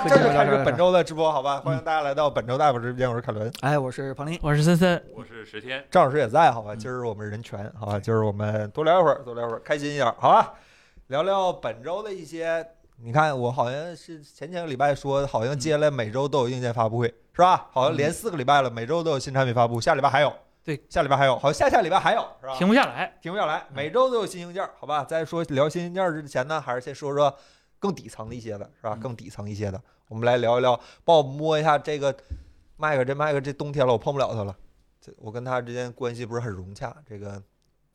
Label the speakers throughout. Speaker 1: 到本周的直播，好吧？欢迎大家来到本周大夫直播间，我是凯伦，
Speaker 2: 哎，我是庞林，
Speaker 3: 我是森森，
Speaker 4: 我是十天，
Speaker 1: 张老师也在，好吧？今儿我们人全，好吧？今儿我们多聊一会儿，多聊一会儿，开心一点，好吧？聊聊本周的一些，你看我好像是前前个礼拜说，好像接下来每周都有硬件发布会，是吧？好像连四个礼拜了，每周都有新产品发布，下礼拜还有，
Speaker 3: 对，
Speaker 1: 下礼拜还有，好像下下礼拜还有，是
Speaker 4: 啊
Speaker 1: 吧？
Speaker 3: 停不下来。
Speaker 1: 停不下来，每周都有新硬件，好吧？在说聊新硬件之前呢，还是先说说更底层的一些的，是吧？
Speaker 3: 嗯
Speaker 1: 更底层一些的，我们来聊一聊，帮我摸一下这个麦克，这麦克这冬天了，我碰不了他了，这我跟他之间关系不是很融洽。这个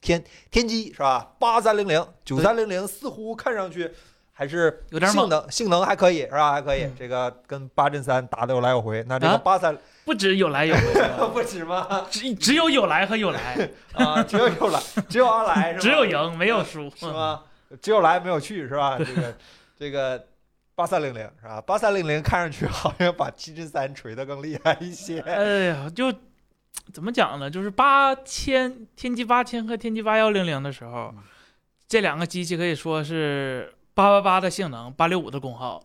Speaker 1: 天天玑是吧？八三零零、九三零零似乎看上去还是
Speaker 3: 有点
Speaker 1: 性
Speaker 3: 猛
Speaker 1: 能性能还可以是吧？还可以，
Speaker 3: 嗯
Speaker 1: 这个跟八阵三打的有来有回。那这个
Speaker 3: 啊
Speaker 1: 八三、
Speaker 3: 不止有来有 回，
Speaker 1: 不止吗？
Speaker 3: 只只有有来和有 来，
Speaker 1: 啊，只有有来，只有阿来是吧？
Speaker 3: 只有赢没有输，
Speaker 1: 是吗？
Speaker 3: 嗯
Speaker 1: 只有来没有去是吧？这个这个八三零零是吧？八三零零看上去好像把七针三锤得更厉害一些。
Speaker 3: 嗯？哎呀，就怎么讲呢？就是八千天玑八千和天玑八幺零零的时候，这两个机器可以说是八八八的性能，八六五的功耗，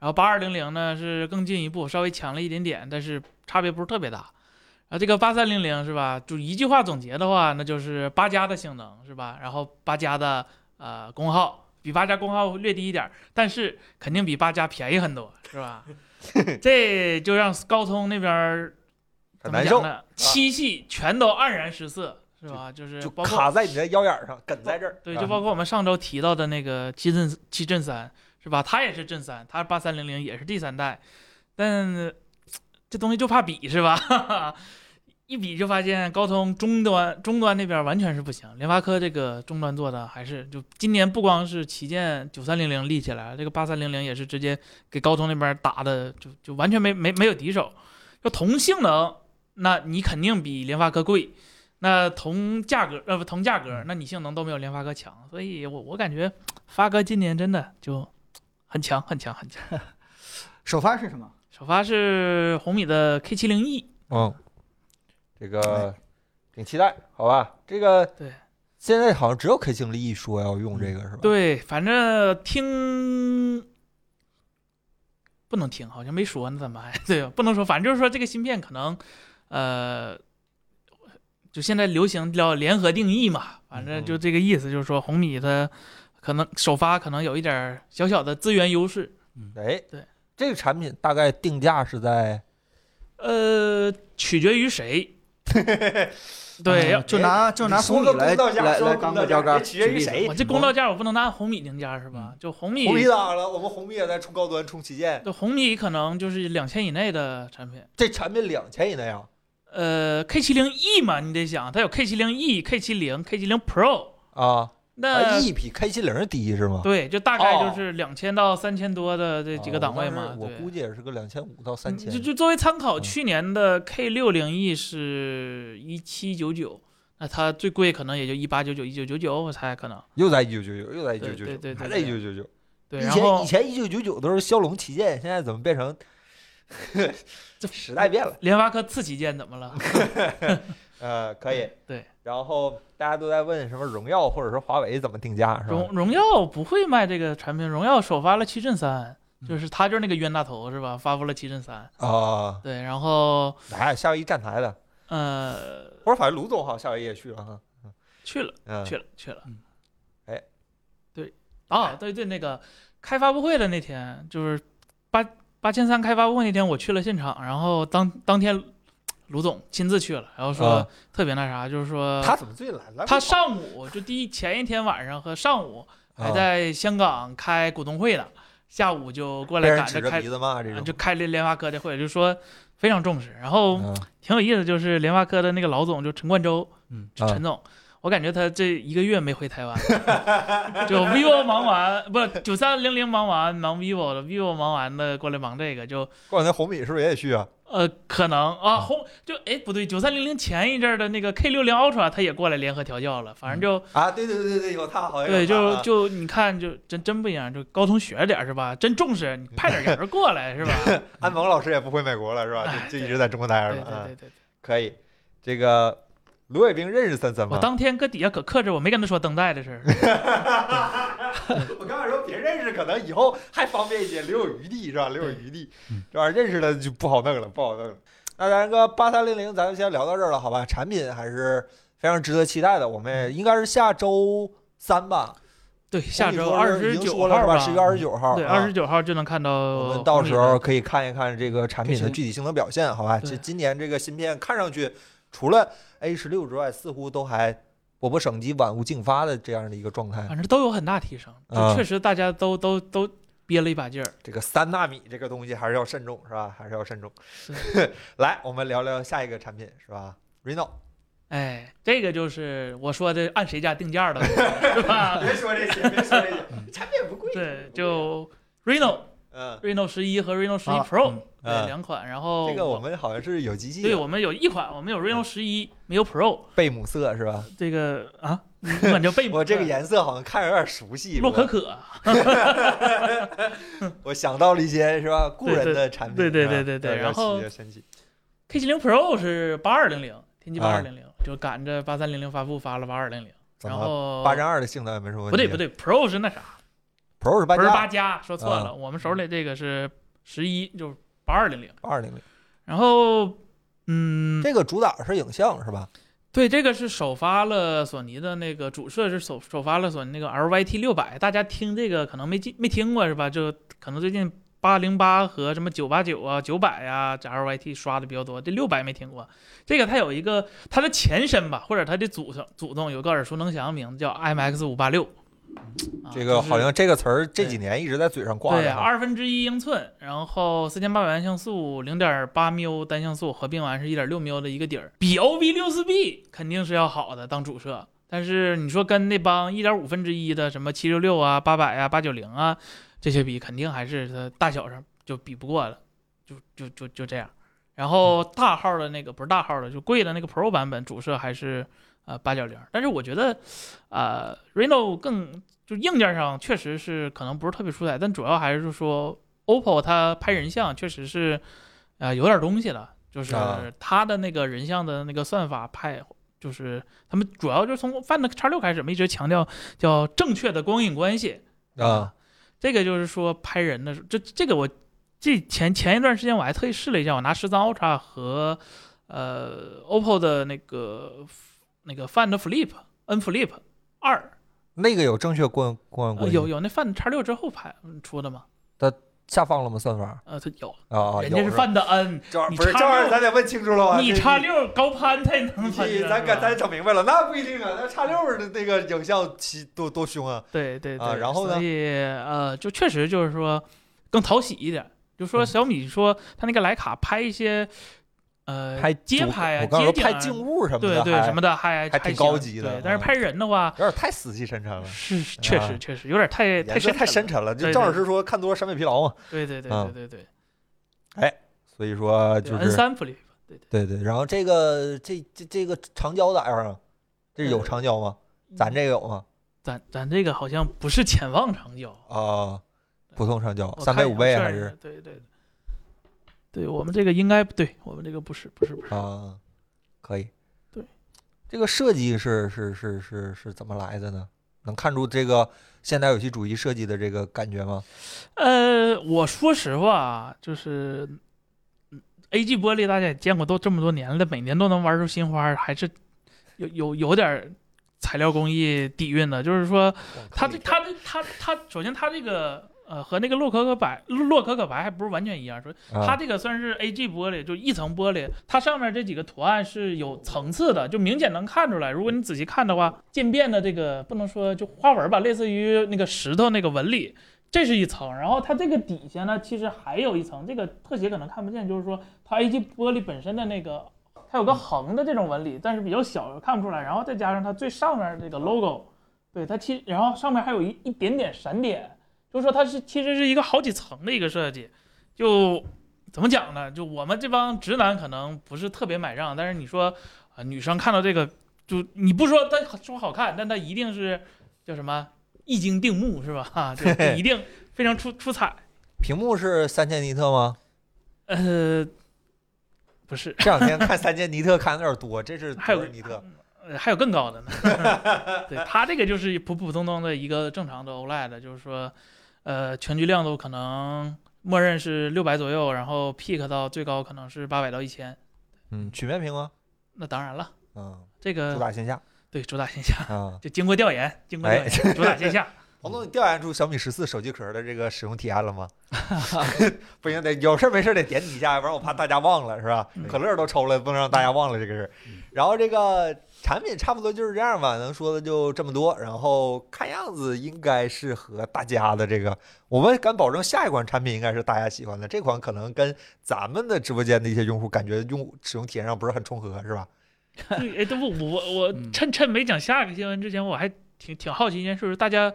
Speaker 3: 然后八二零零呢是更进一步，稍微强了一点点，但是差别不是特别大。然后这个八三零零是吧？就一句话总结的话，那就是八加的性能是吧？然后八加的呃功耗比八加功耗略低一点儿，但是肯定比八加便宜很多是吧？ 这就让高通那边儿
Speaker 1: 很
Speaker 3: 怎
Speaker 1: 难
Speaker 3: 么
Speaker 1: 受啊
Speaker 3: 讲呢？七系全都黯然失色是吧？就是
Speaker 1: 就
Speaker 3: 包括
Speaker 1: 卡在你的腰眼儿上，梗在这儿。
Speaker 3: 对，
Speaker 1: 是吧
Speaker 3: 就包括我们上周提到的那个七阵七阵三是吧？它也是阵三，它八三零零也是第三代，但呃这东西就怕比是吧？ 一比就发现高通终端终端那边完全是不行，联发科这个终端做的还是就今年不光是旗舰九三零零立起来了，这个八三零零也是直接给高通那边打的就就完全没没没有敌手。就同性能，那你肯定比联发科贵，那同价格呃不同价格，那你性能都没有联发科强，所以我我感觉发哥今年真的就很强很强很强。
Speaker 2: 首发是什么？
Speaker 3: 首发是红米的 K 7 0 E，
Speaker 1: 嗯，这个挺期待，好吧？这个
Speaker 3: 哎对，嗯
Speaker 1: 现在好像只有 K 经理一说要用这个是吧？，
Speaker 3: 对，反正听不能听，好像没说呢，怎么还 对，不能说，反正就是说这个芯片可能呃。就现在流行叫联合定义嘛，反正就这个意思，就是说红米它可能首发可能有一点儿小小的资源优势，
Speaker 1: 哎，
Speaker 3: 对，
Speaker 1: 这个产品大概定价是 在
Speaker 3: 呃，取决于谁。
Speaker 1: 哎
Speaker 3: 对，要
Speaker 2: 嗯就拿就拿红米来来来当个标杆，
Speaker 1: 取决于
Speaker 2: 举例
Speaker 1: 谁
Speaker 2: 子
Speaker 3: 我这公道价我不能拿红米定价是吧？就红米，
Speaker 1: 嗯红米当然了，我们红米也在冲高端、冲旗舰，
Speaker 3: 就红米可能就是两千以内的产品。
Speaker 1: 这产品两千以内啊
Speaker 3: 呃，K 7 0 E 嘛，你得想，它有 K 7 0 E、K 7 0 K 7 0 Pro，
Speaker 1: 啊！
Speaker 3: 那
Speaker 1: 啊，一比 K 七零低是吗？
Speaker 3: 对，就大概
Speaker 1: 哦
Speaker 3: 就是两千到三千多的这几个档位嘛
Speaker 1: 啊。我当
Speaker 3: 对
Speaker 1: 时我估计也是个两千五到三
Speaker 3: 嗯
Speaker 1: 千。
Speaker 3: 就就作为参考，
Speaker 1: 嗯
Speaker 3: 去年的 K 6 0 E 是一七九九，那它最贵可能也就一八九九、一九九九，我猜可能。
Speaker 1: 又在一九九九，又在一九
Speaker 3: 对
Speaker 1: 九
Speaker 3: 对
Speaker 1: 九，
Speaker 3: 对对
Speaker 1: 还在一九九九。
Speaker 3: 对，
Speaker 1: 以
Speaker 3: 然
Speaker 1: 前
Speaker 3: 后
Speaker 1: 以前一九九九都是骁龙旗舰，现在怎么变成
Speaker 3: 这
Speaker 1: 时代变了？
Speaker 3: 联发科次旗舰怎么了？
Speaker 1: 呃，可以。
Speaker 3: 对。
Speaker 1: 然后大家都在问什么荣耀或者说华为怎么定价是吧
Speaker 3: 荣？荣耀不会卖这个产品，荣耀首发了七阵三，
Speaker 1: 嗯
Speaker 3: 就是他就是那个冤大头是吧？发布了七阵三，
Speaker 1: 啊，
Speaker 3: 对，然后
Speaker 1: 哪有夏威夷站台的？
Speaker 3: 呃
Speaker 1: 或者反正卢总好像夏威夷也去了哈。
Speaker 3: 去了
Speaker 1: 嗯，
Speaker 3: 去了去了
Speaker 2: 嗯，
Speaker 1: 哎，
Speaker 3: 对啊对对，那个开发布会的那天就是八八千三开发布会那天我去了现场，然后当当天卢总亲自去了，然后说
Speaker 1: 啊
Speaker 3: 特别那啥，就是说
Speaker 1: 他怎么最近来了？
Speaker 3: 他上午就第一前一天晚上和上午还
Speaker 1: 啊
Speaker 3: 在香港开股东会呢，下午就过
Speaker 1: 被
Speaker 3: 来
Speaker 1: 人
Speaker 3: 赶
Speaker 1: 指
Speaker 3: 着
Speaker 1: 着
Speaker 3: 开
Speaker 1: 鼻，子骂这
Speaker 3: 啊
Speaker 1: 种
Speaker 3: 就。开了联发科的会，就说非常重视。然后
Speaker 1: 嗯
Speaker 3: 挺有意思，就是联发科的那个老总就陈冠洲，
Speaker 2: 嗯
Speaker 3: 就
Speaker 1: 啊
Speaker 3: 陈总，我感觉他这一个月没回台湾， 就 vivo 忙完，不九三零零忙完忙 vivo 了，vivo 忙完的过来忙这个，就
Speaker 1: 过两天红米是不是也得去啊？
Speaker 3: 呃可能啊
Speaker 1: 嗯
Speaker 3: 红就哎不对，九三零零前一阵儿的那个 K 六零 Ultra 他也过来联合调教了，反正就。
Speaker 1: 啊，对对对对，有他好像有他
Speaker 3: 对，就
Speaker 1: 啊
Speaker 3: 就你看，就真真不一样，就高同学点儿是吧？真重视，你派点人儿过 来是吧？
Speaker 1: 安萌老师也不回美国了是吧？
Speaker 3: 哎
Speaker 1: 就就一直在中国待着
Speaker 3: 对
Speaker 1: 了
Speaker 3: 对
Speaker 1: 啊。
Speaker 3: 对对对，
Speaker 1: 可以，这个卢伟冰认识森森
Speaker 3: 我
Speaker 1: 吗？
Speaker 3: 当天搁底下可克制，我没跟他说灯带的事儿。
Speaker 1: 我刚才说别认识，可能以后还方便一些，留有余地是吧？留有余地
Speaker 4: 嗯，
Speaker 1: 这玩意儿认识了就不好弄了，不好弄了。那咱哥八三零零，咱就先聊到这儿了，好吧？产品还是非常值得期待的，我们也应该是下周三吧？
Speaker 3: 对，下周
Speaker 1: 我
Speaker 3: 二
Speaker 1: 跟你
Speaker 3: 十
Speaker 1: 说是已经
Speaker 3: 九
Speaker 1: 说
Speaker 3: 号
Speaker 1: 了是吧？
Speaker 3: 吧，
Speaker 1: 十月二十九号，
Speaker 3: 对，
Speaker 1: 啊
Speaker 3: 二十九号就能看到
Speaker 1: 我
Speaker 3: 红米了。
Speaker 1: 们到时候可以看一看这个产品的具体性能表现，好吧？
Speaker 3: 对
Speaker 1: 这今年这个芯片看上去，除了 A 十六之外，似乎都还我不省级晚无竞发的这样的一个状态。
Speaker 3: 反正都有很大提升，
Speaker 1: 啊
Speaker 3: 就确实大家都都都憋了一把劲儿。
Speaker 1: 这个三纳米这个东西还是要慎重，是吧？还是要慎重
Speaker 3: 对。
Speaker 1: 来，我们聊聊下一个产品，是吧？Reno，
Speaker 3: 哎，这个就是我说的按谁家定价的问题，是吧？ 嗯
Speaker 1: 别说这些，别说这些，产品不贵
Speaker 3: 对，就 Reno
Speaker 1: 嗯，
Speaker 3: Reno 十一和 Reno 十一
Speaker 2: 啊
Speaker 3: Pro
Speaker 2: 嗯
Speaker 3: 对
Speaker 1: 啊
Speaker 3: 两款，然后
Speaker 1: 这个我们好像是有机啊嗯器
Speaker 3: 哦对我们有一款，我们有 Reno 十一，没有 Pro。
Speaker 1: 贝母色是吧？
Speaker 3: 这个啊，你管叫贝
Speaker 1: 我这 个颜色好像看着有点熟悉，
Speaker 3: 洛可
Speaker 1: 我
Speaker 3: 可，啊
Speaker 1: 我想到了一些是吧故
Speaker 3: 对
Speaker 1: 人
Speaker 3: 对
Speaker 1: 的产品，
Speaker 3: 对对
Speaker 1: 是吧
Speaker 3: 对对对
Speaker 1: 有点
Speaker 3: 然后
Speaker 1: 奇有点神奇
Speaker 3: K 7 0 Pro 是八二零零，天玑八
Speaker 1: 啊
Speaker 3: 二零零，就赶着八三零零发布发了八二零零，
Speaker 1: 怎
Speaker 3: 然
Speaker 1: 么
Speaker 3: 后
Speaker 1: 八战二的性能也没什么问题。
Speaker 3: 不对不对，Pro 是那啥，
Speaker 1: ，Pro 是八
Speaker 3: 不是八
Speaker 1: 加啊
Speaker 3: 加，说错了，我们手里这个是十一，就是八二零零。
Speaker 1: 二零零，
Speaker 3: 然后，嗯，
Speaker 1: 这个主打是影像是吧？
Speaker 3: 对，这个是首发了索尼的那个主摄是首首发了索尼那个 LYT 六百，大家听这个可能没记没听过是吧？就可能最近八零八和什么九八九啊、九百啊这 LYT 刷的比较多，这六百没听过。这个它有一个它的前身吧，或者它的祖宗祖宗有个耳熟能详的名字叫 MX 五八六。啊
Speaker 1: 这个
Speaker 3: 就是
Speaker 1: 好像这个词儿这几年一直在嘴上挂
Speaker 3: 对，
Speaker 1: 着哈。
Speaker 3: 二分之一英寸，然后四千八百万像素，零点八缪单像素，合并完是一点六缪的一个底儿，比 OV 六四 B 肯定是要好的当主摄。但是你说跟那帮一点五分之一的什么七六六啊、八百啊、八九零啊这些比，肯定还是它大小上就比不过了，就就就就这样。然后大号的那个不是大号的，就贵的那个 Pro 版本主摄还是呃八九零，但是我觉得呃 Reno 更就硬件上确实是可能不是特别出彩，但主要还是说 OPPO 它拍人像确实是呃有点东西了，就是
Speaker 1: 啊
Speaker 3: 它的那个人像的那个算法拍。就是他们主要就是从 Find X 六开始，我们一直强调叫正确的光影关系，
Speaker 1: 啊，
Speaker 3: 这个就是说拍人的时候，这这个我这前前一段时间我还特意试了一下，我拿十三 Ultra 和呃 OPPO 的那个那个 Find Flip N Flip 二、
Speaker 1: 那个有正确光光
Speaker 3: 呃
Speaker 1: 关
Speaker 3: 有有那 Find X 六之后拍嗯出的吗？
Speaker 1: 下放了吗？算法
Speaker 3: 呃，它有，
Speaker 1: 啊，啊
Speaker 3: 人家
Speaker 1: 有
Speaker 3: 是
Speaker 1: 是吧
Speaker 3: Find N，
Speaker 1: 这玩意儿
Speaker 3: 你
Speaker 1: 不是
Speaker 3: 叉
Speaker 1: 这玩意儿，
Speaker 3: 六
Speaker 1: 咱得问清楚了吧？啊
Speaker 3: 你
Speaker 1: 这
Speaker 3: 叉。六高攀才
Speaker 1: 你你
Speaker 3: 能拍
Speaker 1: 这
Speaker 3: 的
Speaker 1: 咱
Speaker 3: 是
Speaker 1: 敢
Speaker 3: 吧
Speaker 1: 咱整明白了，那不一定啊。那叉六的那个影像其多多凶啊！
Speaker 3: 对对对、
Speaker 1: 啊然后呢
Speaker 3: 所以呃，就确实就是说更讨喜一点，就说
Speaker 1: 嗯
Speaker 3: 小米说它那个徕卡拍一些呃
Speaker 1: 拍
Speaker 3: 街
Speaker 1: 主
Speaker 3: 拍啊，
Speaker 1: 我刚说
Speaker 3: 街景
Speaker 1: 拍
Speaker 3: 啊
Speaker 1: 静物什么
Speaker 3: 对
Speaker 1: 的，
Speaker 3: 对
Speaker 1: 还
Speaker 3: 什么的还
Speaker 1: 还挺
Speaker 3: 行
Speaker 1: 高级的嗯，
Speaker 3: 对但是拍人的话
Speaker 1: 有点太死气沉沉了，
Speaker 3: 是确
Speaker 1: 啊
Speaker 3: 实确实有点太太
Speaker 1: 颜色
Speaker 3: 深
Speaker 1: 太深
Speaker 3: 沉了。
Speaker 1: 沉了。就
Speaker 3: 对
Speaker 1: 赵
Speaker 3: 对
Speaker 1: 老师说，看多了审美疲劳嘛。
Speaker 3: 对对对
Speaker 1: 啊
Speaker 3: 对对对
Speaker 1: 所以说
Speaker 3: 对
Speaker 1: 就
Speaker 3: 对
Speaker 1: 是
Speaker 3: ，N 三 Flip 对
Speaker 1: 对
Speaker 3: 对，
Speaker 1: 对，然后这个这这这个长焦咋样啊？这有
Speaker 3: 呃
Speaker 1: 长焦吗？咱这个有吗？
Speaker 3: 咱咱这个好像不是潜望长焦，
Speaker 1: 啊，普通长焦，
Speaker 3: 我
Speaker 1: 三倍
Speaker 3: 看一
Speaker 1: 五
Speaker 3: 下
Speaker 1: 倍啊
Speaker 3: 确
Speaker 1: 还
Speaker 3: 认
Speaker 1: 是
Speaker 3: 了对对对，对我们这个应该不对，我们这个不是不是不是，
Speaker 1: 啊？可以。
Speaker 3: 对，
Speaker 1: 这个设计是是是是是怎么来的呢？能看出这个现代游戏主义设计的这个感觉吗？
Speaker 3: 呃，我说实话啊，就是。A G 玻璃大家也见过，都这么多年了，每年都能玩出新花儿，还是有有有点儿材料工艺底蕴的。就是说，它这它这它它，首先它这个呃和那个洛可可白洛可可白还不是完全一样，说它
Speaker 1: 啊
Speaker 3: 这个算是 A G 玻璃，就一层玻璃，它上面这几个图案是有层次的，就明显能看出来。如果你仔细看的话，渐变的这个不能说就花纹吧，类似于那个石头那个纹理。这是一层，然后它这个底下呢，其实还有一层，这个特写可能看不见，就是说它 A G 玻璃本身的那个，它有个横的这种纹理，但是比较小，看不出来。然后再加上它最上面这个 logo，对它其然后上面还有一一点点闪点，就是说它是其实是一个好几层的一个设计，就怎么讲呢？就我们这帮直男可能不是特别买账，但是你说啊、女生看到这个，就你不说她说好看，但她一定是叫什么一惊定目是吧？哈， 就就一定非常出出彩。
Speaker 1: 屏幕是三千尼特吗？
Speaker 3: 呃，不是，
Speaker 1: 这两天看三千尼特看的有点多，这是
Speaker 3: 还有
Speaker 1: 多少尼特？
Speaker 3: 呃还有更高的呢。 对，它这个就是普普通通的一个正常的 OLED，就是说，呃，全局亮度可能默认是六百左右，然后 peak 到最高可能是八百到一千。
Speaker 1: 嗯，曲面屏吗？
Speaker 3: 那当然了，
Speaker 1: 嗯，
Speaker 3: 这
Speaker 1: 主
Speaker 3: 个
Speaker 1: 打线下
Speaker 3: 对主打线下，
Speaker 1: 啊。
Speaker 3: 就经过调研，经过调
Speaker 1: 哎
Speaker 3: 研， 主打线下。
Speaker 1: 彭总，你调研出小米十四手机壳的这个使用体验了吗？不行，得有事儿没事儿得点你一下，要不然我怕大家忘了，是吧？
Speaker 3: 嗯
Speaker 1: 可乐都抽了，不能让大家忘了这个事儿
Speaker 2: 嗯。
Speaker 1: 然后这个产品差不多就是这样吧，能说的就这么多。然后看样子应该是和大家的这个，我们敢保证下一款产品应该是大家喜欢的。这款可能跟咱们的直播间的一些用户感觉用户使用体验上不是很重合，是吧？
Speaker 3: 对，哎，都不，我我
Speaker 2: 嗯
Speaker 3: 趁趁没讲下个新闻之前，我还挺挺好奇一件事，大家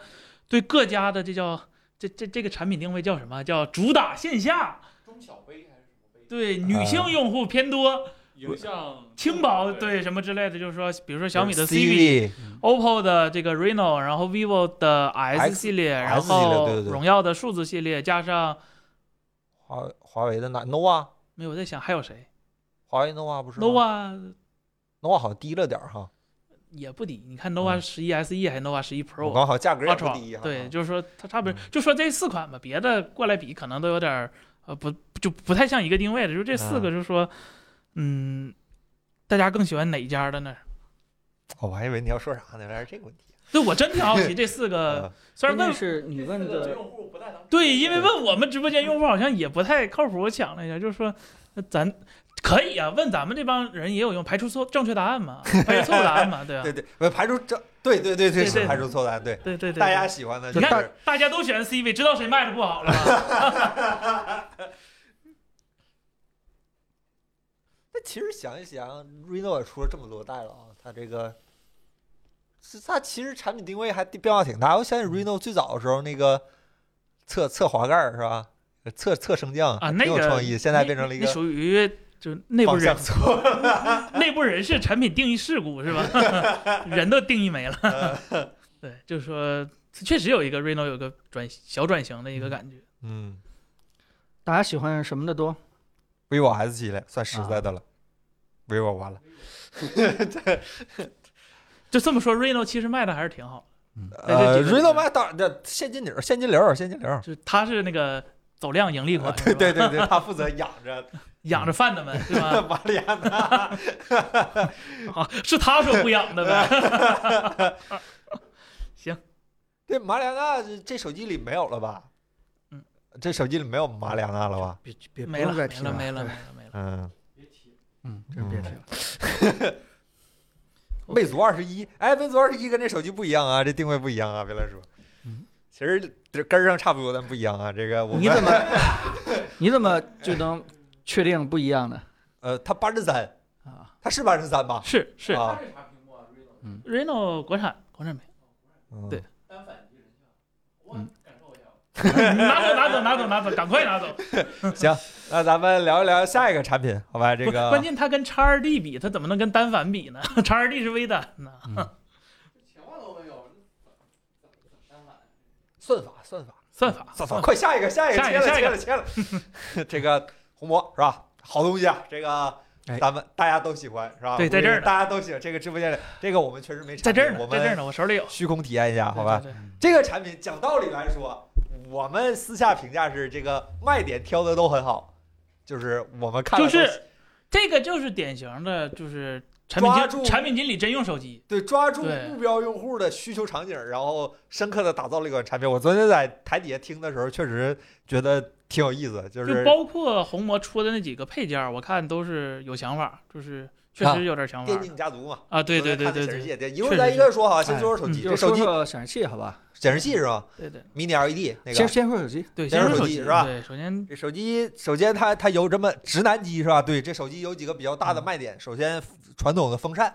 Speaker 3: 对各家的这叫这这这个产品定位叫什么？叫主打线下，
Speaker 4: 中小杯还是什么杯？
Speaker 3: 对女性用户偏多，
Speaker 4: 影响
Speaker 3: 轻薄对什么之类的，就是说，比如说小米的
Speaker 1: 呃 CV
Speaker 3: CV、OPPO 的这个 Reno，然后 vivo 的 S
Speaker 1: X-
Speaker 3: 系列，然
Speaker 1: S 系列
Speaker 3: 后
Speaker 1: 对对对
Speaker 3: 荣耀的数字系列，加上
Speaker 1: 华华为的那 nova，
Speaker 3: 没有我在想还有谁
Speaker 1: 华为 nova 不是吗
Speaker 3: ？nova
Speaker 1: nova 好像低了点儿哈，
Speaker 3: 也不低，你看 nova 十一 SE 还是 nova 十一
Speaker 1: 我
Speaker 3: Pro，啊
Speaker 1: 刚好价格也不
Speaker 3: Ultra，
Speaker 1: 低哈。啊
Speaker 3: 对，就是说它差别
Speaker 1: 嗯，
Speaker 3: 就说这四款吧，别的过来比可能都有点儿呃不就不太像一个定位的，就这四
Speaker 1: 啊
Speaker 3: 个，就是说，嗯，大家更喜欢哪一家的呢？
Speaker 1: 哦，我还以为你要说啥呢，原来是这个问题。
Speaker 3: 对我真挺好 奇这四
Speaker 1: 啊
Speaker 3: 个，虽然
Speaker 2: 关键是
Speaker 3: 问
Speaker 2: 你问的，
Speaker 4: 用户不太能
Speaker 3: 对，因为问我们直播间用户好像也不太靠谱，我想了一下，就是说那咱。可以啊，问咱们这帮人也有用，排除错正确答 案嘛，排除错误答案嘛，对吧、
Speaker 1: 对对，不排除这，对对对对，
Speaker 3: 对
Speaker 1: 是
Speaker 3: 对
Speaker 1: 排除错单，对，
Speaker 3: 对对对，
Speaker 1: 大家喜欢的
Speaker 3: 你
Speaker 1: 就
Speaker 3: 看
Speaker 1: 是
Speaker 3: 大家都选 CV，知道谁卖的 不好了吧？
Speaker 1: 但其实想一想，Reno 也出了这么多代了啊，它这个是它其实产品定位还变化挺大。我
Speaker 3: 嗯
Speaker 1: 想起 Reno 最早的时候那个侧侧滑盖儿是吧？侧侧升降
Speaker 3: 啊，
Speaker 1: 挺
Speaker 3: 那
Speaker 1: 有
Speaker 3: 个
Speaker 1: 创意，现在变成了一
Speaker 3: 那
Speaker 1: 个
Speaker 3: 那属于就是内部
Speaker 1: 方
Speaker 3: 人
Speaker 1: 向错。
Speaker 3: 内部人士产品定义事故是吧？人都定义没了。
Speaker 1: 呃
Speaker 3: 对，就是说确实有一个 Reno 有个转小转型的一个感觉。
Speaker 1: 嗯
Speaker 2: 大家喜欢什么的多？
Speaker 1: ，vivo S 系列算实在的了，vivo
Speaker 3: 啊
Speaker 1: 完了，
Speaker 3: 就这么说，Reno 其实卖的还是挺好，在这
Speaker 1: 呃
Speaker 3: 几个里面
Speaker 1: ，Reno 卖当然这现金流，现金流，现金流。
Speaker 3: 就是它是那个走量盈利款，
Speaker 1: 啊对对
Speaker 3: 是吧
Speaker 1: 对对，他负责养着
Speaker 3: 养着贩子们 对吧？
Speaker 1: 玛丽安娜。
Speaker 3: 啊，是他说不养的
Speaker 1: 哎
Speaker 3: 呗。
Speaker 1: 对，马里亚纳这这手机里没有了吧？
Speaker 3: 嗯，
Speaker 1: 这手机里没有马里亚纳了吧？
Speaker 2: 别别不
Speaker 3: 没了
Speaker 2: 用
Speaker 3: 没
Speaker 2: 再
Speaker 3: 了
Speaker 2: 提
Speaker 1: 啊
Speaker 3: 没了没
Speaker 2: 对
Speaker 3: 了没了。
Speaker 1: 嗯，
Speaker 2: 嗯，真别提了。
Speaker 1: 魅族二十一，哎，魅族二十一跟这手机不一样啊，这定位不一样啊，别乱说。
Speaker 2: 嗯，
Speaker 1: 其实这根儿上差不多，但不一样啊。这个我
Speaker 2: 你
Speaker 1: 们
Speaker 2: 怎么 你怎么就能确定不一样呢？
Speaker 1: 呃，它八十三，
Speaker 2: 啊，
Speaker 1: 它是八十三吧？
Speaker 3: 是是
Speaker 1: 啊，
Speaker 4: 是啥屏幕啊？Reno
Speaker 3: ，Reno 国产 国产品，
Speaker 1: 嗯
Speaker 3: 对
Speaker 4: 单反一人像，我感受一下。
Speaker 3: 拿走拿走拿走拿走，赶快拿走。
Speaker 1: 那咱们聊一聊下一个产品，好吧？这
Speaker 3: 不
Speaker 1: 个
Speaker 3: 关键它跟 x 二 D 比，它怎么能跟单反比呢？x 二 D 是微单呢。
Speaker 4: 前望都没有，这怎么单反？
Speaker 1: 算法，算法，
Speaker 3: 算法，
Speaker 1: 算法，快下一个，下一个，
Speaker 3: 下一
Speaker 1: 切
Speaker 3: 个
Speaker 1: 了，切了，切了。 这个红魔是吧？好东西啊，这个
Speaker 2: 哎
Speaker 1: 咱们大家都喜欢是吧？
Speaker 3: 对在这儿呢
Speaker 1: 大家都喜欢这个直播间里，这个我们确实没产
Speaker 3: 在这儿
Speaker 1: 品
Speaker 3: 呢
Speaker 1: 我，
Speaker 3: 在这儿
Speaker 1: 们
Speaker 3: 呢，我手里有。
Speaker 1: 虚空体验一下，啊好吧？
Speaker 3: 对，对对
Speaker 1: 这个产品讲道理来说，我们私下评价是这个卖点挑的都很好，就是我们看了
Speaker 3: 就是
Speaker 1: 都喜
Speaker 3: 这个就是典型的，就是产
Speaker 1: 抓
Speaker 3: 品
Speaker 1: 住
Speaker 3: 经产品经理真用手机。
Speaker 1: 对抓住
Speaker 3: 对
Speaker 1: 目标用户的需求场景，然后深刻的打造了一款产品。我昨天在台底下听的时候，确实觉得挺有意思，就
Speaker 3: 就是包括红魔出的那几个配件儿，我看都是有想法，就是确
Speaker 1: 啊
Speaker 3: 实有点想法
Speaker 1: 电竞家族嘛。
Speaker 3: 啊。对对对
Speaker 1: 昨天看的
Speaker 3: 对
Speaker 1: 显示器
Speaker 3: 对
Speaker 1: 也电，一会
Speaker 3: 确
Speaker 1: 儿
Speaker 3: 实
Speaker 1: 咱一个说哈，先
Speaker 2: 哎
Speaker 1: 说说手机，
Speaker 3: 嗯
Speaker 1: 这
Speaker 2: 就
Speaker 1: 手
Speaker 2: 说
Speaker 1: 机
Speaker 2: 说显示器好吧？
Speaker 1: 显示器是吧
Speaker 3: 对对，
Speaker 1: ？Mini LED 那
Speaker 2: 先
Speaker 1: 个。
Speaker 2: 先说手机，
Speaker 3: 对，
Speaker 1: 先
Speaker 3: 先
Speaker 1: 是手
Speaker 3: 说手
Speaker 1: 机
Speaker 3: 机
Speaker 1: 是吧
Speaker 3: 对，首先
Speaker 1: 这手机首先它它有这么直男机是吧？对，这手机有几个比较大的卖点。首先，传统的风扇，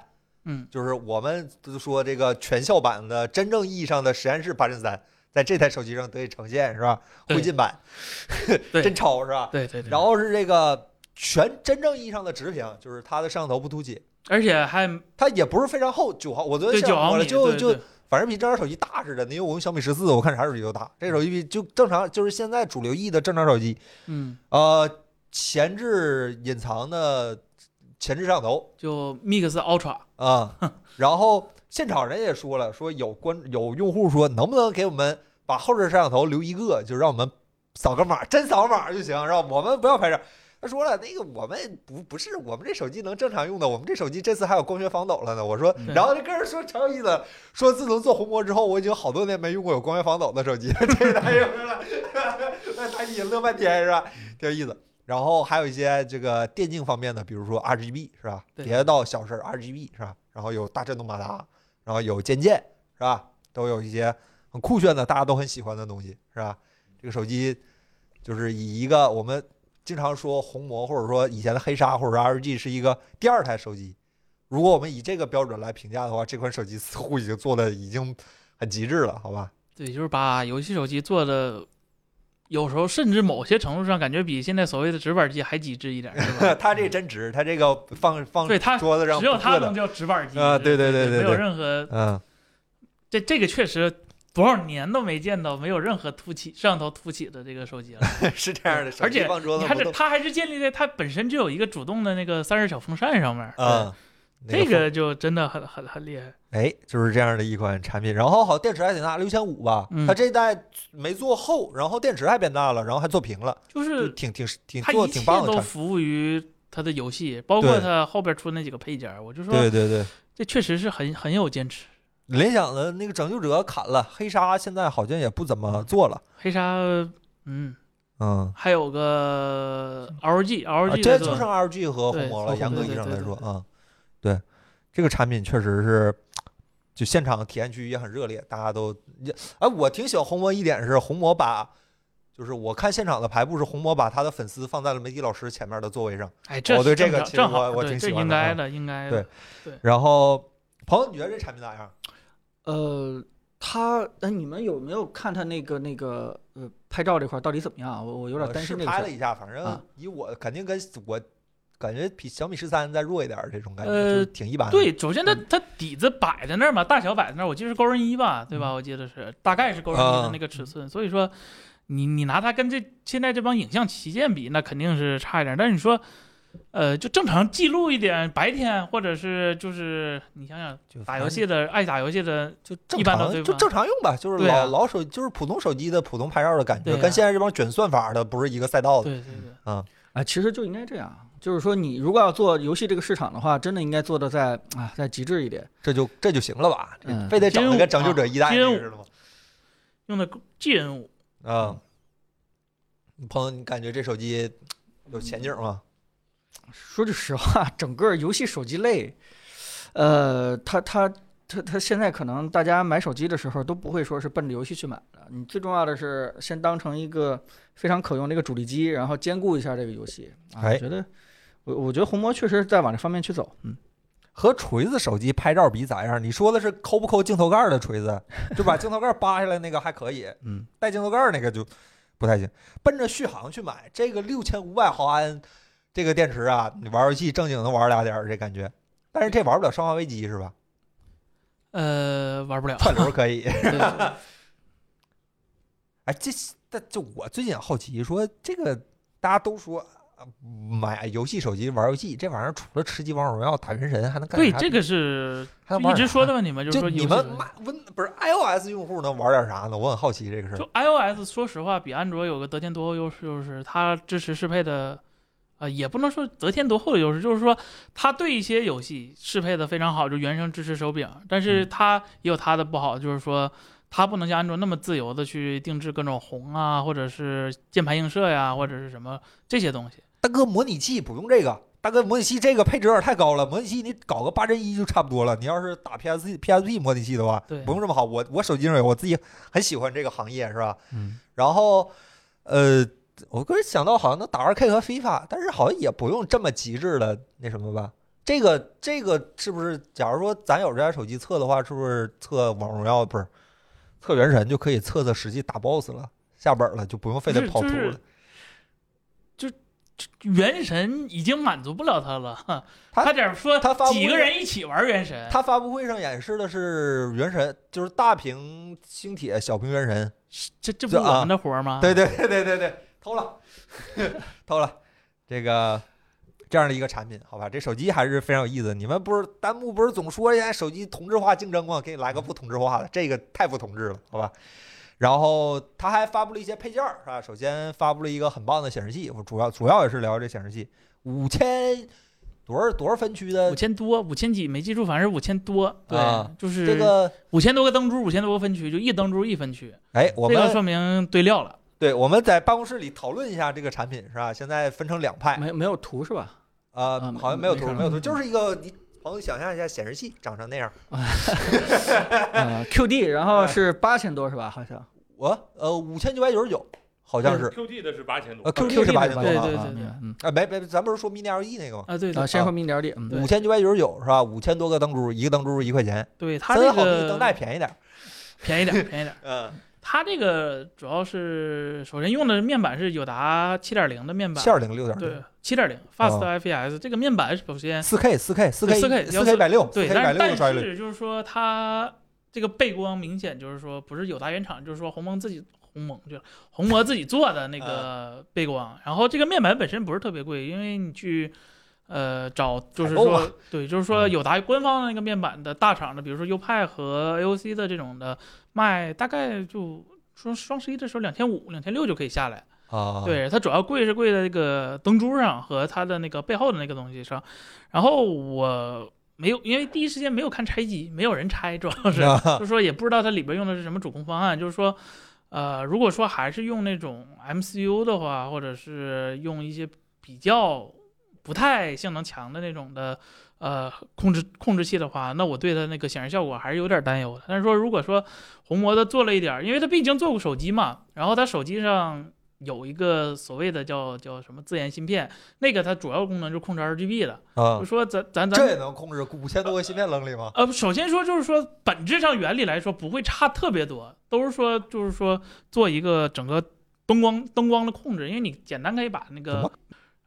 Speaker 3: 嗯，
Speaker 1: 就是我们都说这个全校版的真正意义上的实验室八阵三，在这台手机上得以呈现是吧？
Speaker 3: 对
Speaker 1: 灰烬版，
Speaker 3: 对
Speaker 1: 真超是吧？
Speaker 3: 对对对。
Speaker 1: 然后是这个全真正意义上的直屏，就是它的摄像头不凸起，
Speaker 3: 而且还
Speaker 1: 它也不是非常厚，九毫，我昨
Speaker 3: 对
Speaker 1: 天
Speaker 3: 九
Speaker 1: 下午
Speaker 3: 毫
Speaker 1: 我
Speaker 3: 米，
Speaker 1: 就
Speaker 3: 对
Speaker 1: 就
Speaker 3: 对
Speaker 1: 反正比正常手机大似的，因为我用小米十四，我看啥手机都大。这手机比就正常，就是现在主流意义的正常手机。
Speaker 3: 嗯
Speaker 1: 呃，前置隐藏的前置摄像头
Speaker 3: 就 Mix Ultra，
Speaker 1: 啊、然后现场人也说了，说有观有用户说能不能给我们把后置摄像头留一个，就让我们扫个码，真扫码就行，让我们不要拍照。他说了，那个我们不不是我们这手机能正常用的，我们这手机这次还有光学防抖了呢。我说，
Speaker 3: 对
Speaker 1: 然后这个人说超有意思了，说自从做红魔之后，我已经好多年没用过有光学防抖的手机，这太有意思了， 那他也乐半天是吧？挺有意思。然后还有一些这个电竞方面的，比如说 RGB 是吧？
Speaker 3: 对
Speaker 1: 别到小事儿 RGB 是吧？然后有大震动马达，然后有渐渐是吧？都有一些很酷炫的，大家都很喜欢的东西是吧？这个手机就是以一个我们经常说红魔或者说以前的黑鲨或者说 RG 是一个第二台手机。如果我们以这个标准来评价的话，这款手机似乎已经做的已经很极致了，好吧？？
Speaker 3: 对，就是把游戏手机做的，有时候甚至某些程度上感觉比现在所谓的直板机还极致一点，是 吧
Speaker 1: 它这真值，它这个放放
Speaker 3: 对它
Speaker 1: 桌子上
Speaker 3: 只有
Speaker 1: 不
Speaker 3: 它
Speaker 1: 硌
Speaker 3: 能
Speaker 1: 的，
Speaker 3: 叫直板机
Speaker 1: 啊对
Speaker 3: 对
Speaker 1: 对对对
Speaker 3: 没有
Speaker 1: 对
Speaker 3: 任何
Speaker 1: 嗯，
Speaker 3: 这这个确实多少年都没见到没有任何凸起摄像头凸起的这个手机了，
Speaker 1: 是这样的，
Speaker 3: 而且
Speaker 1: 手机放桌子
Speaker 3: 你看
Speaker 1: 不
Speaker 3: 这
Speaker 1: 动，
Speaker 3: 它还是建立在它本身就有一个主动的那个散热小风扇上面，
Speaker 1: 嗯，那
Speaker 3: 呃对，这
Speaker 1: 风
Speaker 3: 个就真的很很很厉害。
Speaker 1: 哎，就是这样的一款产品。然后好，电池还挺大，六千五吧，
Speaker 3: 嗯
Speaker 1: 它这一代没做厚，然后电池还变大了，然后还做平了，
Speaker 3: 就
Speaker 1: 就是挺挺挺
Speaker 3: 它
Speaker 1: 做
Speaker 3: 一
Speaker 1: 挺
Speaker 3: 切
Speaker 1: 棒的
Speaker 3: 都
Speaker 1: 产品。
Speaker 3: 服务于它的游戏，包括
Speaker 1: 对
Speaker 3: 它后边出那几个配件儿，我就说
Speaker 1: 对对对，
Speaker 3: 这确实是很很有坚持。
Speaker 1: 联想的那个拯救者砍了，黑鲨现在好像也不怎么做了，
Speaker 3: 黑鲨，嗯，
Speaker 1: 嗯。
Speaker 3: 还有个
Speaker 1: 啊
Speaker 3: LG，LG
Speaker 1: 这
Speaker 3: 在
Speaker 1: 就剩
Speaker 3: 做，
Speaker 1: LG 和
Speaker 3: 对
Speaker 1: 红魔
Speaker 3: 和
Speaker 1: 了。
Speaker 3: 红
Speaker 1: 严格
Speaker 3: 魔
Speaker 1: 意义上
Speaker 3: 对
Speaker 1: 来
Speaker 3: 对
Speaker 1: 说，
Speaker 3: 对
Speaker 1: 嗯，对，这个产品确实是，就现场体验区也很热烈，大家都，也哎，我挺喜欢红魔一点是红魔把，就是我看现场的排布是红魔把他的粉丝放在了媒体老师前面的座位上，
Speaker 3: 哎，这
Speaker 1: 哦我对
Speaker 3: 是
Speaker 1: 这
Speaker 3: 正
Speaker 1: 个
Speaker 3: 常
Speaker 1: 其实我
Speaker 3: 正好，
Speaker 1: 我
Speaker 3: 对
Speaker 1: 挺
Speaker 3: 这
Speaker 1: 喜欢
Speaker 3: 应
Speaker 1: 的啊
Speaker 3: 该的，应该的
Speaker 1: 对。然后，朋友，你觉得这产品咋样？
Speaker 2: 呃，他哎，你们有没有看他那个那个呃拍照这块儿到底怎么样啊？我我有点
Speaker 1: 我呃
Speaker 2: 担
Speaker 1: 试
Speaker 2: 心这个
Speaker 1: 拍
Speaker 2: 事
Speaker 1: 了
Speaker 2: 儿。
Speaker 1: 一下，反正
Speaker 2: 啊
Speaker 1: 以我肯定跟我感觉比小米十三再弱一点儿这种感觉，
Speaker 3: 呃
Speaker 1: 就是挺一般的。
Speaker 3: 对，首先
Speaker 1: 嗯
Speaker 3: 它它底子摆在那儿嘛，大小摆在那儿，我记得是高润一吧，对吧？我记得是大概是高润一
Speaker 1: 嗯啊
Speaker 3: 的那个尺寸，所以说你你拿它跟这现在这帮影像旗舰比，那肯定是差一点。但是你说，呃，就正常记录一点，白天或者是就是你想想
Speaker 1: 就嗯
Speaker 3: 打
Speaker 1: 反
Speaker 3: 游
Speaker 1: 正
Speaker 3: 戏的爱打游戏的，
Speaker 1: 就正
Speaker 3: 一般的对
Speaker 1: 常，就
Speaker 3: 吧
Speaker 1: 正常用吧，就是
Speaker 3: 对
Speaker 1: 老、
Speaker 3: 啊
Speaker 1: 老手，就是普通手机的普通拍照的感觉，
Speaker 3: 对啊
Speaker 1: 跟现在这帮卷算法的不是一个赛道的。嗯
Speaker 3: 对对对，
Speaker 2: 啊，其实就应该这样，就是说你如果要做游戏这个市场的话，真的应该做的再啊再极致一点。
Speaker 1: 这就这就行了吧？这
Speaker 2: 嗯
Speaker 1: 非得整那个
Speaker 3: 金
Speaker 1: 拯救者一代
Speaker 3: 金
Speaker 1: 那个似的吗？
Speaker 3: 用的 GN 五
Speaker 1: 啊，朋友，你感觉这手机有前景吗？
Speaker 2: 说句实话，整个游戏手机类，呃，它它它它现在可能大家买手机的时候都不会说是奔着游戏去买的，你最重要的是先当成一个非常可用的一个主力机，然后兼顾一下这个游戏。啊、
Speaker 1: 哎
Speaker 2: 我觉得我我觉得红魔确实在往这方面去走，嗯，
Speaker 1: 和锤子手机拍照比咋样？你说的是抠不抠镜头盖儿的锤子，就把镜头盖儿扒下来那个还可以，
Speaker 2: 嗯，
Speaker 1: 带镜头盖儿那个就不太行。奔着续航去买这个六千五百毫安这个电池啊，你玩游戏正经能玩俩点儿这感觉，但是这玩不了《生化危机》是吧？
Speaker 3: 呃玩 不了，
Speaker 1: 串流可以。
Speaker 2: 对
Speaker 1: 哎，这但就我最近好奇说，这个大家都说啊买游戏手机玩游戏，这玩意儿除了吃鸡、王者荣耀、打原神，还能干
Speaker 3: 对
Speaker 1: 啥
Speaker 3: 这个是
Speaker 1: 还
Speaker 3: 就
Speaker 1: 能玩
Speaker 3: 一直
Speaker 1: 啥
Speaker 3: 说的问题嘛，就是
Speaker 1: 就
Speaker 3: 说
Speaker 1: 你
Speaker 3: 游戏
Speaker 1: 们
Speaker 3: 的
Speaker 1: 买 Win 不是 iOS 用户能玩点啥呢？我很好奇这个事儿
Speaker 3: 就 iOS，说实话，比安卓有个得天独厚优势，就是它支持适配的，呃，也不能说得天独厚的优势，就是说它对一些游戏适配的非常好，就原生支持手柄，但
Speaker 1: 嗯
Speaker 3: 是它也有它的不好，就是说它不能像安卓那么自由的去定制各种红啊，或者是键盘映射呀、或者是什么这些东西。
Speaker 1: 大哥，模拟器不用这个。大哥，模拟器这个配置有点太高了，模拟器你搞个八帧一就差不多了。你要是打 PS PSP 模拟器的话，
Speaker 3: 对
Speaker 1: 不用这么好。我我手机上有，我自己很喜欢这个行业，是吧？
Speaker 2: 嗯，
Speaker 1: 然后，呃，我个人想到好像能打二 K 和 FIFA，但是好像也不用这么极致的那什么吧。这个这个是不是？假如说咱有这台手机测的话，是不是测王者荣耀不是测原神就可以测测实际打 BOSS 了，下本了就不用非得
Speaker 3: 不是
Speaker 1: 跑图
Speaker 3: 就是
Speaker 1: 了？
Speaker 3: 原神已经满足不了它了，哈
Speaker 1: 它
Speaker 3: 它得说
Speaker 1: 它发布
Speaker 3: 几
Speaker 1: 会
Speaker 3: 个人一起玩原神，
Speaker 1: 他发布会上演示的是原神，就是大屏星铁，小屏原神。
Speaker 3: 这这不
Speaker 1: 这
Speaker 3: 是
Speaker 1: 啊
Speaker 3: 我们的活儿吗？
Speaker 1: 对对对对对对，偷了，偷了。这个这样的一个产品，好吧？这手机还是非常有意思的。你们不是弹幕不是总说现在手机同质化竞争吗？给你来个不同质化的，这个太不同质了，好吧？然后他还发布了一些配件儿，是吧？首先发布了一个很棒的显示器，我主要主要也是聊这显示器，五千多少多少分区的
Speaker 3: 五千多，五千几没记住，反正是五千多。对，
Speaker 1: 呃啊
Speaker 3: 就是
Speaker 1: 这个，
Speaker 3: 五千多个灯珠，五千多个分区，就一灯珠一分区，
Speaker 1: 哎，我
Speaker 3: 这个
Speaker 1: 们
Speaker 3: 说明堆料了。
Speaker 1: 对我们在办公室里讨论一下这个产品，是吧？现在分成两派，
Speaker 2: 哎没没有图是吧？
Speaker 1: 呃
Speaker 2: 啊，没
Speaker 1: 好像没有图，
Speaker 2: 没事儿
Speaker 1: 没有图，
Speaker 3: 嗯
Speaker 1: 就是一个你朋友想象一下显示器长成那样。
Speaker 2: 呃 QD，然后是八千多是吧？好像
Speaker 1: 我呃五千九百九十九，好像是
Speaker 5: QD 的是八千多
Speaker 1: 呃 Q
Speaker 2: QD
Speaker 1: 是八千多
Speaker 2: 的
Speaker 3: 对
Speaker 1: 啊
Speaker 3: 对
Speaker 2: 啊
Speaker 3: 对
Speaker 2: 明白嗯
Speaker 1: 啊，没没，咱不是说 Mini LED 那个吗？
Speaker 3: 啊，对
Speaker 2: 啊，
Speaker 3: 的，
Speaker 2: 先说明点儿点，嗯，
Speaker 1: 五千九百九十九是吧？五千多个灯珠，一个灯珠一块钱，
Speaker 3: 对它
Speaker 1: 真
Speaker 3: 这
Speaker 1: 好比
Speaker 3: 个
Speaker 1: 灯带便宜点儿。
Speaker 3: 便宜点儿，便宜点儿。
Speaker 1: 嗯，
Speaker 3: 它这个主要是首先用的面板是友达七点零的面板
Speaker 1: 七，二零六点零，
Speaker 3: 对，七点零 Fast
Speaker 1: 啊
Speaker 3: IPS 这个面板首先
Speaker 1: 四 K 四 K 四 K
Speaker 3: 对
Speaker 1: 四
Speaker 3: 4K
Speaker 1: 四 K 百六，四
Speaker 3: 对，
Speaker 1: K
Speaker 3: 但
Speaker 1: 百
Speaker 3: 是
Speaker 1: 六的
Speaker 3: 但
Speaker 1: 衰率。
Speaker 3: 是就是说它这个背光明显就是说不是友达原厂，就是说鸿蒙自己鸿蒙去了，鸿蒙自己做的那
Speaker 1: 啊
Speaker 3: 个背光。然后这个面板本身不是特别贵，因为你去呃找就是
Speaker 1: 采购啊
Speaker 3: 说
Speaker 1: 嘛
Speaker 3: 对，就是说友达官方的那个面板的大厂的，比如说优派和 AOC 的这种的卖大概就。说双十一的时候，两千五、两千六就可以下来。
Speaker 1: 啊，
Speaker 3: 对，它主要贵是贵在这个灯珠上和它的那个背后的那个东西上。然后我没有，因为第一时间没有看拆机，没有人拆，主要是
Speaker 1: 啊
Speaker 3: 就是说也不知道它里边用的是什么主控方案。就是说，呃，如果说还是用那种 MCU 的话，或者是用一些比较不太性能强的那种的呃控制控制器的话，那我对它那个显示效果还是有点担忧的。但是说如果说红魔的做了一点儿，因为它毕竟做过手机嘛，然后它手机上有一个所谓的叫叫什么自研芯片，那个它主要功能就是控制 RGB 的。
Speaker 1: 啊
Speaker 3: 就，说咱咱咱
Speaker 1: 这也能控制五千多个芯片扔里吗？
Speaker 3: 呃，首先说就是说，本质上原理来说不会差特别多，都是说就是说做一个整个灯光灯光的控制，因为你简单可以把那个，
Speaker 1: 怎
Speaker 3: 然
Speaker 1: 么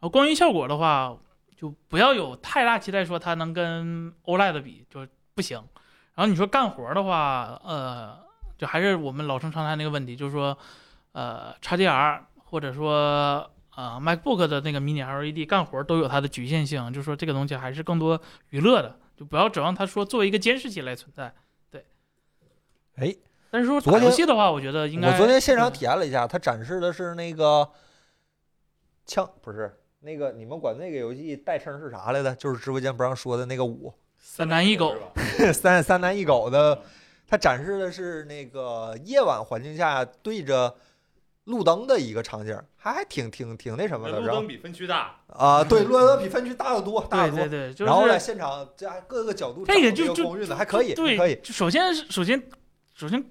Speaker 3: 后光晕效果的话，就不要有太大期待说它能跟 OLED 比，就不行。然后你说干活的话，呃，就还是我们老生常谈那个问题，就是说，呃，XDR 或者说呃 MacBook 的那个 Mini LED E 干活都有它的局限性，就是说这个东西还是更多娱乐的，就不要指望它说作为一个监视器来存在。对，
Speaker 1: 哎，
Speaker 3: 但是说
Speaker 1: 昨
Speaker 3: 打
Speaker 1: 天
Speaker 3: 游戏的话，我觉得应该
Speaker 1: 我昨天现场
Speaker 3: 嗯
Speaker 1: 体验了一下，它展示的是那个枪，不是那个你们管那个游戏代称是啥来着？就是直播间不让说的那个五
Speaker 3: 三男一狗
Speaker 5: 是，吧
Speaker 1: 三三男一狗
Speaker 3: 嗯
Speaker 1: 的，它展示的是那个夜晚环境下对着路灯的一个场景，还还挺挺挺那什么
Speaker 5: 那
Speaker 1: 的。
Speaker 5: 路
Speaker 1: 然后
Speaker 5: 灯比分区大，
Speaker 1: 啊，对，路灯比分区大得多，大
Speaker 3: 对
Speaker 1: 得
Speaker 3: 对
Speaker 1: 多。
Speaker 3: 对，就是
Speaker 1: 然后在现场这还各个角度
Speaker 3: 这
Speaker 1: 找到
Speaker 3: 个就
Speaker 1: 这
Speaker 3: 就
Speaker 1: 光晕的还可以，还
Speaker 3: 对，
Speaker 1: 可以。
Speaker 3: 就首先是首先首先，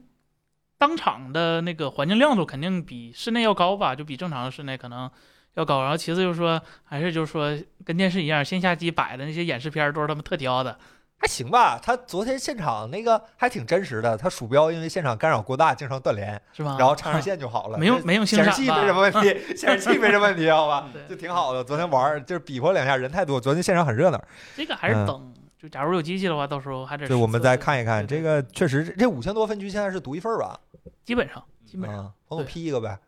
Speaker 3: 当场的那个环境亮度肯定比室内要高吧，就比正常的室内可能要高。然后其次就是说，还是就是说跟电视一样，线下机摆的那些演示片儿都是他们特挑的。
Speaker 1: 还行吧，他昨天现场那个还挺真实的，他鼠标因为现场干扰过大，经常断连，
Speaker 3: 是吧？
Speaker 1: 然后插上线就好了。
Speaker 3: 啊没用
Speaker 1: 这
Speaker 3: 没用啊星
Speaker 1: 显示
Speaker 3: 闪
Speaker 1: 器
Speaker 3: 吧
Speaker 1: 没什么问 题，显示器没什么问题，好吧，
Speaker 3: 对
Speaker 1: 就挺好的。昨天玩儿就是比划两下，人太多，昨天现场很热闹。
Speaker 3: 这个还是
Speaker 1: 嗯
Speaker 3: 等，就假如有机器的话，到时候还得
Speaker 1: 对，我们
Speaker 3: 测
Speaker 1: 再
Speaker 3: 试，
Speaker 1: 看一看
Speaker 3: 对
Speaker 1: 这
Speaker 3: 对
Speaker 1: 个，确实这五千多分区现在是独一份儿吧？
Speaker 3: 基本上基本上。
Speaker 1: 啊，帮我
Speaker 3: 对
Speaker 1: 批一个呗。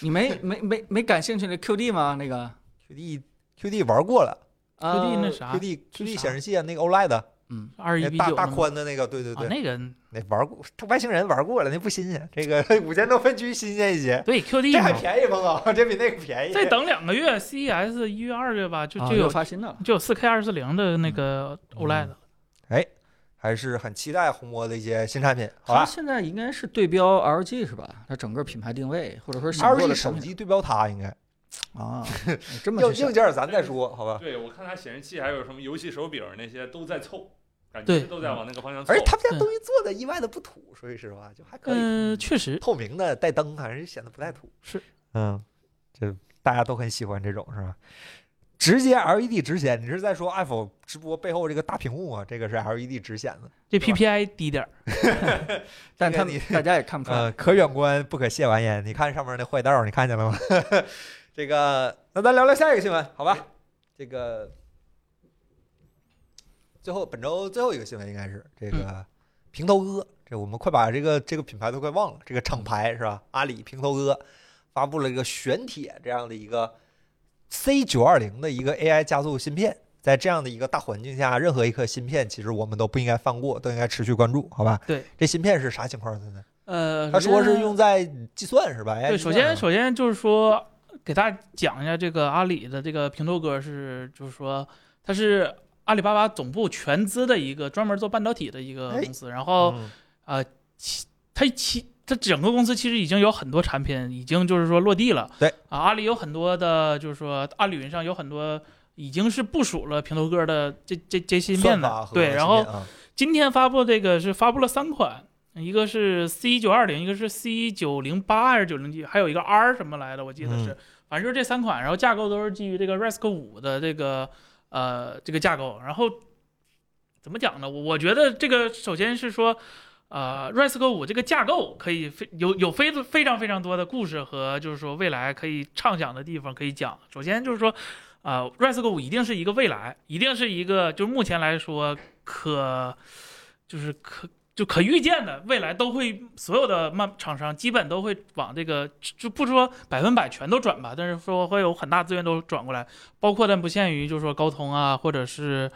Speaker 2: 你没没没没感兴趣的 QD 吗？那个
Speaker 1: QD QD 玩过了
Speaker 2: 呃
Speaker 3: QD 那啥
Speaker 1: ，QD
Speaker 3: 是
Speaker 1: QD
Speaker 3: 啥
Speaker 1: 显示器啊那个 OLED
Speaker 2: 嗯，
Speaker 3: 二
Speaker 1: 那
Speaker 3: 一比
Speaker 1: 呃大
Speaker 3: 九
Speaker 1: 大宽的那个，对对
Speaker 3: 啊，
Speaker 1: 对，
Speaker 3: 那个
Speaker 1: 那玩过，他外星人玩过了，那不新鲜。这个 五千多分区新鲜一些，
Speaker 3: 对 QD
Speaker 1: 这还
Speaker 3: 嘛，
Speaker 1: 便宜，朋友，这比那个便宜。
Speaker 3: 再等两个月，CES 一月二月吧，就
Speaker 2: 啊
Speaker 3: 就
Speaker 2: 又
Speaker 3: 有
Speaker 2: 发新的了。
Speaker 3: 就有 4K 二四零的那个
Speaker 1: 嗯
Speaker 3: OLED 了。
Speaker 1: 还是很期待红魔的一些新产品，好
Speaker 2: 它
Speaker 1: 吧
Speaker 2: 现在应该是对标 LG 是吧？它整个品牌定位或者说想做
Speaker 1: ？LG
Speaker 2: 的
Speaker 1: 嗯手
Speaker 2: 产品
Speaker 1: 机对标它应该
Speaker 2: 啊，我这么
Speaker 1: 硬
Speaker 2: 去想
Speaker 1: 硬件儿咱再说，好吧？
Speaker 5: 对我看它显示器还有什么游戏手柄那些都在凑，感觉
Speaker 3: 对
Speaker 5: 是都在往那个方向凑
Speaker 1: 而且。他们家
Speaker 3: 对
Speaker 1: 东西做的意外的不土，说句实话，就还嗯可以，
Speaker 3: 呃，确实，
Speaker 1: 透明的带灯还是显得不太土。
Speaker 3: 是，
Speaker 1: 嗯，这大家都很喜欢这种是吧？直接 LED 直显，你是在说 iPhone 直播背后这个大屏幕啊？这个是 LED 直显的，
Speaker 3: 这
Speaker 1: 对吧
Speaker 3: PPI 低点儿。
Speaker 2: 但他
Speaker 1: 这个
Speaker 2: 们
Speaker 1: 你
Speaker 2: 大家也看不出来。
Speaker 1: 呃，可远观不可亵玩焉。你看上面那坏道儿，你看见了吗？ 这个，那咱聊聊下一个新闻，好
Speaker 2: 嗯
Speaker 1: 吧？这个最后本周最后一个新闻应该是这
Speaker 2: 嗯
Speaker 1: 个平头哥，这我们快把这个这个品牌都快忘了，这个厂牌是吧？阿里平头哥发布了一个玄铁这样的一个 C 九二零的一个 AI 加速芯片，在这样的一个大环境下，任何一颗芯片其实我们都不应该放过，都应该持续关注，好吧？
Speaker 3: 对，
Speaker 1: 这芯片是啥情况呢？
Speaker 3: 呃，
Speaker 1: 他
Speaker 3: 首
Speaker 1: 说是
Speaker 3: 先
Speaker 1: 用在计算是吧？
Speaker 3: 对，首先首先就是说，给大家讲一下这个阿里的这个平头哥是，就是说它是阿里巴巴总部全资的一个专门做半导体的一个
Speaker 1: 哎
Speaker 3: 公司，然后
Speaker 1: 嗯
Speaker 3: 它其它整个公司其实已经有很多产品已经就是说落地了，
Speaker 1: 对
Speaker 3: 啊，阿里有很多的，就是说阿里云上有很多已经是部署了平头哥的这这这芯
Speaker 1: 算
Speaker 3: 片
Speaker 1: 法
Speaker 3: 的，
Speaker 1: 和
Speaker 3: 对，
Speaker 1: 芯
Speaker 3: 然后
Speaker 1: 片啊
Speaker 3: 今天发布这个是发布了三款，一个是 C 九二零，一个是 C 九零八还是九零几，还有一个 R 什么来的，我记得是，反正就是这三款，然后架构都是基于这个 RISC 五的这个呃这个架构，然后怎么讲呢？我我觉得这个首先是说。呃，RISC 五这个架构可以非有有非非常非常多的故事和就是说未来可以畅想的地方可以讲。首先就是说，呃，RISC 五一定是一个未来，一定是一个就是目前来说可就是可就可预见的，未来都会所有的漫厂商基本都会往这个就就不说百分百全都转吧，但是说会有很大资源都转过来，包括但不限于就是说高通啊，或者是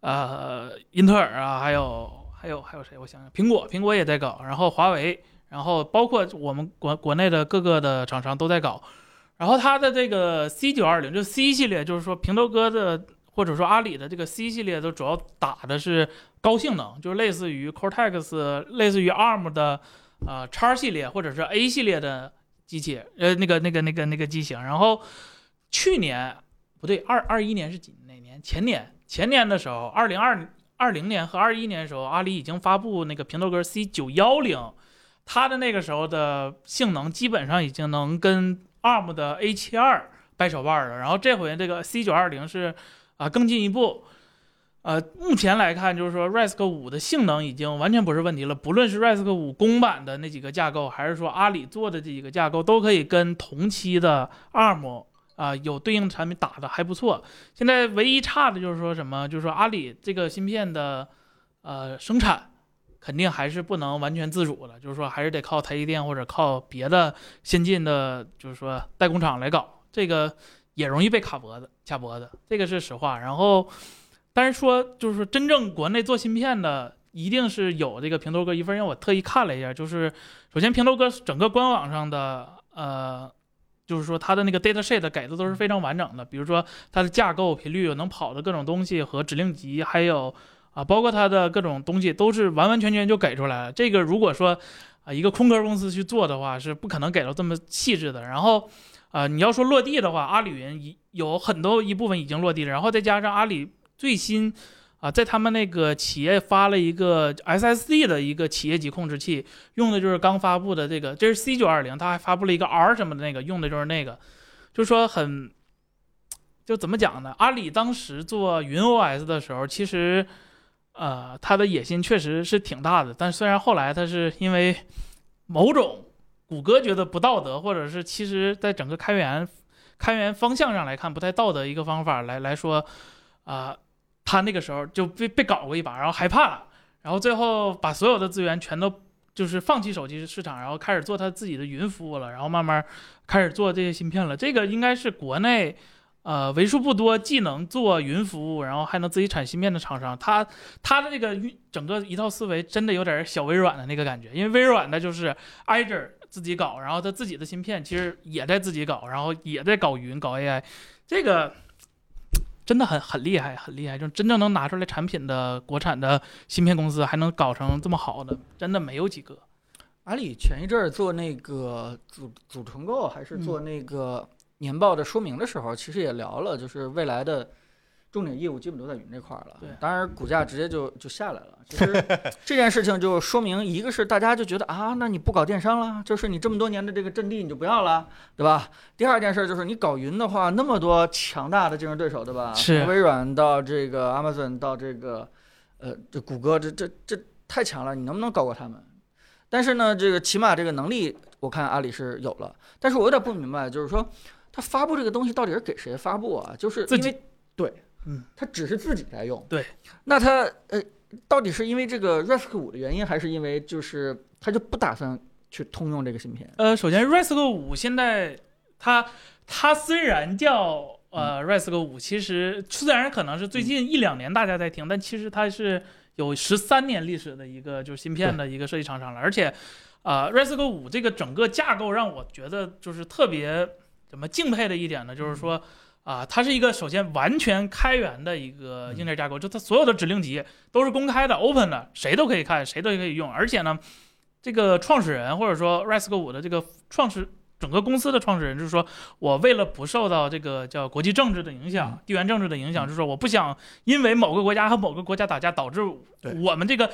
Speaker 3: 呃英特尔啊，还有还有还有谁？我想想，苹果苹果也在搞，然后华为，然后包括我们国国内的各个的厂商都在搞。然后它的这个 C 九二零，就 C 系列，就是说平头哥的或者说阿里的这个 C 系列都主要打的是高性能，就是类似于 Cortex、类似于 ARM 的呃 X 系列或者是 A 系列的机器，呃，那个那个那个那个机型。然后去年不对，二二一年是几哪年？前年前年的时候，二零二二零年和二一年的时候，阿里已经发布那个平头哥 C 九幺零，它的那个时候的性能基本上已经能跟 ARM 的 A 七二掰手腕了。然后这回这个 C 九二零是啊、更进一步。呃，目前来看，就是说 RISC 五的性能已经完全不是问题了。不论是 RISC 五公版的那几个架构，还是说阿里做的这几个架构，都可以跟同期的 ARM 啊、有对应的产品打的还不错。现在唯一差的就是说什么，就是说阿里这个芯片的呃生产肯定还是不能完全自主了，就是说还是得靠台积电或者靠别的先进的，就是说代工厂来搞这个。也容易被卡脖子、卡脖子，这个是实话。然后，但是说就是说真正国内做芯片的，一定是有这个平头哥一份儿。因为我特意看了一下，就是首先平头哥整个官网上的呃，就是说它的那个 data sheet 给的都是非常完整的，比如说它的架构、频率、能跑的各种东西和指令集，还有啊，包括它的各种东西都是完完全全就给出来了。这个如果说啊一个空壳公司去做的话，是不可能给到这么细致的。然后。啊，你要说落地的话，阿里云已有很多一部分已经落地了，然后再加上阿里最新啊、在他们那个企业发了一个 SSD 的一个企业级控制器，用的就是刚发布的这个，这是 C 九二零，它还发布了一个 R 什么的那个，用的就是那个，就说很，就怎么讲呢？阿里当时做云 OS 的时候，其实呃，它的野心确实是挺大的，但虽然后来它是因为某种谷歌觉得不道德，或者是其实在整个开源开源方向上来看不太道德一个方法来来说，啊、他那个时候就被被搞过一把，然后害怕了，然后最后把所有的资源全都就是放弃手机市场，然后开始做他自己的云服务了，然后慢慢开始做这些芯片了。这个应该是国内。呃，为数不多既能做云服务，然后还能自己产芯片的厂商，他他的这个运整个一套思维真的有点小微软的那个感觉，因为微软的就是挨着自己搞，然后他自己的芯片其实也在自己搞，然后也在搞云、搞 AI，这个真的很很厉害，很厉害，就真正能拿出来产品的国产的芯片公司还能搞成这么好的，真的没有几个。
Speaker 2: 阿里前一阵儿做那个组组重构，还是
Speaker 3: 嗯
Speaker 2: 做那个年报的说明的时候，其实也聊了，就是未来的重点业务基本都在云这块儿了。
Speaker 3: 对
Speaker 2: 当然股价直接就就下来了。其实 这件事情就说明，一个是大家就觉得啊，那你不搞电商了，就是你这么多年的这个阵地你就不要了，对吧？第二件事就是你搞云的话，那么多强大的竞争对手，对吧？
Speaker 3: 是
Speaker 2: 从微软到这个 Amazon 到这个呃这谷歌，这这这太强了，你能不能搞过他们？但是呢，这个起码这个能力，我看阿里是有了。但是我有点不明白，就是说他发布这个东西到底是给谁发布啊？就是
Speaker 3: 自
Speaker 2: 因
Speaker 3: 己
Speaker 2: 为对，
Speaker 3: 嗯，
Speaker 2: 他只是自己在用。
Speaker 3: 对，
Speaker 2: 那他呃，到底是因为这个 RISC 五的原因，还是因为就是他就不打算去通用这个芯片？
Speaker 3: 呃，首先 RISC 五现在它它虽然叫呃，Res 五其实虽然可能是最近一两年大家在听，但其实它是有十三年历史的一个就是芯片的一个设计厂商了，而且，呃，Res 五这个整个架构让我觉得就是特别怎么敬佩的一点呢，就是说。啊、它是一个首先完全开源的一个硬件架构，就它所有的指令集都是公开的、open 的，谁都可以看，谁都可以用。而且呢，这个创始人或者说 Res 五的这个创始整个公司的创始人就是说，我为了不受到这个叫国际政治的影响、地缘政治的影响，就是说我不想因为某个国家和某个国家打架，导致
Speaker 1: 对
Speaker 3: 我们这个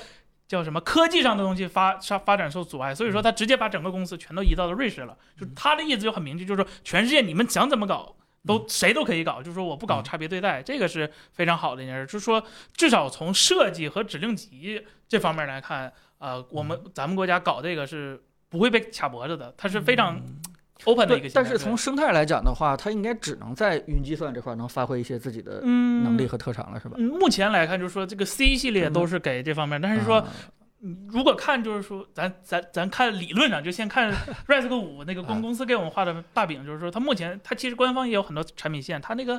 Speaker 3: 叫什么科技上的东西发发发展受阻碍。所以说，他直接把整个公司全都移到了瑞士了。就他的意思就很明确，就是说全世界你们想怎么搞。都谁都可以搞，就是说我不搞差别对待，这个是非常好的一件事。就是说，至少从设计和指令集这方面来看，呃，我们咱们国家搞这个是不会被卡脖子的，它是非常
Speaker 2: 嗯
Speaker 3: open 的一
Speaker 2: 对，
Speaker 3: 个形态。
Speaker 2: 但是从生态来讲的话，它应该只能在云计算这块能发挥一些自己的
Speaker 3: 嗯
Speaker 2: 能力和特长了，是吧？
Speaker 3: 嗯目前来看，就是说这个 C 系列都是给这方面，但是说
Speaker 2: 啊
Speaker 3: 嗯如果看就是说，咱咱咱看理论上，就先看 Rise 五那个公
Speaker 2: 啊
Speaker 3: 公司给我们画的大饼，就是说它目前它其实官方也有很多产品线，它那个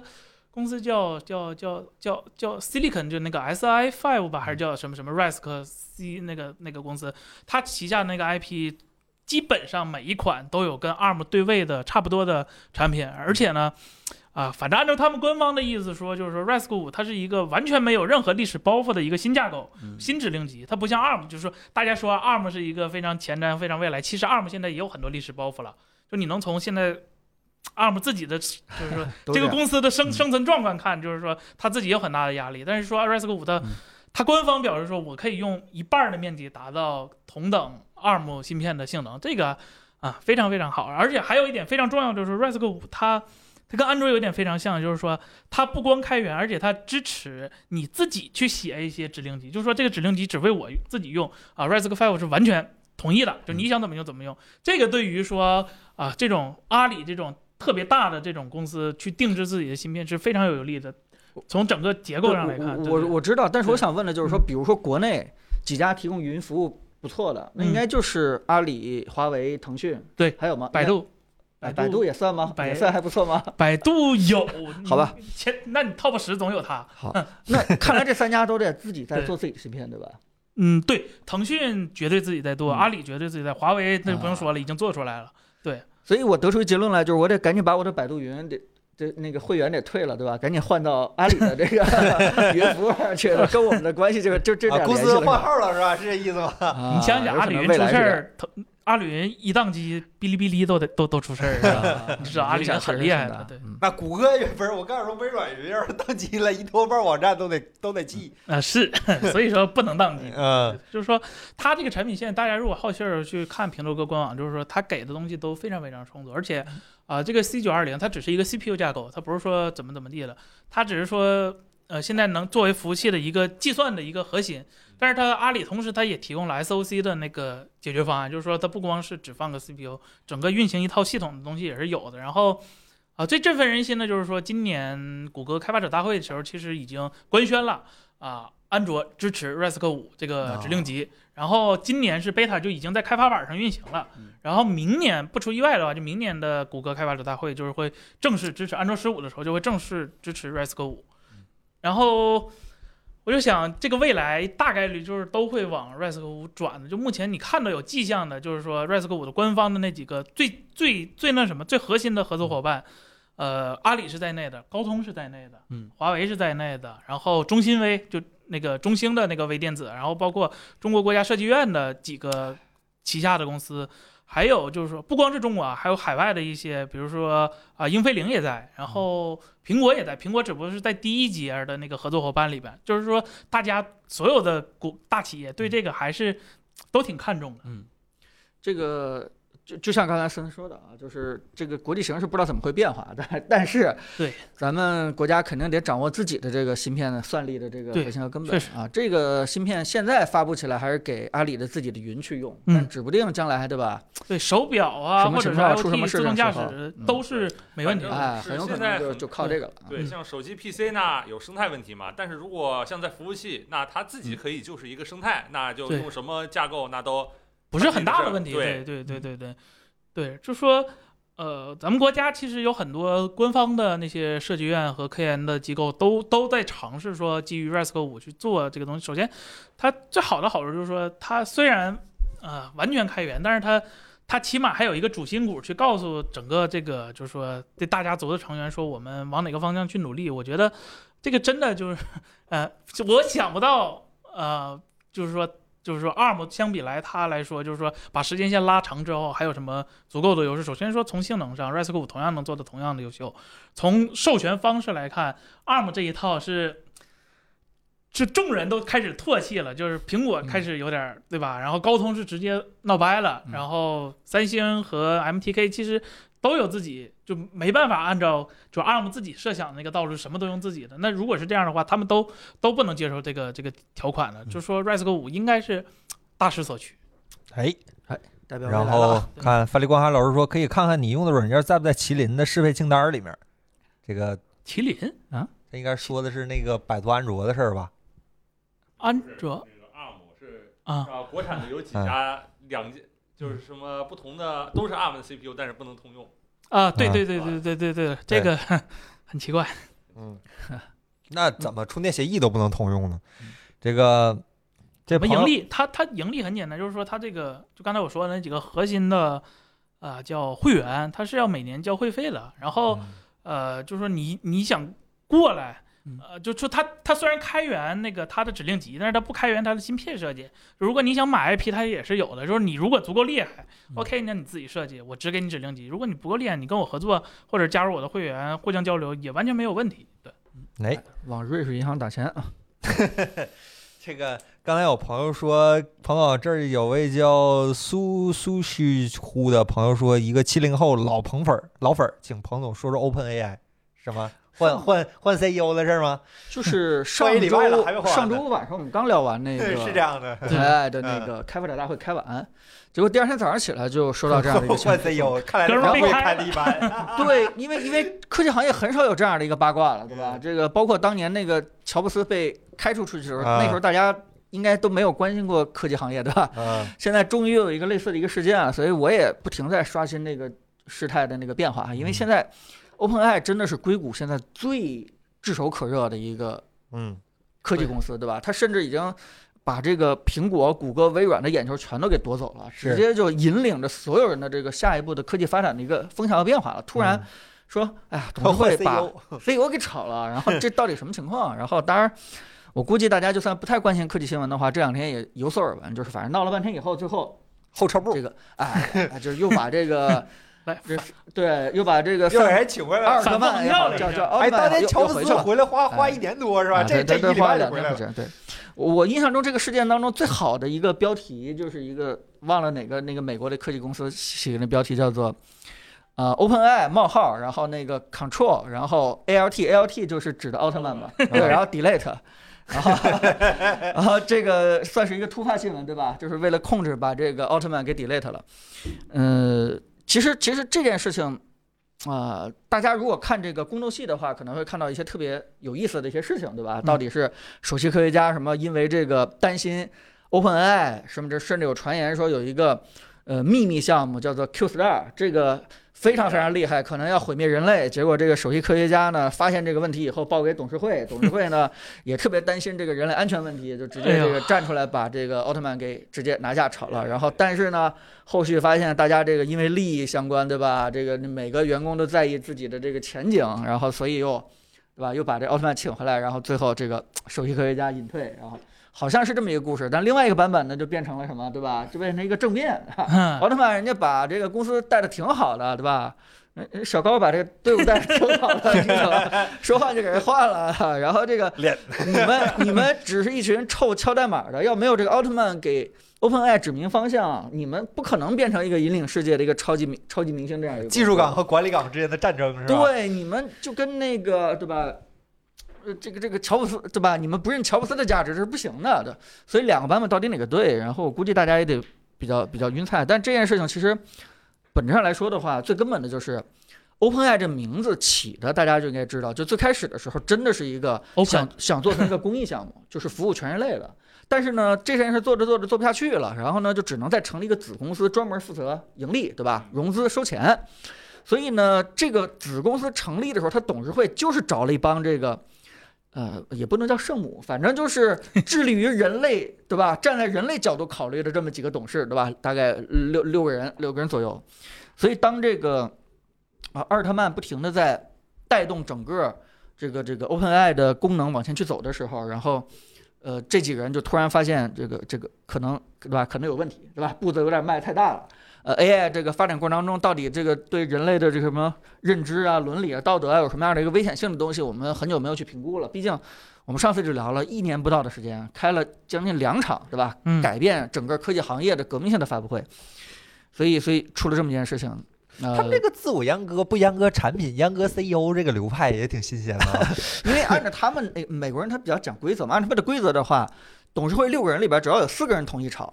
Speaker 3: 公司叫叫叫叫叫 Silicon，就那个 SI Five 吧，还是叫什么什么 Rise C 那个那个公司，它旗下那个 IP 基本上每一款都有跟 ARM 对位的差不多的产品，而且呢。啊，反正按照他们官方的意思说，就是说 r i s c 五它是一个完全没有任何历史包袱的一个新架构、
Speaker 2: 嗯
Speaker 3: 新指令集，它不像 ARM，就是说大家说 ARM 是一个非常前瞻、非常未来，其实 ARM 现在也有很多历史包袱了，就你能从现在 ARM 自己的就是说
Speaker 2: 都
Speaker 3: 这个
Speaker 2: 样
Speaker 3: 公司的生
Speaker 2: 嗯
Speaker 3: 生存状况看，就是说他自己有很大的压力。但是说 r i s c 五它
Speaker 2: 嗯
Speaker 3: 它官方表示说，我可以用一半的面积达到同等 ARM 芯片的性能，这个啊非常非常好。而且还有一点非常重要，就是 r i s c 五它它跟安卓有点非常像，就是说它不光开源，而且它支持你自己去写一些指令集，就是说这个指令集只为我自己用啊 r i s c Five 是完全同意的，就
Speaker 2: 嗯
Speaker 3: 你想怎么用怎么用。这个对于说啊这种阿里这种特别大的这种公司去定制自己的芯片是非常有利的。从整个结构
Speaker 2: 对
Speaker 3: 上来看，
Speaker 2: 我
Speaker 3: 对
Speaker 2: 我
Speaker 3: 对
Speaker 2: 我知道，但是我
Speaker 3: 对嗯
Speaker 2: 想问的就是说，比如说国内几家提供云服务不错的，那应该就是阿里、华为、腾讯，
Speaker 3: 嗯对
Speaker 2: 还有吗？
Speaker 3: 百度，
Speaker 2: 哎，
Speaker 3: 百
Speaker 2: 百
Speaker 3: 度
Speaker 2: 度也算吗？
Speaker 3: 百
Speaker 2: 也算还不错 吗？，
Speaker 3: 百度有
Speaker 2: 好吧
Speaker 3: 你，前那你 top 十总有它。
Speaker 2: 那看来这三家都得自己在
Speaker 3: 对
Speaker 2: 做自己的芯片，对吧？
Speaker 3: 嗯，对，腾讯绝对自己在做，
Speaker 2: 嗯
Speaker 3: 阿里绝对自己在，华为那就不用说了，已经做出来了。
Speaker 2: 所以我得出一结论来，就是我得赶紧把我的百度云得。这那个会员得退了，对吧？赶紧换到阿里的这个云服务上去了，跟我们的关系这个就这
Speaker 1: 啊
Speaker 2: 点
Speaker 1: 公
Speaker 2: 联系
Speaker 1: 司
Speaker 2: 了是
Speaker 1: 换
Speaker 2: 吧。
Speaker 1: 号了是吧？是这意思吗？
Speaker 2: 啊
Speaker 3: 你想想，阿里云
Speaker 2: 有可能
Speaker 3: 出
Speaker 2: 未来
Speaker 3: 事
Speaker 2: 是这样
Speaker 3: 儿，腾阿里云一宕机，哔哩哔哩都得都都出事 儿了。 你知道阿里人很厉害的对
Speaker 2: 嗯
Speaker 1: 那谷歌也不是，我告诉你说，微软云要是 宕机了，一多半网站都得都得记。
Speaker 3: 啊、是， 所以说不能 宕机。
Speaker 1: 嗯，
Speaker 3: 就是说，它这个产品线，大家如果好奇儿去看平头哥官网，就是说它给的东西都非常非常充足，而且，啊、这个 C 九二零它只是一个 CPU 架构，它不是说怎么怎么地的，它只是说，呃，现在能作为服务器的一个计算的一个核心。但是它阿里同时它也提供了 SOC 的那个解决方案，就是说它不光是只放个 CPU，整个运行一套系统的东西也是有的。然后，啊、最振奋人心的就是说，今年谷歌开发者大会的时候，其实已经官宣了啊、安卓支持 RISC 五这个指令集。然后今年是 beta 就已经在开发板上运行了
Speaker 2: 嗯，
Speaker 3: 然后明年不出意外的话，就明年的谷歌开发者大会就是会正式支持安卓十五的时候，就会正式支持 RISC 五。然后我就想，这个未来大概率就是都会往 RISC 五转的。就目前你看到有迹象的，就是说 RISC 五的官方的那几个最最最那什么最核心的合作伙伴，呃，阿里是在内的，高通是在内的，
Speaker 2: 嗯，
Speaker 3: 华为是在内的，然后中芯微就那个中兴的那个微电子，然后包括中国国家设计院的几个旗下的公司。还有就是说，不光是中国啊，还有海外的一些，比如说啊，英飞凌也在，然后苹果也在，苹果只不过是在第一节的那个合作伙伴里边，就是说大家所有的股大企业对这个还是都挺看重的。
Speaker 2: 这个就就像刚才森说的啊，就是这个国际形势不知道怎么会变化，但但是
Speaker 3: 对
Speaker 2: 咱们国家肯定得掌握自己的这个芯片的算力的这个
Speaker 3: 对
Speaker 2: 核心和根
Speaker 3: 确
Speaker 2: 本
Speaker 3: 实
Speaker 2: 啊。这个芯片现在发布起来还是给阿里的自己的云去用，
Speaker 3: 嗯
Speaker 2: 但指不定将来对吧？
Speaker 3: 对手表啊，
Speaker 2: 什么
Speaker 3: 或者
Speaker 2: 情
Speaker 3: 是
Speaker 2: 况出什
Speaker 3: IoT
Speaker 2: 么事
Speaker 3: 自动
Speaker 2: 情
Speaker 3: 驾
Speaker 2: 时候
Speaker 3: 驶
Speaker 2: 嗯
Speaker 3: 都是没问题
Speaker 5: 嗯
Speaker 3: 的。
Speaker 2: 哎，很有可能
Speaker 5: 是现
Speaker 2: 就
Speaker 5: 在
Speaker 2: 就靠这个了啊。
Speaker 5: 对，
Speaker 3: 嗯
Speaker 5: 像手机 PC 呢有生态问题嘛，但是如果像在服务器，那它自己可以就是一个生态，那就
Speaker 3: 嗯对
Speaker 5: 用什么架构那都
Speaker 3: 不是很大的问题。
Speaker 5: 对
Speaker 3: 对对对对对，对，就说呃，咱们国家其实有很多官方的那些设计院和科研的机构都都在尝试说基于 RISC 五去做这个东西。首先，它最好的好处就是说，它虽然呃完全开源，但是它它起码还有一个主心骨去告诉整个这个就是说这大家族的成员说我们往哪个方向去努力。我觉得这个真的就是呃，就我想不到呃，就是说。就是说，ARM 相比来它来说，就是说把时间线拉长之后，还有什么足够的优势？首先说从性能上，RISC-V 同样能做的同样的优秀。从授权方式来看，ARM 这一套是是众人都开始唾弃了，就是苹果开始有点儿、对吧？然后高通是直接闹掰了，
Speaker 1: 嗯
Speaker 3: 然后三星和 MTK 其实都有自己就没办法按照就 ARM 自己设想的那个道路，什么都用自己的。那如果是这样的话，他们都都不能接受这个这个条款
Speaker 1: 嗯
Speaker 3: 了。就说 RISC 五应该是大势所趋。
Speaker 1: 哎，
Speaker 2: 代表未来
Speaker 1: 然
Speaker 2: 了
Speaker 1: 后
Speaker 2: 啊
Speaker 3: 对
Speaker 1: 看范立光涵老师说，可以看看你用的软件在不在麒麟的适配清单里面。这个
Speaker 3: 麒麟、
Speaker 1: 这应该说的是那个百度安卓的事儿吧？
Speaker 3: 安
Speaker 5: 是
Speaker 3: 卓
Speaker 5: 那个 ARM 是
Speaker 3: 啊，
Speaker 5: 啊，国产的有几家两家就是什么不同的都是 ARM 的 CPU，但是不能通用。
Speaker 3: 啊，对
Speaker 1: 啊
Speaker 3: 对对对对对对，这个 很奇怪。
Speaker 1: 嗯，那
Speaker 3: 嗯
Speaker 1: 怎么充电协议都不能通用呢？这个这
Speaker 3: 怎么
Speaker 1: 朋友
Speaker 3: 嗯盈利？它它盈利很简单，就是说它这个就刚才我说的那几个核心的啊、呃叫会员，它是要每年交会费的。然后
Speaker 1: 嗯
Speaker 3: 呃，就是说你你想过来
Speaker 2: 嗯。
Speaker 3: 呃，就说它它虽然开源那个它的指令集，但是它不开源它的芯片设计。如果你想买 IP，它也是有的。就是你如果足够厉害
Speaker 2: 嗯
Speaker 3: ，OK，那你自己设计，我只给你指令集。如果你不够厉害，你跟我合作或者加入我的会员，互相交流也完全没有问题。对，
Speaker 1: 哎，
Speaker 2: 往瑞士银行打钱 啊，
Speaker 1: 这个刚才有朋友说，彭总这儿有位叫苏苏须乎的朋友说，一个七零后老彭粉儿老粉儿，请彭总说说 Open AI 什么换换换 CEO 的事儿吗？
Speaker 2: 就是上
Speaker 1: 上一礼拜了还没
Speaker 2: 周
Speaker 1: 换呢
Speaker 2: 上周晚上我们刚聊完那个
Speaker 1: 是这样嗯的，
Speaker 2: 台的那个开发者大会开完，结果第二天早上起来就收到这样的一个消
Speaker 1: 换
Speaker 2: 息。
Speaker 1: CEO，看来
Speaker 3: 哥们
Speaker 1: 两
Speaker 3: 儿
Speaker 1: 会
Speaker 3: 被开
Speaker 1: 开的一 般。
Speaker 2: 对，因为因为科技行业很少有这样的一个八卦了，对吧？这个包括当年那个乔布斯被开除出去的时候，
Speaker 1: 啊
Speaker 2: 那时候大家应该都没有关心过科技行业，对吧？
Speaker 1: 嗯，
Speaker 2: 现在终于又有一个类似的一个事件了，所以我也不停在刷新这个事态的那个变化，因为现在 OpenAI 真的是硅谷现在最炙手可热的一个
Speaker 1: 嗯，
Speaker 2: 科技公司，对吧？它甚至已经把这个苹果、谷歌、微软的眼球全都给夺走了，
Speaker 1: 是
Speaker 2: 直接就引领着所有人的这个下一步的科技发展的一个风向和变化了。突然说，哎呀，董
Speaker 1: 嗯
Speaker 2: 事会
Speaker 1: 换
Speaker 2: 把
Speaker 1: CEO，
Speaker 2: 所以我给炒了。然 后这到底什么情况？然后当然，我估计大家就算不太关心科技新闻的话，这两天也有所耳闻，就是反正闹了半天以后，最后
Speaker 1: 后撤步
Speaker 2: 这，个哎，哎就是又把这 个
Speaker 3: 来
Speaker 2: 这对，又把这个
Speaker 1: 又给
Speaker 2: 范
Speaker 1: 人请回来
Speaker 2: 阿尔
Speaker 1: 了。
Speaker 2: 德曼也好
Speaker 3: 反复
Speaker 2: 叫
Speaker 3: 跳了一下
Speaker 2: 叫奥
Speaker 1: 哎，
Speaker 2: 特曼
Speaker 1: 当
Speaker 2: 也好
Speaker 1: 年
Speaker 2: 又
Speaker 1: 乔
Speaker 2: 又
Speaker 1: 布
Speaker 2: 回去
Speaker 1: 斯
Speaker 2: 了
Speaker 1: 回来花花
Speaker 2: 哎
Speaker 1: 一年多是吧？
Speaker 2: 啊，
Speaker 1: 这
Speaker 2: 对
Speaker 1: 这
Speaker 2: 对对，
Speaker 1: 一礼
Speaker 2: 花
Speaker 1: 拜
Speaker 2: 了
Speaker 1: 就
Speaker 2: 两
Speaker 1: 回
Speaker 2: 天
Speaker 1: 来
Speaker 2: 不
Speaker 1: 了。
Speaker 2: 止。对，我我印象中这个事件当中最好的一个标题就是一个忘了哪个那个美国的科技公司写的那标题叫做。呃，OpenAI 冒号，然后那个 Control，然后 ALT，ALT 就是指的奥特曼嘛，
Speaker 1: 嗯
Speaker 2: 对，然后 Delete，然 后然后这个算是一个突发新闻，对吧？就是为了控制把这个奥特曼给 Delete 了。呃，其实其实这件事情啊、大家如果看这个宫斗戏的话，可能会看到一些特别有意思的一些事情，对吧？到底是首席科学家什么因为这个担心 OpenAI 什么这，甚至有传言说有一个呃秘密项目叫做 Q Star，这个非常非常厉害，可能要毁灭人类。结果这个首席科学家呢发现这个问题以后报给董事会，董事会呢也特别担心这个人类安全问题，就直接这
Speaker 3: 哎
Speaker 2: 个站出来把这个奥特曼给直接拿下炒了。然后但是呢。后续发现大家这个因为利益相关，对吧？这个每个员工都在意自己的这个前景，然后所以又，对吧？又把这奥特曼请回来，然后最后这个首席科学家隐退，然后好像是这么一个故事。但另外一个版本呢，就变成了什么，对吧？就变成一个政变。奥特曼人家把这个公司带的挺好的，对吧？呃呃小高把这个队伍带的挺好的，这个 说话就给人换了，啊然后这个
Speaker 1: 脸
Speaker 2: 你们你们只是一群臭敲代码的，要没有这个奥特曼给 OpenAI 指明方向，你们不可能变成一个引领世界的一个超级明超级明星这样一个
Speaker 1: 技术岗
Speaker 2: 岗。
Speaker 1: 和管理岗之间的战争是吧？
Speaker 2: 对，你们就跟那个对吧？呃，这个这个乔布斯对吧？你们不认乔布斯的价值这是不行的，对。所以两个版本到底哪个对？然后我估计大家也得比较比较晕菜。但这件事情其实本质上来说的话，最根本的就是 OpenAI 这名字起的，大家就应该知道，就最开始的时候真的是一个
Speaker 3: Open
Speaker 2: 想想做成一个公益项目，就是服务全人类的。但是呢，这件事做着做着做不下去了，然后呢，就只能再成立一个子公司，专门负责盈利，对吧？融资收钱。所以呢，这个子公司成立的时候，它董事会就是找了一帮这个，呃，也不能叫圣母，反正就是致力于人类，对吧？站在人类角度考虑的这么几个董事，对吧？大概六六个人，六个人左右。所以当这个啊奥特曼不停的在带动整个这个这个 OpenAI 的功能往前去走的时候，然后。呃，这几个人就突然发现这个这个可能对吧，可能有问题对吧？步子有点迈太大了。呃，AI 这个发展过程当中，到底这个对人类的这个什么认知啊、伦理啊、道德啊有什么样的一个危险性的东西，我们很久没有去评估了。毕竟我们上次就聊了一年不到的时间，开了将近两场对吧？
Speaker 3: 嗯，
Speaker 2: 改变整个科技行业的革命性的发布会，所以所以出了这么一件事情。呃、
Speaker 1: 他们这个自我阉割不阉割产品，阉割 CEO 这个流派也挺新鲜 的。啊
Speaker 2: 因为按照他们那美国人他比较讲规则嘛，按他们的规则的话，董事会六个人里边只要有四个人同意炒，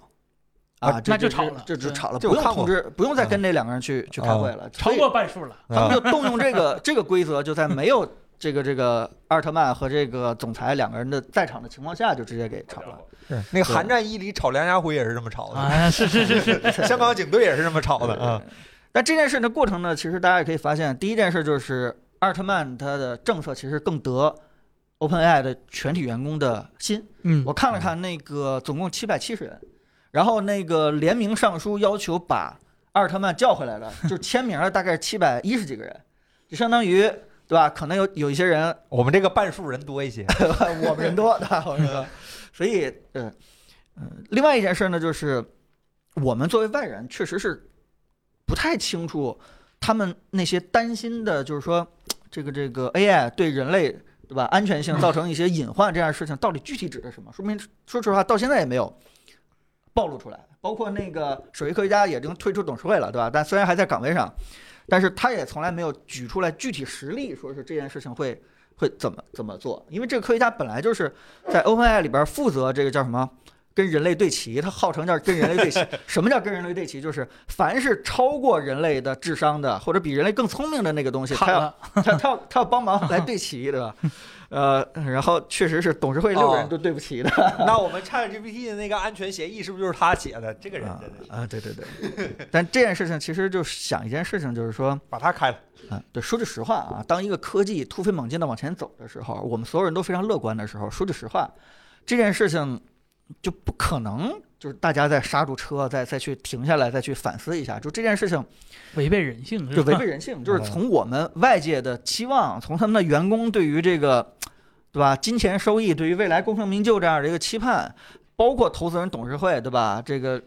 Speaker 1: 啊
Speaker 2: 啊，这
Speaker 3: 那就
Speaker 2: 这
Speaker 3: 炒了
Speaker 2: 这就
Speaker 3: 对
Speaker 2: 炒了，
Speaker 1: 这
Speaker 2: 不
Speaker 1: 我
Speaker 2: 用
Speaker 1: 看过
Speaker 2: 通知，不用再跟那两个人去去开会了，
Speaker 3: 超
Speaker 2: 所以
Speaker 3: 过半数了。
Speaker 2: 他们
Speaker 1: 啊
Speaker 2: 就动用这 个这个规则，就在没有这个这个阿尔特曼和这个总裁两个人的在场的情况下，就直接给炒了。
Speaker 1: 是那个韩战一里炒梁家辉也是这么炒的，
Speaker 3: 啊，是是 是 是，
Speaker 1: 香 港警队也是这么炒的啊。
Speaker 2: 但这件事的过程呢，其实大家也可以发现，第一件事就是阿尔特曼他的政策其实更得 OpenAI 的全体员工的心。
Speaker 3: 嗯
Speaker 2: 我看了看那个总共七百七十人，然后那个联名上书要求把阿尔特曼叫回来了，就签名了大概七百一十几个人，就相当于对吧？可能有有一些人
Speaker 1: 我们这个半数人多一些，
Speaker 2: 我们人多，对吧？我们人多，所以，嗯嗯，另外一件事呢，就是我们作为外人，确实是不太清楚他们那些担心的，就是说这个这个 AI 对人类对吧安全性造成一些隐患这样的事情，到底具体指的什么？说明说实话，到现在也没有暴露出来。包括那个首席科学家也已经退出董事会了，对吧？但虽然还在岗位上，但是他也从来没有举出来具体实例，说是这件事情会会怎么怎么做？因为这个科学家本来就是在 OpenAI 里边负责这个叫什么？跟人类对齐，他号称叫跟人类对齐。什么叫跟人类对齐？就是凡是超过人类的智商的，或者比人类更聪明的那个东西，他
Speaker 3: 砍
Speaker 2: 要
Speaker 3: 了，
Speaker 2: 他他要他要帮忙来对齐，对吧？呃，然后确实是董事会六个人都对不齐的。
Speaker 1: 那我们 ChatGPT 的那个安全协议是不是就是他写的？这个人
Speaker 2: 啊
Speaker 1: 真的是
Speaker 2: 啊，对对对。但这件事情其实就想一件事情，就是说，
Speaker 1: 把他开了。
Speaker 2: 啊，对，说句实话啊，当一个科技突飞猛进的往前走的时候，我们所有人都非常乐观的时候，说句实话，这件事情就不可能就是大家再刹住车，再再去停下来，再去反思一下，就这件事情
Speaker 3: 违背人性
Speaker 2: 就是违
Speaker 3: 吧？
Speaker 2: 背人性，就是从我们外界的期望，从他们的员工对于这个，对吧，金钱收益，对于未来功成名就这样的一个期盼，包括投资人董事会，对吧？这个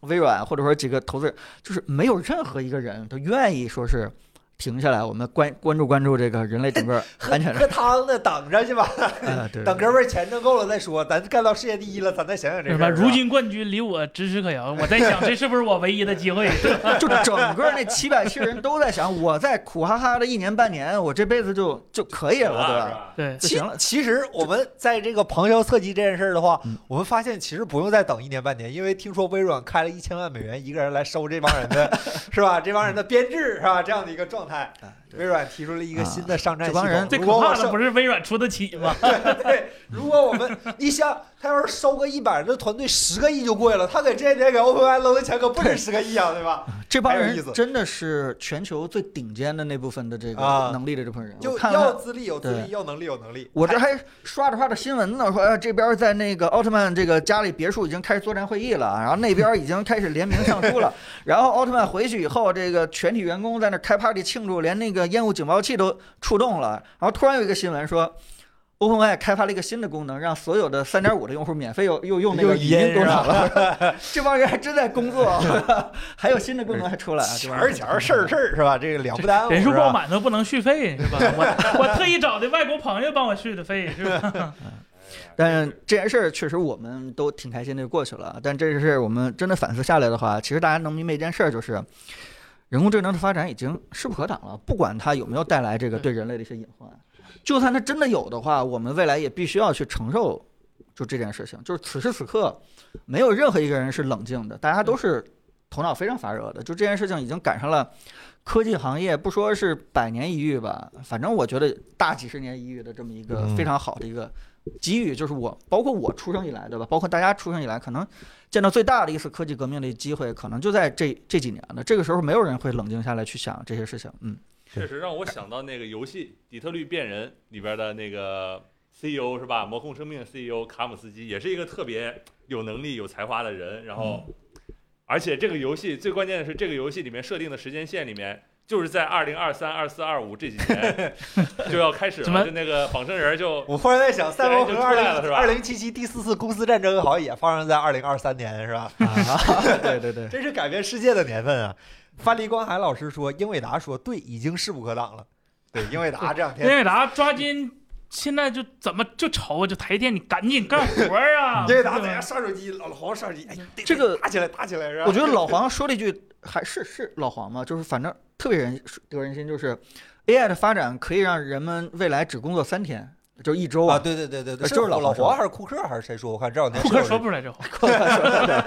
Speaker 2: 微软或者说几个投资人，就是没有任何一个人都愿意说是停下来，我们关关注关注这个人类整个 安全。
Speaker 1: 喝汤呢，等着去吧，
Speaker 2: 啊，对
Speaker 1: 等哥们儿钱挣够了再说，咱干到世界第一了，咱再想想这
Speaker 3: 什
Speaker 1: 事
Speaker 3: 么？
Speaker 1: 儿。
Speaker 3: 如今冠军离我咫尺可遥，我在想这是不是我唯一的 机会？
Speaker 2: 就整个那七百七十人都在想，我在苦哈哈的一年半年，我这辈子就就可以了，对吧？
Speaker 5: 吧？
Speaker 3: 对，
Speaker 2: 就
Speaker 1: 其
Speaker 2: 行了
Speaker 1: 其 实我们在这个旁敲侧击这件事儿的话
Speaker 2: 嗯，
Speaker 1: 我们发现其实不用再等一年半年，因为听说微软开了一千万美元一个人来收这帮人 的，是吧？这帮人的编制是吧？这样的一个状态，
Speaker 2: 啊对啊
Speaker 1: 微软提出了一个新的上战系
Speaker 2: 这帮人
Speaker 1: 统。
Speaker 3: 最
Speaker 1: 如
Speaker 3: 可
Speaker 1: 果我
Speaker 3: 怕
Speaker 1: 收
Speaker 3: 的不是微软出得起吗？
Speaker 1: 对，如果我们你想，他要是收个一百人的团队，十个亿就贵了，他给这些年给 OpenAI 搂的钱可不止十个亿啊，对吧？
Speaker 2: 这帮
Speaker 1: 还有意
Speaker 2: 人
Speaker 1: 思
Speaker 2: 真的是全球最顶尖的那部分的这个
Speaker 1: 啊
Speaker 2: 能力的这部分人，
Speaker 1: 就
Speaker 2: 我看
Speaker 1: 要
Speaker 2: 了。
Speaker 1: 资历有资
Speaker 2: 对
Speaker 1: 历，要能力有能力。
Speaker 2: 我这还刷着刷着新闻呢，说哎这边在那个奥特曼这个家里别墅已经开始作战会议了，然后那边已经开始联名上书 了，然后奥特曼回去以后，这个全体员工在那开 party 庆祝，连那个烟雾警报器都触动了，然后突然有一个新闻说。OpenAI 开发了一个新的功能，让所有的3.5的用户免费又又用那个
Speaker 1: 用
Speaker 2: 语
Speaker 1: 语
Speaker 2: 音
Speaker 1: 音
Speaker 2: 功
Speaker 1: 是
Speaker 2: 能
Speaker 1: 吧
Speaker 2: 了， 这帮人还真在工 作，还有新的功能还出来啊，这
Speaker 1: 钱
Speaker 2: 帮
Speaker 1: 儿哎钱儿事儿事儿是吧？这个两不耽误。
Speaker 3: 人数
Speaker 1: 哎是吧啊
Speaker 3: 爆满都不能续费是吧？ 我我特意找的外国朋友帮我续的费是吧？
Speaker 5: 啊哎
Speaker 2: 但这件事儿确实我们都挺开心的就过去了。啊但这件事儿我们真的反思下来的话，其实大家能明白一件事儿，就是人工智能的发展已经势不可挡了。不管它有没有带来这个对人类的一些隐患，就算它真的有的话，我们未来也必须要去承受。就这件事情，就是此时此刻，没有任何一个人是冷静的，大家都是头脑非常发热的。就这件事情已经赶上了科技行业不说是百年一遇吧，反正我觉得大几十年一遇的这么一个
Speaker 1: 嗯
Speaker 2: 非常好的一个机遇，就是我包括我出生以来，对吧？包括大家出生以来，可能见到最大的一次科技革命的机会，可能就在这这几年了。这个时候，没有人会冷静下来去想这些事情。 嗯，
Speaker 5: 确实让我想到那个游戏《底特律变人》里边的那个 CEO 是吧？魔控生命 CEO 卡姆斯基也是一个特别有能力、有才华的人。然后，而且这个游戏最关键的是，这个游戏里面设定的时间线里面，就是在二零二三、二四、二五这几年就要开始
Speaker 3: 怎么
Speaker 5: 了，就那个仿生人就
Speaker 1: 我忽然在想，赛博
Speaker 5: 就
Speaker 1: 朋
Speaker 5: 出
Speaker 1: 克
Speaker 5: 来
Speaker 1: 二
Speaker 5: 了是
Speaker 1: 零
Speaker 5: 吧
Speaker 1: 二零七七第四次公司战争好像也发生在二零二三年，是吧？
Speaker 2: 啊对对对，
Speaker 1: 这是改变世界的年份啊！范黎光海老师说，英伟达说对，已经势不可挡了。对，英伟达这两
Speaker 3: 英
Speaker 1: 天，
Speaker 3: 伟达抓紧，现在就怎么就愁啊就台电，你赶紧干活儿 啊！
Speaker 1: 英伟达在
Speaker 3: 对吧
Speaker 1: 家刷手机，老老黄刷手机，哎，得
Speaker 2: 这个
Speaker 1: 得打起来，打起来是吧？
Speaker 2: 我觉得老黄说了一句，还是是老黄嘛，就是反正特别人得人心，就是 AI 的发展可以让人们未来只工作三天，就一周
Speaker 1: 啊，对对对对对，
Speaker 2: 呃
Speaker 1: 是
Speaker 2: 这
Speaker 1: 老
Speaker 2: 是老
Speaker 1: 老
Speaker 2: 黄说
Speaker 1: 黄还是库克还是谁说？我看这两天
Speaker 3: 库
Speaker 1: 是有
Speaker 3: 克
Speaker 1: 人
Speaker 3: 说不出来 这
Speaker 1: 啊
Speaker 3: 话，
Speaker 2: 这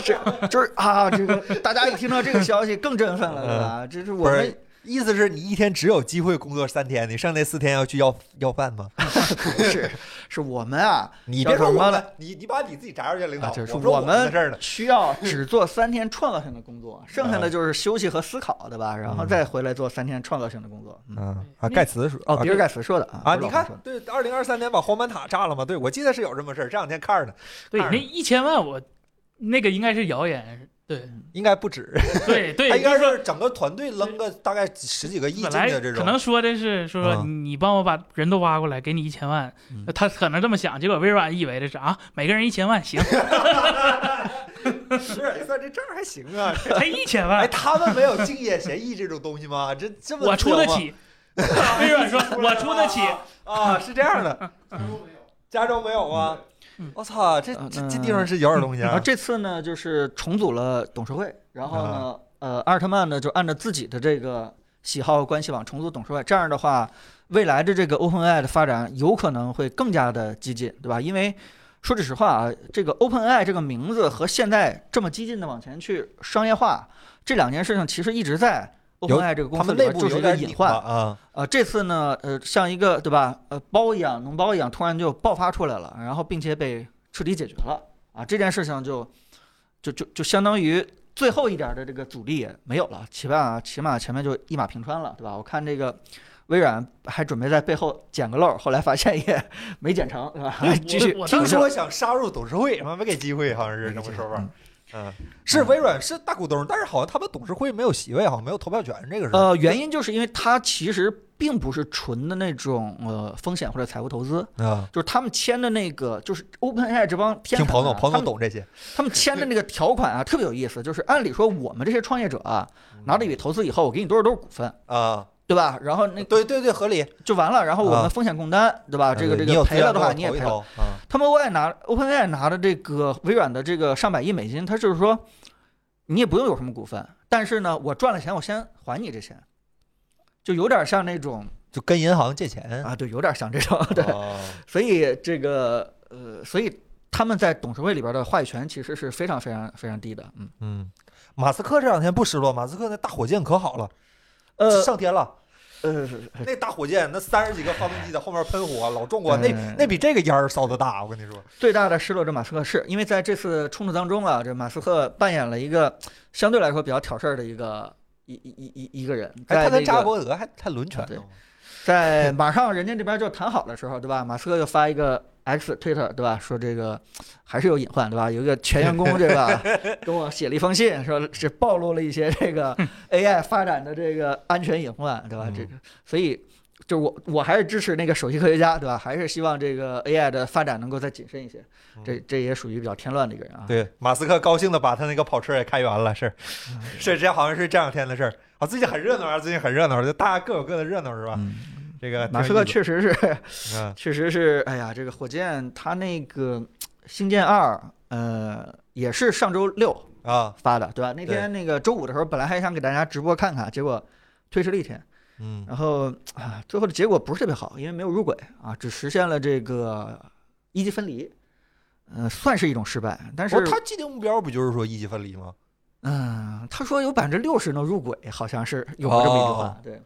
Speaker 2: 这 就是啊，这个大家一听到这个消息更振奋了，对吧？这是我
Speaker 1: 不
Speaker 2: 们
Speaker 1: 是，意思是你一天只有机会工作三天，你剩那四天要去要要饭 吗？
Speaker 2: 不是是我们啊，
Speaker 1: 你
Speaker 2: 叫
Speaker 1: 别说
Speaker 2: 什么
Speaker 1: 我
Speaker 2: 呢
Speaker 1: 们，你你把你自己摘出去，领导，
Speaker 2: 啊就是
Speaker 1: 我说
Speaker 2: 说我
Speaker 1: 们的
Speaker 2: 们
Speaker 1: 事儿呢。
Speaker 2: 需要只做三天创造性的工作，剩下的就是休息和思考，对吧？然后
Speaker 1: 嗯
Speaker 2: 再回来做三天创造性的工作。嗯，
Speaker 1: 嗯啊，
Speaker 3: 那
Speaker 1: 盖茨说
Speaker 2: 哦，
Speaker 1: 啊
Speaker 2: 比尔盖茨说的啊，
Speaker 1: 啊，
Speaker 2: 不是
Speaker 1: 你
Speaker 2: 老黄
Speaker 1: 看
Speaker 2: 说的，
Speaker 1: 对，二零二三年把黄板塔炸了吗？对，我记得是有这么事儿，这两天看着呢，
Speaker 3: 对，
Speaker 1: 二
Speaker 3: 那一千万我那个应该是谣言，对
Speaker 1: 应该不止，
Speaker 3: 对对，
Speaker 1: 嗯他应该
Speaker 3: 就是
Speaker 1: 整个团队扔个大概几十几个亿进
Speaker 3: 本来
Speaker 1: 去这
Speaker 3: 可
Speaker 1: 种。
Speaker 3: 能说的是说
Speaker 1: 嗯
Speaker 3: 你帮我把人都挖过来，给你一千万
Speaker 2: 嗯，
Speaker 3: 他可能这么想，结果微软以为的是啊，每个人一千万， 行，
Speaker 1: 是算这账还行 啊。
Speaker 3: 才一千
Speaker 1: 哎，
Speaker 3: 万，
Speaker 1: 他们没有竞业协议这种东西吗？这这么
Speaker 3: 我出得
Speaker 1: 自由吗
Speaker 3: 起。 微软说，我出 得起，
Speaker 1: 啊？是这样 的，
Speaker 4: 都没有。
Speaker 1: 加州没有吗
Speaker 3: 嗯？
Speaker 1: 我操，这这这地方是有点东西
Speaker 2: 然后
Speaker 1: 啊！
Speaker 2: 这次呢，就是重组了董事会，然后
Speaker 1: 啊
Speaker 2: 呢，呃，阿尔特曼呢就按照自己的这个喜好和关系网重组董事会，这样的话，未来的这个 OpenAI 的发展有可能会更加的激进，对吧？因为说句实话啊，这个 OpenAI 这个名字和现在这么激进的往前去商业化这两件事情，其实一直在
Speaker 1: 有
Speaker 2: OpenAI 这个公
Speaker 1: 他
Speaker 2: 司
Speaker 1: 们
Speaker 2: 里
Speaker 1: 内
Speaker 2: 边
Speaker 1: 部
Speaker 2: 就是
Speaker 1: 有
Speaker 2: 一个
Speaker 1: 点
Speaker 2: 隐
Speaker 1: 拧巴
Speaker 2: 患。
Speaker 1: 啊，
Speaker 2: 呃，这次呢，呃，像一个对吧，呃，包一样，脓包一样，突然就爆发出来了，然后并且被彻底解决了啊，这件事情就就就就相当于最后一点的这个阻力没有了，起码起码前面就一马平川了，对吧？我看这个微软还准备在背后捡个漏，后来发现也没捡成，是吧？还继续
Speaker 3: 我
Speaker 1: 听
Speaker 3: 当时
Speaker 1: 说想杀入董事会，他妈没给机会，好像是这么说法
Speaker 2: 嗯。
Speaker 1: 嗯，是微软是大股东，但是好像他们董事会没有席位，好像没有投票权，这个是。
Speaker 2: 呃，原因就是因为它其实并不是纯的那种呃风险或者财务投资，
Speaker 1: 啊，
Speaker 2: 就是他们签的那个就是 OpenAI 这帮天
Speaker 1: 听
Speaker 2: 才
Speaker 1: 彭总，
Speaker 2: 啊
Speaker 1: 彭
Speaker 2: 他
Speaker 1: 总
Speaker 2: 们
Speaker 1: 懂这些。
Speaker 2: 他们签的那个条款啊，特别有意思，就是按理说我们这些创业者啊，拿了一笔投资以后，我给你多少多少股份，
Speaker 1: 啊，
Speaker 2: 对吧？然后那
Speaker 1: 对对对，合理。
Speaker 2: 就完了，然后我
Speaker 1: 啊
Speaker 2: 们风险共担，对吧？啊这个这
Speaker 1: 你有
Speaker 2: 个
Speaker 1: 资
Speaker 2: 赔
Speaker 1: 源
Speaker 2: 了
Speaker 1: 给
Speaker 2: 的
Speaker 1: 我
Speaker 2: 话你也
Speaker 1: 投一
Speaker 2: 赔了。
Speaker 1: 投 啊。
Speaker 2: 他们 OpenAI 拿 OpenAI 拿的这个微软的这个上百亿美金，他就是说你也不用有什么股份，但是呢，我赚了钱，我先还你这钱，就有点像那种
Speaker 1: 就跟银行借钱。
Speaker 2: 啊，对，有点像这种， 对，
Speaker 1: 嗯哦
Speaker 2: 所以这个呃，所以他们在董事会里边的话语权其实是非常非常非常低的，嗯，
Speaker 1: 嗯，马斯克这两天不失落，马斯克那大火箭可好了，
Speaker 2: 呃
Speaker 1: 上天了。
Speaker 2: 呃，
Speaker 1: 那大火箭那三十几个发动机在后面喷火，老壮观，那
Speaker 2: 嗯
Speaker 1: 那比这个烟儿烧的大，我跟你说。
Speaker 2: 最大的失落者马斯克是因为在这次冲突当中啊，这马斯克扮演了一个相对来说比较挑事儿的一个一一一一一个人，
Speaker 1: 哎，
Speaker 2: 在
Speaker 1: 他
Speaker 2: 那
Speaker 1: 跟扎克
Speaker 2: 个
Speaker 1: 伯格还还轮拳
Speaker 2: 对
Speaker 1: 呢。
Speaker 2: 在马上人家这边就谈好的时候，对吧？马斯克又发一个 X Twitter，对吧？说这个还是有隐患，对吧？有一个全员 工，对吧？跟我写了一封信，说是暴露了一些 这个 AI 发展的这个安全隐患，对吧
Speaker 1: 嗯？
Speaker 2: 这个，所以。就是我，我还是支持那个首席科学家，对吧？还是希望这个 AI 的发展能够再谨慎一些。这
Speaker 1: 嗯
Speaker 2: 这也属于比较添乱的一个人啊。
Speaker 1: 对，马斯克高兴的把他那个跑车也开源了，是
Speaker 2: 嗯
Speaker 1: 是，这好像是这两天的事儿啊。最近很热闹啊，最近很热闹，就大家各有各的热闹是吧？
Speaker 2: 嗯，
Speaker 1: 这个
Speaker 2: 马斯
Speaker 1: 啊挺有
Speaker 2: 克
Speaker 1: 意思
Speaker 2: 确实是，
Speaker 1: 嗯
Speaker 2: 确实是，哎呀，这个火箭它那个《星舰二》，呃，也是上周六
Speaker 1: 啊，
Speaker 2: 发的，对吧？那天那个周五的时候，本来还想给大家直播看看，结果推迟了一天，
Speaker 1: 嗯
Speaker 2: 然后啊，最后的结果不是特别好，因为没有入轨啊，只实现了这个一级分离，呃，算是一种失败，但是
Speaker 1: 不是他既定目标不就是说一级分离吗？
Speaker 2: 嗯，他说有百分之六十能入轨，好像是有过这么一句话。
Speaker 1: 哦
Speaker 2: 对，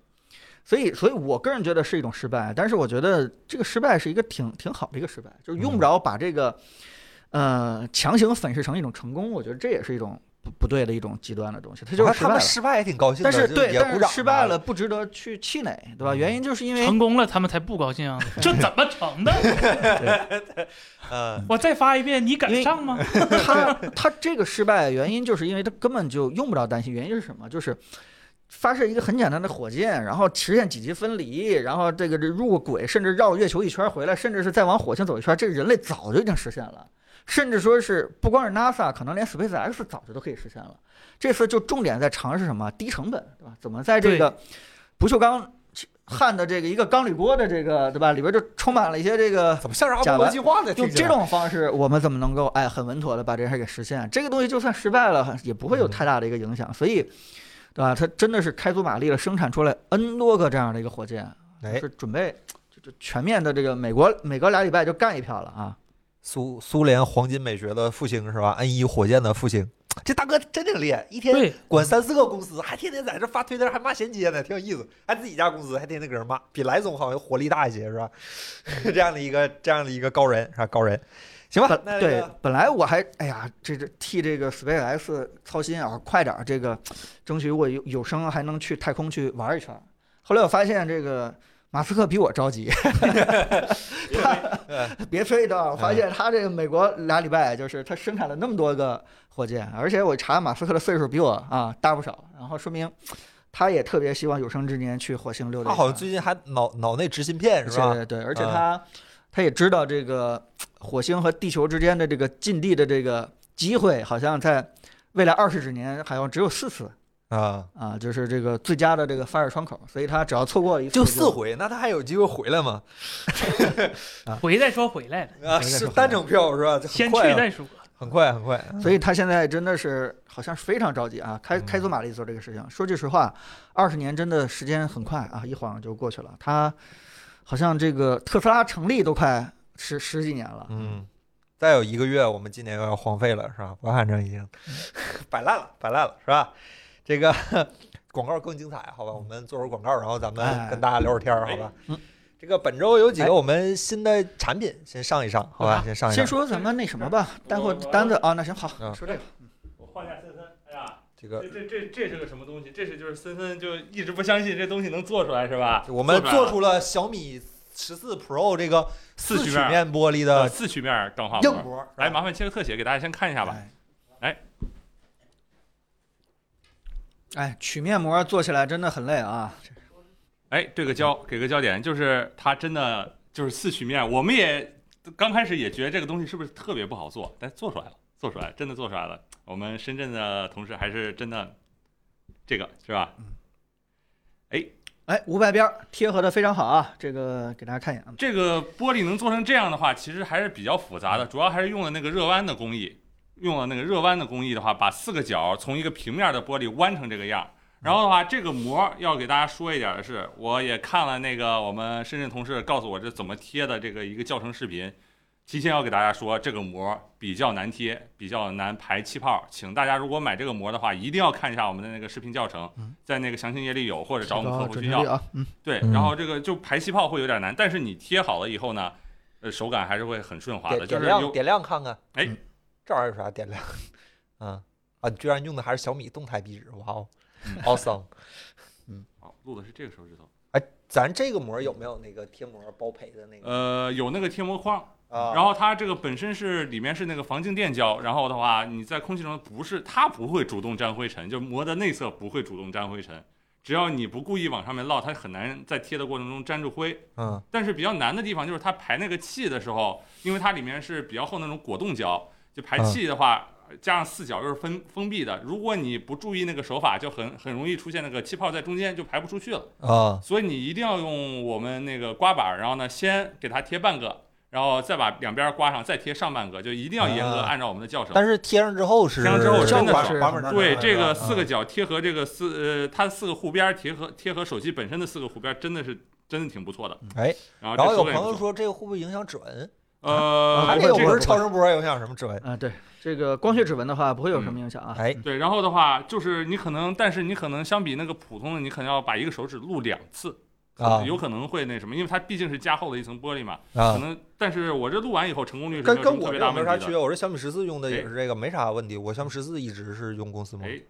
Speaker 2: 所以，所以我个人觉得是一种失败，但是我觉得这个失败是一个挺挺好的一个失败，就是
Speaker 1: 嗯
Speaker 2: 用不着把这个、呃强行粉饰成一种成功，我觉得这也是一种不不对的一种极端的东西，他就是失
Speaker 1: 啊他
Speaker 2: 败
Speaker 1: 们
Speaker 2: 了。
Speaker 1: 失败也挺高兴的，
Speaker 2: 但是
Speaker 1: 就
Speaker 2: 对，
Speaker 1: 也
Speaker 2: 但
Speaker 1: 鼓
Speaker 2: 是
Speaker 1: 掌啊
Speaker 2: 失败
Speaker 1: 了嗯
Speaker 2: 了不值得去气馁，对吧？原因就是
Speaker 1: 哎
Speaker 2: 因为
Speaker 3: 成功了，他们才不 高兴啊！这怎么成的？
Speaker 1: 嗯，
Speaker 3: 我再发一遍，你敢上吗？
Speaker 2: 他他这个失败的原因，就是因为他根本就用不着担心。原因是什么？就是发射一个很简单的火箭，然后实现几级分离，然后这个这入轨，甚至绕月球一圈回来，甚至是再往火星走一圈，这人类早就已经实现了。甚至说是不光是 NASA，可能连 SpaceX 早就都可以实现了。这次就重点在尝试什么？低成本，对吧？怎么在这个不锈钢焊的这个一个钢铝锅的这个，对吧？里边就充满了一些这个
Speaker 1: 怎么像是阿
Speaker 2: 假
Speaker 1: 波罗
Speaker 2: 的
Speaker 1: 计划 呢？听
Speaker 2: 用
Speaker 1: 起
Speaker 2: 这
Speaker 1: 来
Speaker 2: 种方式，我们怎么能够哎很稳妥的把这事儿给实现？这个东西就算失败了，也不会
Speaker 1: 嗯
Speaker 2: 有太大的一个影响。所以，对吧？它真的是开足马力了，生产出来 N 多个这样的一个火箭，
Speaker 1: 哎
Speaker 2: 是，准备就就全面的这个美国每隔俩礼拜就干一票了啊！
Speaker 1: 苏苏联黄金美学的复兴是吧？N 一火箭的复兴，这大哥真挺厉害，一天
Speaker 3: 对，
Speaker 1: 管三四个公司，还天天在这发推特，还骂衔接呢，挺有意思。还自己家公司还天天搁这骂，比莱总好像活力大一些是吧？ 这样的一个这样的一个高人是吧？高人，行吧
Speaker 2: 本，
Speaker 1: 那这
Speaker 2: 对
Speaker 1: 个，
Speaker 2: 本来我还哎呀，这这替这个 SpaceX 操心啊，快点儿这个争取我有有生还能去太空去玩一圈儿。后来我发现这个马斯克比我着急，
Speaker 1: 呃
Speaker 2: 别吹的，我发现他这个美国俩礼拜，就是他生产了那么多个火箭，而且我查马斯克的岁数比我啊大不少，然后说明他也特别希望有生之年去火星溜达一
Speaker 1: 他
Speaker 2: 圈。
Speaker 1: 好像最近还脑脑内植芯片是吧？嗯
Speaker 2: 对对对，而且他、他也知道这个火星和地球之间的这个近地的这个机会，好像在未来二十几年好像只有四次
Speaker 1: 啊，
Speaker 2: 啊，就是这个最佳的这个发射窗口，所以他只要错过一次
Speaker 1: 就四回，那他还有机会回来吗？
Speaker 3: 回再说回来了，
Speaker 1: 啊，
Speaker 2: 回来
Speaker 1: 是
Speaker 2: 是回
Speaker 1: 单
Speaker 2: 来
Speaker 1: 程票是吧？这很
Speaker 3: 先去
Speaker 1: 快啊
Speaker 3: 再说。
Speaker 1: 很快很快，
Speaker 2: 所以他现在真的是好像是非常着急啊，开
Speaker 1: 嗯
Speaker 2: 开足马力做这个事情。说句实话，二十年真的时间很快啊，一晃就过去了。他好像这个特斯拉成立都快十十几年了，
Speaker 1: 嗯，再有一个月，我们今年又要荒废了，是吧？我反正已经 摆烂了，摆烂了，是吧？这个 广告更精彩，好吧？我们做会儿广告，然后咱们
Speaker 2: 嗯哎
Speaker 1: 跟大家聊会儿天儿，好吧
Speaker 2: 嗯？
Speaker 1: 这个本周有几
Speaker 2: 哎
Speaker 1: 个我们新的产品，先上一上，好吧？
Speaker 3: 啊
Speaker 1: 先上一上。
Speaker 2: 先说咱们那什么吧，待会儿单子啊，那行好，
Speaker 1: 嗯
Speaker 2: 说这个
Speaker 5: 我换一下森森，哎呀，
Speaker 1: 这
Speaker 5: 这
Speaker 1: 个，
Speaker 5: 这这这是个什么东西？这是就是森森就一直不相信这东西能做出来是吧？
Speaker 1: 我们
Speaker 5: 出来
Speaker 1: 做
Speaker 5: 了
Speaker 1: 出了小米十四 Pro 这个
Speaker 5: 四
Speaker 1: 曲
Speaker 5: 曲面
Speaker 1: 面玻璃
Speaker 5: 呃哎
Speaker 1: 的
Speaker 5: 四曲面钢化
Speaker 1: 硬
Speaker 5: 膜。
Speaker 1: 膜，
Speaker 5: 来，麻烦切个特写给大家先看一下吧。哎
Speaker 2: 哎，曲面膜做起来真的很累啊，
Speaker 5: 哎，对个焦，给个焦点，就是它真的就是四曲面，我们也刚开始也觉得这个东西是不是特别不好做，但做出来了，做出来了，真的做出来了。我们深圳的同事还是真的，这个是吧？
Speaker 2: 哎，五百边儿贴合的非常好啊，这个给大家看一眼啊，
Speaker 5: 这个玻璃能做成这样的话，其实还是比较复杂的，主嗯要还是用了那个热弯的工艺，用了那个热弯的工艺的话，把四个角从一个平面的玻璃弯成这个样儿。然后的话，哦这个膜要给大家说一点的是，我也看了那个我们深圳同事告诉我这怎么贴的这个一个教程视频，提前要给大家说，这个膜比较难贴，比较难排气泡，请大家如果买这个膜的话，一定要看一下我们的那个视频教程
Speaker 2: 嗯，
Speaker 5: 在那个详情页里有，或者找我
Speaker 2: 提高
Speaker 5: 们客服
Speaker 2: 准
Speaker 5: 去
Speaker 2: 确
Speaker 5: 要
Speaker 2: 率。啊，嗯，
Speaker 5: 对，
Speaker 1: 嗯
Speaker 5: 然后这个就排气泡会有点难，但是你贴好了以后呢，呃，手感还是会很顺滑
Speaker 1: 点
Speaker 5: 的，就
Speaker 1: 点
Speaker 5: 是
Speaker 1: 亮
Speaker 5: 有
Speaker 1: 点亮看看，
Speaker 5: 哎
Speaker 1: 嗯，这玩意儿有啥点亮？啊啊，你居然用的还是小米动态壁纸，哇哦
Speaker 5: 嗯
Speaker 1: ，awesome！
Speaker 5: 哦录的是这个手指头，
Speaker 1: 咱这个膜有没有那个贴膜包赔的那个？
Speaker 5: 呃，有那个贴膜框，
Speaker 1: 啊，
Speaker 5: 呃然后它这个本身是里面是那个防静电胶，然后的话你在空气中不是它不会主动沾灰尘，就膜的内侧不会主动沾灰尘，只要你不故意往上面落，它很难在贴的过程中粘住灰。
Speaker 1: 嗯
Speaker 5: 但是比较难的地方就是它排那个气的时候，因为它里面是比较厚那种果冻胶，就
Speaker 1: 嗯
Speaker 5: 排气的话，加上四角又是封封闭的，如果你不注意那个手法，就很很容易出现那个气泡在中间就排不出去了。
Speaker 1: 啊，
Speaker 5: 所以你一定要用我们那个刮板儿，然后呢先给它贴半个，然后再把两边儿刮上，再贴上半个，就一定要严格
Speaker 1: 啊
Speaker 5: 按照我们的教程。
Speaker 1: 但是贴上之后是
Speaker 5: 贴上之后
Speaker 1: 效
Speaker 5: 真的
Speaker 1: 果
Speaker 5: 是
Speaker 1: 版本上
Speaker 5: 对
Speaker 1: 的
Speaker 5: 这个
Speaker 1: 啊
Speaker 5: 四个角贴合这个四呃，它四个护边儿贴合贴合手机本身的四个护边儿真的是真的挺不错的。
Speaker 1: 哎，
Speaker 5: 然后
Speaker 1: 然后有
Speaker 5: 这手
Speaker 1: 朋
Speaker 5: 感也不
Speaker 1: 友
Speaker 5: 错
Speaker 1: 说这个会不会影响指纹？啊
Speaker 5: 呃，
Speaker 1: 它
Speaker 2: 还
Speaker 1: 这个
Speaker 2: 有
Speaker 1: 不是超声波影响什么指
Speaker 5: 嗯
Speaker 1: 纹。
Speaker 2: 啊，对这个光学指纹的话，不会有什么影响啊。
Speaker 1: 哎，
Speaker 5: 对，然后的话就是你可能，但是你可能相比那个普通的，你可能要把一个手指录两次，可能
Speaker 1: 啊
Speaker 5: 有可能会那什么，因为它毕竟是加厚的一层玻璃嘛，可
Speaker 1: 啊，
Speaker 5: 能。但是我这录完以后成功率是
Speaker 1: 跟
Speaker 5: 没有什
Speaker 1: 跟
Speaker 5: 么特
Speaker 1: 我
Speaker 5: 别
Speaker 1: 这
Speaker 5: 大
Speaker 1: 个没
Speaker 5: 问
Speaker 1: 啥
Speaker 5: 题
Speaker 1: 区
Speaker 5: 的。
Speaker 1: 别，我这小米十四用的也
Speaker 5: 哎
Speaker 1: 是这个，没啥问题。我小米十四一直是用公司膜。
Speaker 5: 哎，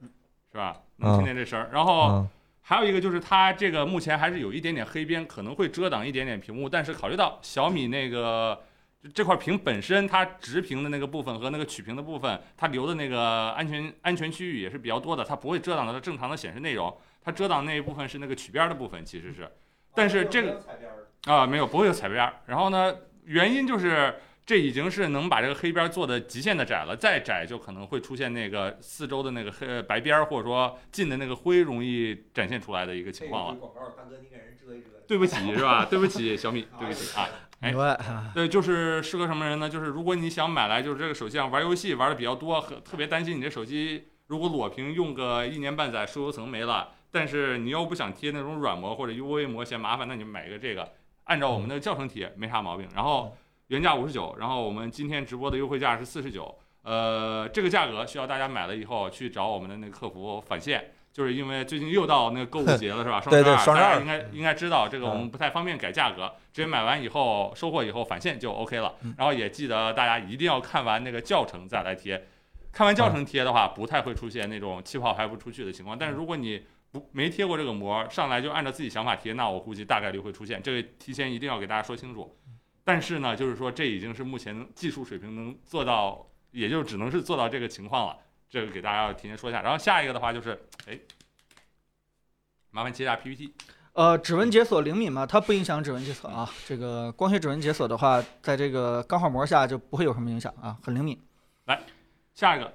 Speaker 5: 哦是吧？
Speaker 1: 嗯
Speaker 5: 能听见这声儿。然后
Speaker 1: 嗯
Speaker 5: 还有一个就是它这个目前还是有一点点黑边，可能会遮挡一点点屏幕，但是考虑到小米那个。就这块屏本身，它直屏的那个部分和那个曲屏的部分，它留的那个安全安全区域也是比较多的，它不会遮挡到它正常的显示内容，它遮挡那一部分是那个曲边儿的部分，其实是，但是这个啊，没有，不会有彩边儿。然后呢，原因就是这已经是能把这个黑边儿做的极限的窄了，再窄就可能会出现那个四周的那个黑呃白边儿，或者说进的那个灰容易展现出来的一个情况了。
Speaker 1: 广告，大哥你给人遮一遮。
Speaker 5: 对不起，是吧？对不起，小米，对不起啊。哎
Speaker 2: 明白
Speaker 1: 嗯
Speaker 2: 啊，
Speaker 5: 对，就是适合什么人呢？就是如果你想买来，就是这个手机上玩游戏玩的比较多，很特别担心你这手机如果裸屏用个一年半载，疏油层没了，但是你又不想贴那种软膜或者 UV 膜嫌麻烦，那你买一个这个，按照我们的教程贴没啥毛病。然
Speaker 1: 嗯
Speaker 5: 后原价五十九，然后我们今天直播的优惠价是四十九，呃，这个价格需要大家买了以后去找我们的那个客服返现。就是因为最近又到那个购物节了，是吧？
Speaker 1: 对对双
Speaker 5: 双
Speaker 1: 十
Speaker 5: 大
Speaker 1: 二
Speaker 5: 家应该应该知道这个，
Speaker 1: 嗯
Speaker 5: 我们不太方便改价格，直接买完以后收货以后返现就 OK 了。
Speaker 1: 嗯
Speaker 5: 然后也记得大家一定要看完那个教程再来贴，看
Speaker 1: 嗯
Speaker 5: 完教程贴的话，不太会出现那种气泡排不出去的情况。但是如果你不没贴过这个膜，上来就按照自己想法贴，那我估计大概率会出现。这个提前一定要给大家说清楚。
Speaker 1: 嗯
Speaker 5: 但是呢，就是说这已经是目前技术水平能做到，也就只能是做到这个情况了。这个给大家要提前说一下。然后下一个的话就是，哎，麻烦切一下 PPT。
Speaker 2: 呃，指纹解锁灵敏嘛，它不影响指纹解锁啊。这个光学指纹解锁的话，在这个钢化膜下就不会有什么影响啊，很灵敏。
Speaker 5: 下一个，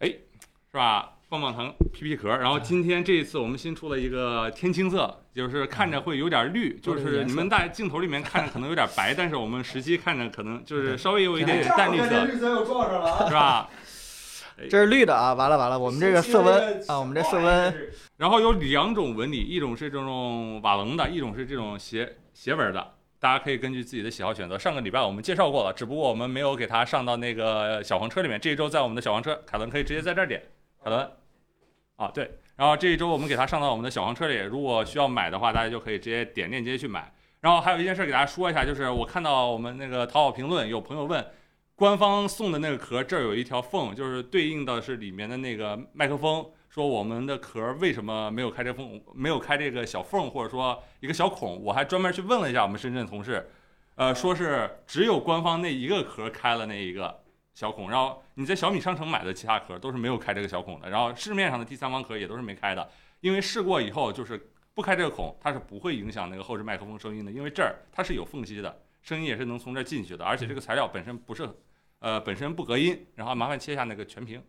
Speaker 5: 哎，是吧？棒棒糖、皮皮壳。然后今天这一次我们新出了一个天青色，就是看着会有点绿，
Speaker 2: 多
Speaker 5: 就
Speaker 2: 了一个
Speaker 5: 是
Speaker 2: 颜
Speaker 5: 你
Speaker 2: 色
Speaker 5: 们在镜头里面看着可能有点白，但是我们实际看着可能就是稍微有一点点淡绿色，
Speaker 1: 绿色又撞上了啊！
Speaker 5: 是吧？
Speaker 2: 这是绿的啊，完了完了，我们这个色温啊，我们这色温
Speaker 5: 然后有两种纹理，一种是这种瓦楞的，一种是这种斜斜纹的。大家可以根据自己的喜好选择。上个礼拜我们介绍过了，只不过我们没有给它上到那个小黄车里面。这一周在我们的小黄车，凯伦可以直接在这儿点。凯伦，啊对，然后这一周我们给它上到我们的小黄车里。如果需要买的话，大家就可以直接点链接去买。然后还有一件事给大家说一下，就是我看到我们那个淘宝评论有朋友问，官方送的那个壳这儿有一条缝，就是对应的是里面的那个麦克风。说我们的壳儿为什么没有开这缝，没有开这个小缝，或者说一个小孔？我还专门去问了一下我们深圳同事，呃，说是只有官方那一个壳儿开了那一个小孔，然后你在小米商城买的其他壳儿都是没有开这个小孔的，然后市面上的第三方壳儿也都是没开的，因为试过以后就是不开这个孔，它是不会影响那个后置麦克风声音的，因为这儿它是有缝隙的，声音也是能从这儿进去的，而且这个材料本身不是，呃，本身不隔音。然后麻烦切一下那个全屏。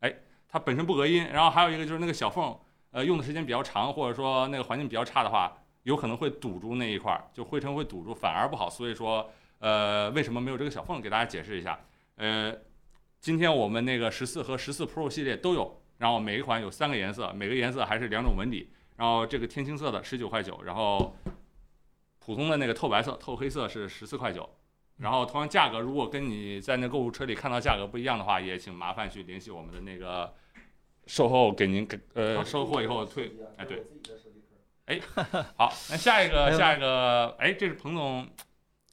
Speaker 5: 哎它本身不隔音，然后还有一个就是那个小缝，呃，用的时间比较长，或者说那个环境比较差的话，有可能会堵住那一块儿，就灰尘会堵住，反而不好。所以说，呃，为什么没有这个小缝？给大家解释一下。呃，今天我们那个十四和十四 Pro 系列都有，然后每一款有三个颜色，每个颜色还是两种纹理。然后这个天青色的十九块九，然后普通的那个透白色、透黑色是十四块九。然后同样价格，如果跟你在那购物车里看到价格不一样的话，也请麻烦去联系我们的那个售后给您给呃售后以后退。哎对，好，那下一
Speaker 2: 没
Speaker 5: 个
Speaker 2: 有
Speaker 5: 下一个，哎，这是彭总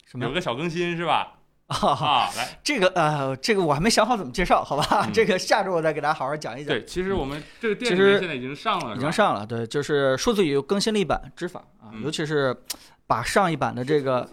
Speaker 2: 什么
Speaker 5: 有个小更新是吧？
Speaker 2: 啊？
Speaker 5: 啊， 来，
Speaker 2: 这个呃，这个我还没想好怎么介绍，好吧？
Speaker 5: 嗯
Speaker 2: 这个下周我再给大家好好讲一讲。
Speaker 5: 对，其实我们这个店
Speaker 2: 哎嗯其
Speaker 5: 里面
Speaker 2: 实
Speaker 5: 现在已经上了，
Speaker 2: 已
Speaker 5: 是
Speaker 2: 经
Speaker 5: 吧？
Speaker 2: 上了，对，就是数字语更新了一版指法啊，
Speaker 5: 嗯
Speaker 2: 尤其是把上一版的这个，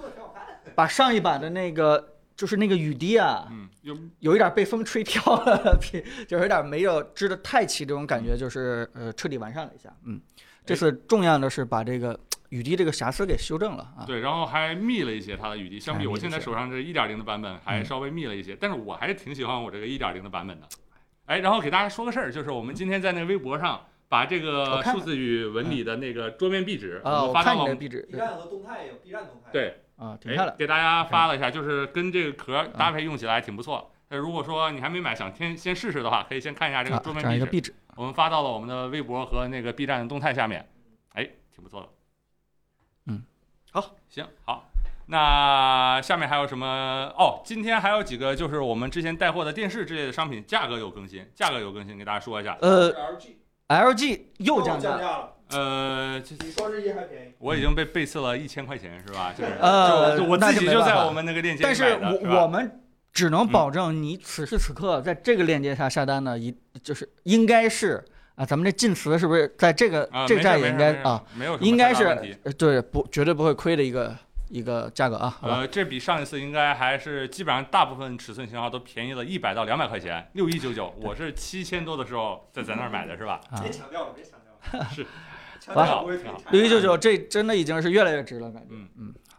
Speaker 2: 把上一版的那个就是那个雨滴啊，
Speaker 5: 嗯，有
Speaker 2: 有一点被风吹飘了， 比就是有点没有织的太齐这种感觉，就是呃彻底完善了一下。嗯，这次重要的是把这个呃雨滴这个瑕疵给修正了啊。
Speaker 5: 对，然后还密了一些它的语滴，相比
Speaker 2: 哎
Speaker 5: 我
Speaker 2: 密了
Speaker 5: 现在
Speaker 2: 一些
Speaker 5: 手上这一点零的版本还
Speaker 2: 嗯
Speaker 5: 稍微密了一些，但是我还是挺喜欢我这个一点零的版本的。哎，然后给大家说个事儿，就是我们今天在那个微博上把这
Speaker 2: 我
Speaker 5: 个
Speaker 2: 看
Speaker 5: 数
Speaker 2: 了
Speaker 5: 字与文理的那个桌面壁纸，
Speaker 2: 啊，
Speaker 5: 们
Speaker 2: 我
Speaker 5: 发到
Speaker 2: 看
Speaker 5: 了
Speaker 2: 你
Speaker 5: 我
Speaker 2: 的
Speaker 5: 们
Speaker 2: 壁纸，对
Speaker 1: 和动态有 B 站动态
Speaker 5: 对
Speaker 2: 啊，挺漂
Speaker 5: 哎
Speaker 2: 亮，。
Speaker 5: 给大家发了一下，就是跟这个壳搭配用起来挺不错。那如果说你还没买，想先先试试的话，可以先看一下这个
Speaker 2: 啊，这
Speaker 5: 桌面
Speaker 2: 样一
Speaker 5: 哎壁
Speaker 2: 个
Speaker 5: 纸，
Speaker 2: 壁纸，
Speaker 5: 我们发到了我们的微博和那个 B 站动态下面，哎，挺不错的。
Speaker 2: 嗯，
Speaker 5: 好，行，好，那下面还有什么？哦，今天还有几个就是我们之前带货的电视之类的商品，价格有更新，价格有更新，给大家说一下。
Speaker 2: 呃
Speaker 1: LG
Speaker 2: ，LG 又
Speaker 1: 哦降
Speaker 2: 降价，
Speaker 5: 哦
Speaker 1: 了，
Speaker 5: 呃，这
Speaker 1: 比双十一还便宜。
Speaker 5: 我已经被背刺了一千块钱是吧？就是
Speaker 2: 呃
Speaker 5: 就我自
Speaker 2: 那就
Speaker 5: 己
Speaker 2: 没
Speaker 5: 就
Speaker 2: 办法
Speaker 5: 在我们那个链接
Speaker 2: 但
Speaker 5: 里
Speaker 2: 是
Speaker 5: 买的，是吧嗯
Speaker 2: 我我们只能保证你此时此刻在这个链接下下单呢，一就是应该是啊，咱们这晋祠是不是在这个、
Speaker 5: 啊，
Speaker 2: 这个
Speaker 5: 没事
Speaker 2: 站也应该，啊，
Speaker 5: 没事没事没有什么
Speaker 2: 应该
Speaker 5: 太
Speaker 2: 是
Speaker 5: 大问题
Speaker 2: 呃对不绝对不会亏的一个一个价格啊，好吧？
Speaker 5: 呃，这比上一次应该还是基本上大部分尺寸型号都便宜了一百到两百块钱，六一九九，我是七千多的时候在咱那儿买的是吧？
Speaker 2: 啊
Speaker 1: 别，强调了，别强调了，
Speaker 5: 是
Speaker 1: 强
Speaker 5: 好
Speaker 1: 调不会赔钱。
Speaker 2: 六一九九这真的已经是越来越值了，感觉
Speaker 5: 嗯哎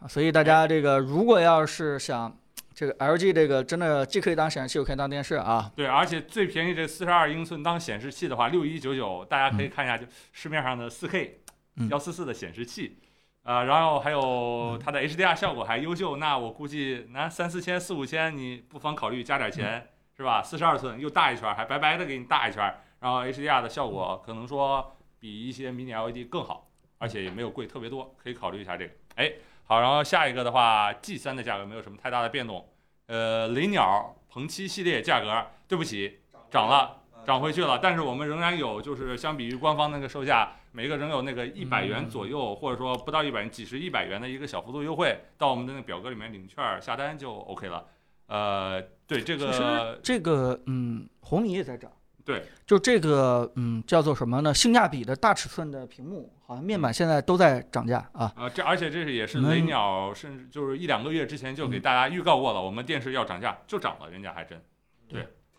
Speaker 2: 嗯，所以大家这个如果要是想这个 LG 这个真的既可以当显示器又可以当电视啊，
Speaker 5: 对，而且最便宜这四十二英寸当显示器的话，六一九九，大家可以看一下，就市面上的四 K
Speaker 2: 嗯
Speaker 5: 幺四四的显示器，啊、然后还有它的 HDR 效果还优秀，那我估计那三四千、四五千，你不妨考虑加点钱，
Speaker 2: 嗯
Speaker 5: 是吧？四十二寸又大一圈儿，还白白的给你大一圈儿，然后 HDR 的效
Speaker 2: 嗯
Speaker 5: 果可能说比一些 mini LED E 更好，而且也没有贵特别多，可以考虑一下这个。哎，好，然后下一个的话，G 三的价格没有什么太大的变动，呃，雷鸟鹏七系列价格，对不起，涨了，
Speaker 1: 嗯
Speaker 5: 涨回去了，但是我们仍然有，就是相比于官方那个售价，每个仍有那个一百元左右，
Speaker 2: 嗯
Speaker 5: 或者说不到一百几十一百元的一个小幅度优惠，到我们的那个表格里面领券儿下单就 OK 了。呃，对这
Speaker 2: 其实
Speaker 5: 个，
Speaker 2: 这个嗯，红米也在涨。
Speaker 5: 对，
Speaker 2: 就这个嗯，叫做什么呢？性价比的大尺寸的屏幕，好像面
Speaker 5: 嗯
Speaker 2: 板现在都在涨价啊。
Speaker 5: 呃，这而且这是也是
Speaker 2: 嗯
Speaker 5: 雷鸟，甚至就是一两个月之前就给大家预告过了，我们电视要涨价，就涨了，人家还真。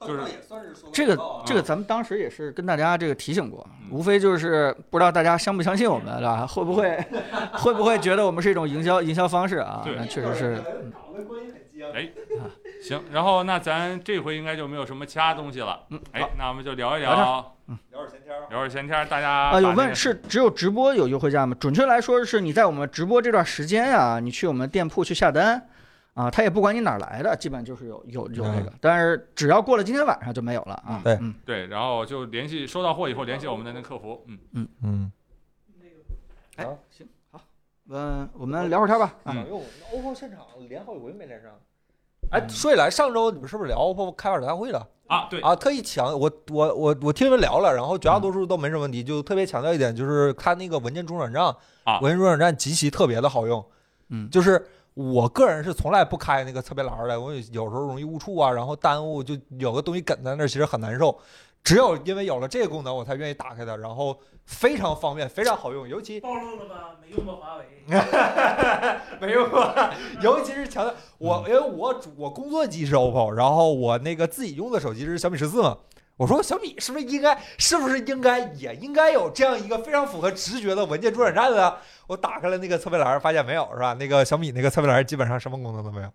Speaker 5: 就是
Speaker 1: 也算是说
Speaker 2: 这个
Speaker 1: 广告啊
Speaker 2: 这个咱们当时也是跟大家这个提醒过，
Speaker 5: 哦嗯
Speaker 2: 无非就是不知道大家相不相信我们了，会不 会会不会觉得我们是一种营销营销方式啊？
Speaker 5: 对
Speaker 2: 那确实是，嗯
Speaker 1: 搞得关系很啊僵
Speaker 5: 哎行，然后那咱这回应该就没有什么其他东西了。
Speaker 2: 嗯
Speaker 5: 哎，那我们就聊一
Speaker 2: 聊这
Speaker 5: 聊，
Speaker 1: 聊会儿闲天儿。啊
Speaker 5: 聊会儿闲天儿，大家
Speaker 2: 啊，有
Speaker 5: 把那
Speaker 2: 问
Speaker 5: 个
Speaker 2: 是只有直播有优惠价吗？准确来说是你在我们直播这段时间呀、你去我们店铺去下单，啊，他也不管你哪儿来的，基本就是有有有这个，但是只要过了今天晚上就没有了
Speaker 1: 嗯
Speaker 2: 啊。
Speaker 1: 对
Speaker 2: 嗯，
Speaker 5: 对，然后就联系收到货以后联系我们的那客服，嗯，
Speaker 1: 嗯，
Speaker 2: 嗯，我们聊会儿天吧。啊，
Speaker 5: 嗯
Speaker 1: 哎呦，那 OPPO 现场连郝宇文没连上。哎，说起来，上周你们是不是聊 OPPO 开发者大会了
Speaker 5: 啊，对，
Speaker 1: 啊？特意强，我我我我听你们聊了，然后绝大多数都没什么问题，就特别强调一点，就是它那个文件中转站
Speaker 5: 啊
Speaker 1: 文件中转站极其特别的好用，
Speaker 2: 嗯
Speaker 1: 就是。我个人是从来不开那个侧边栏儿的，我有有时候容易误触啊，然后耽误，就有个东西梗在那儿，其实很难受。只有因为有了这个功能，我才愿意打开它，然后非常方便，非常好用，尤其
Speaker 3: 暴露了吧？没用过华为，
Speaker 1: 没用过， 尤其是强调我，因为我主我工作机是 OPPO，然后我那个自己用的手机是小米十四嘛。我说小米是不是应该，是不是应该也应该有这样一个非常符合直觉的文件中转站呢？我打开了那个侧背栏，发现没有，是吧？那个小米那个侧背栏基本上什么功能都没有，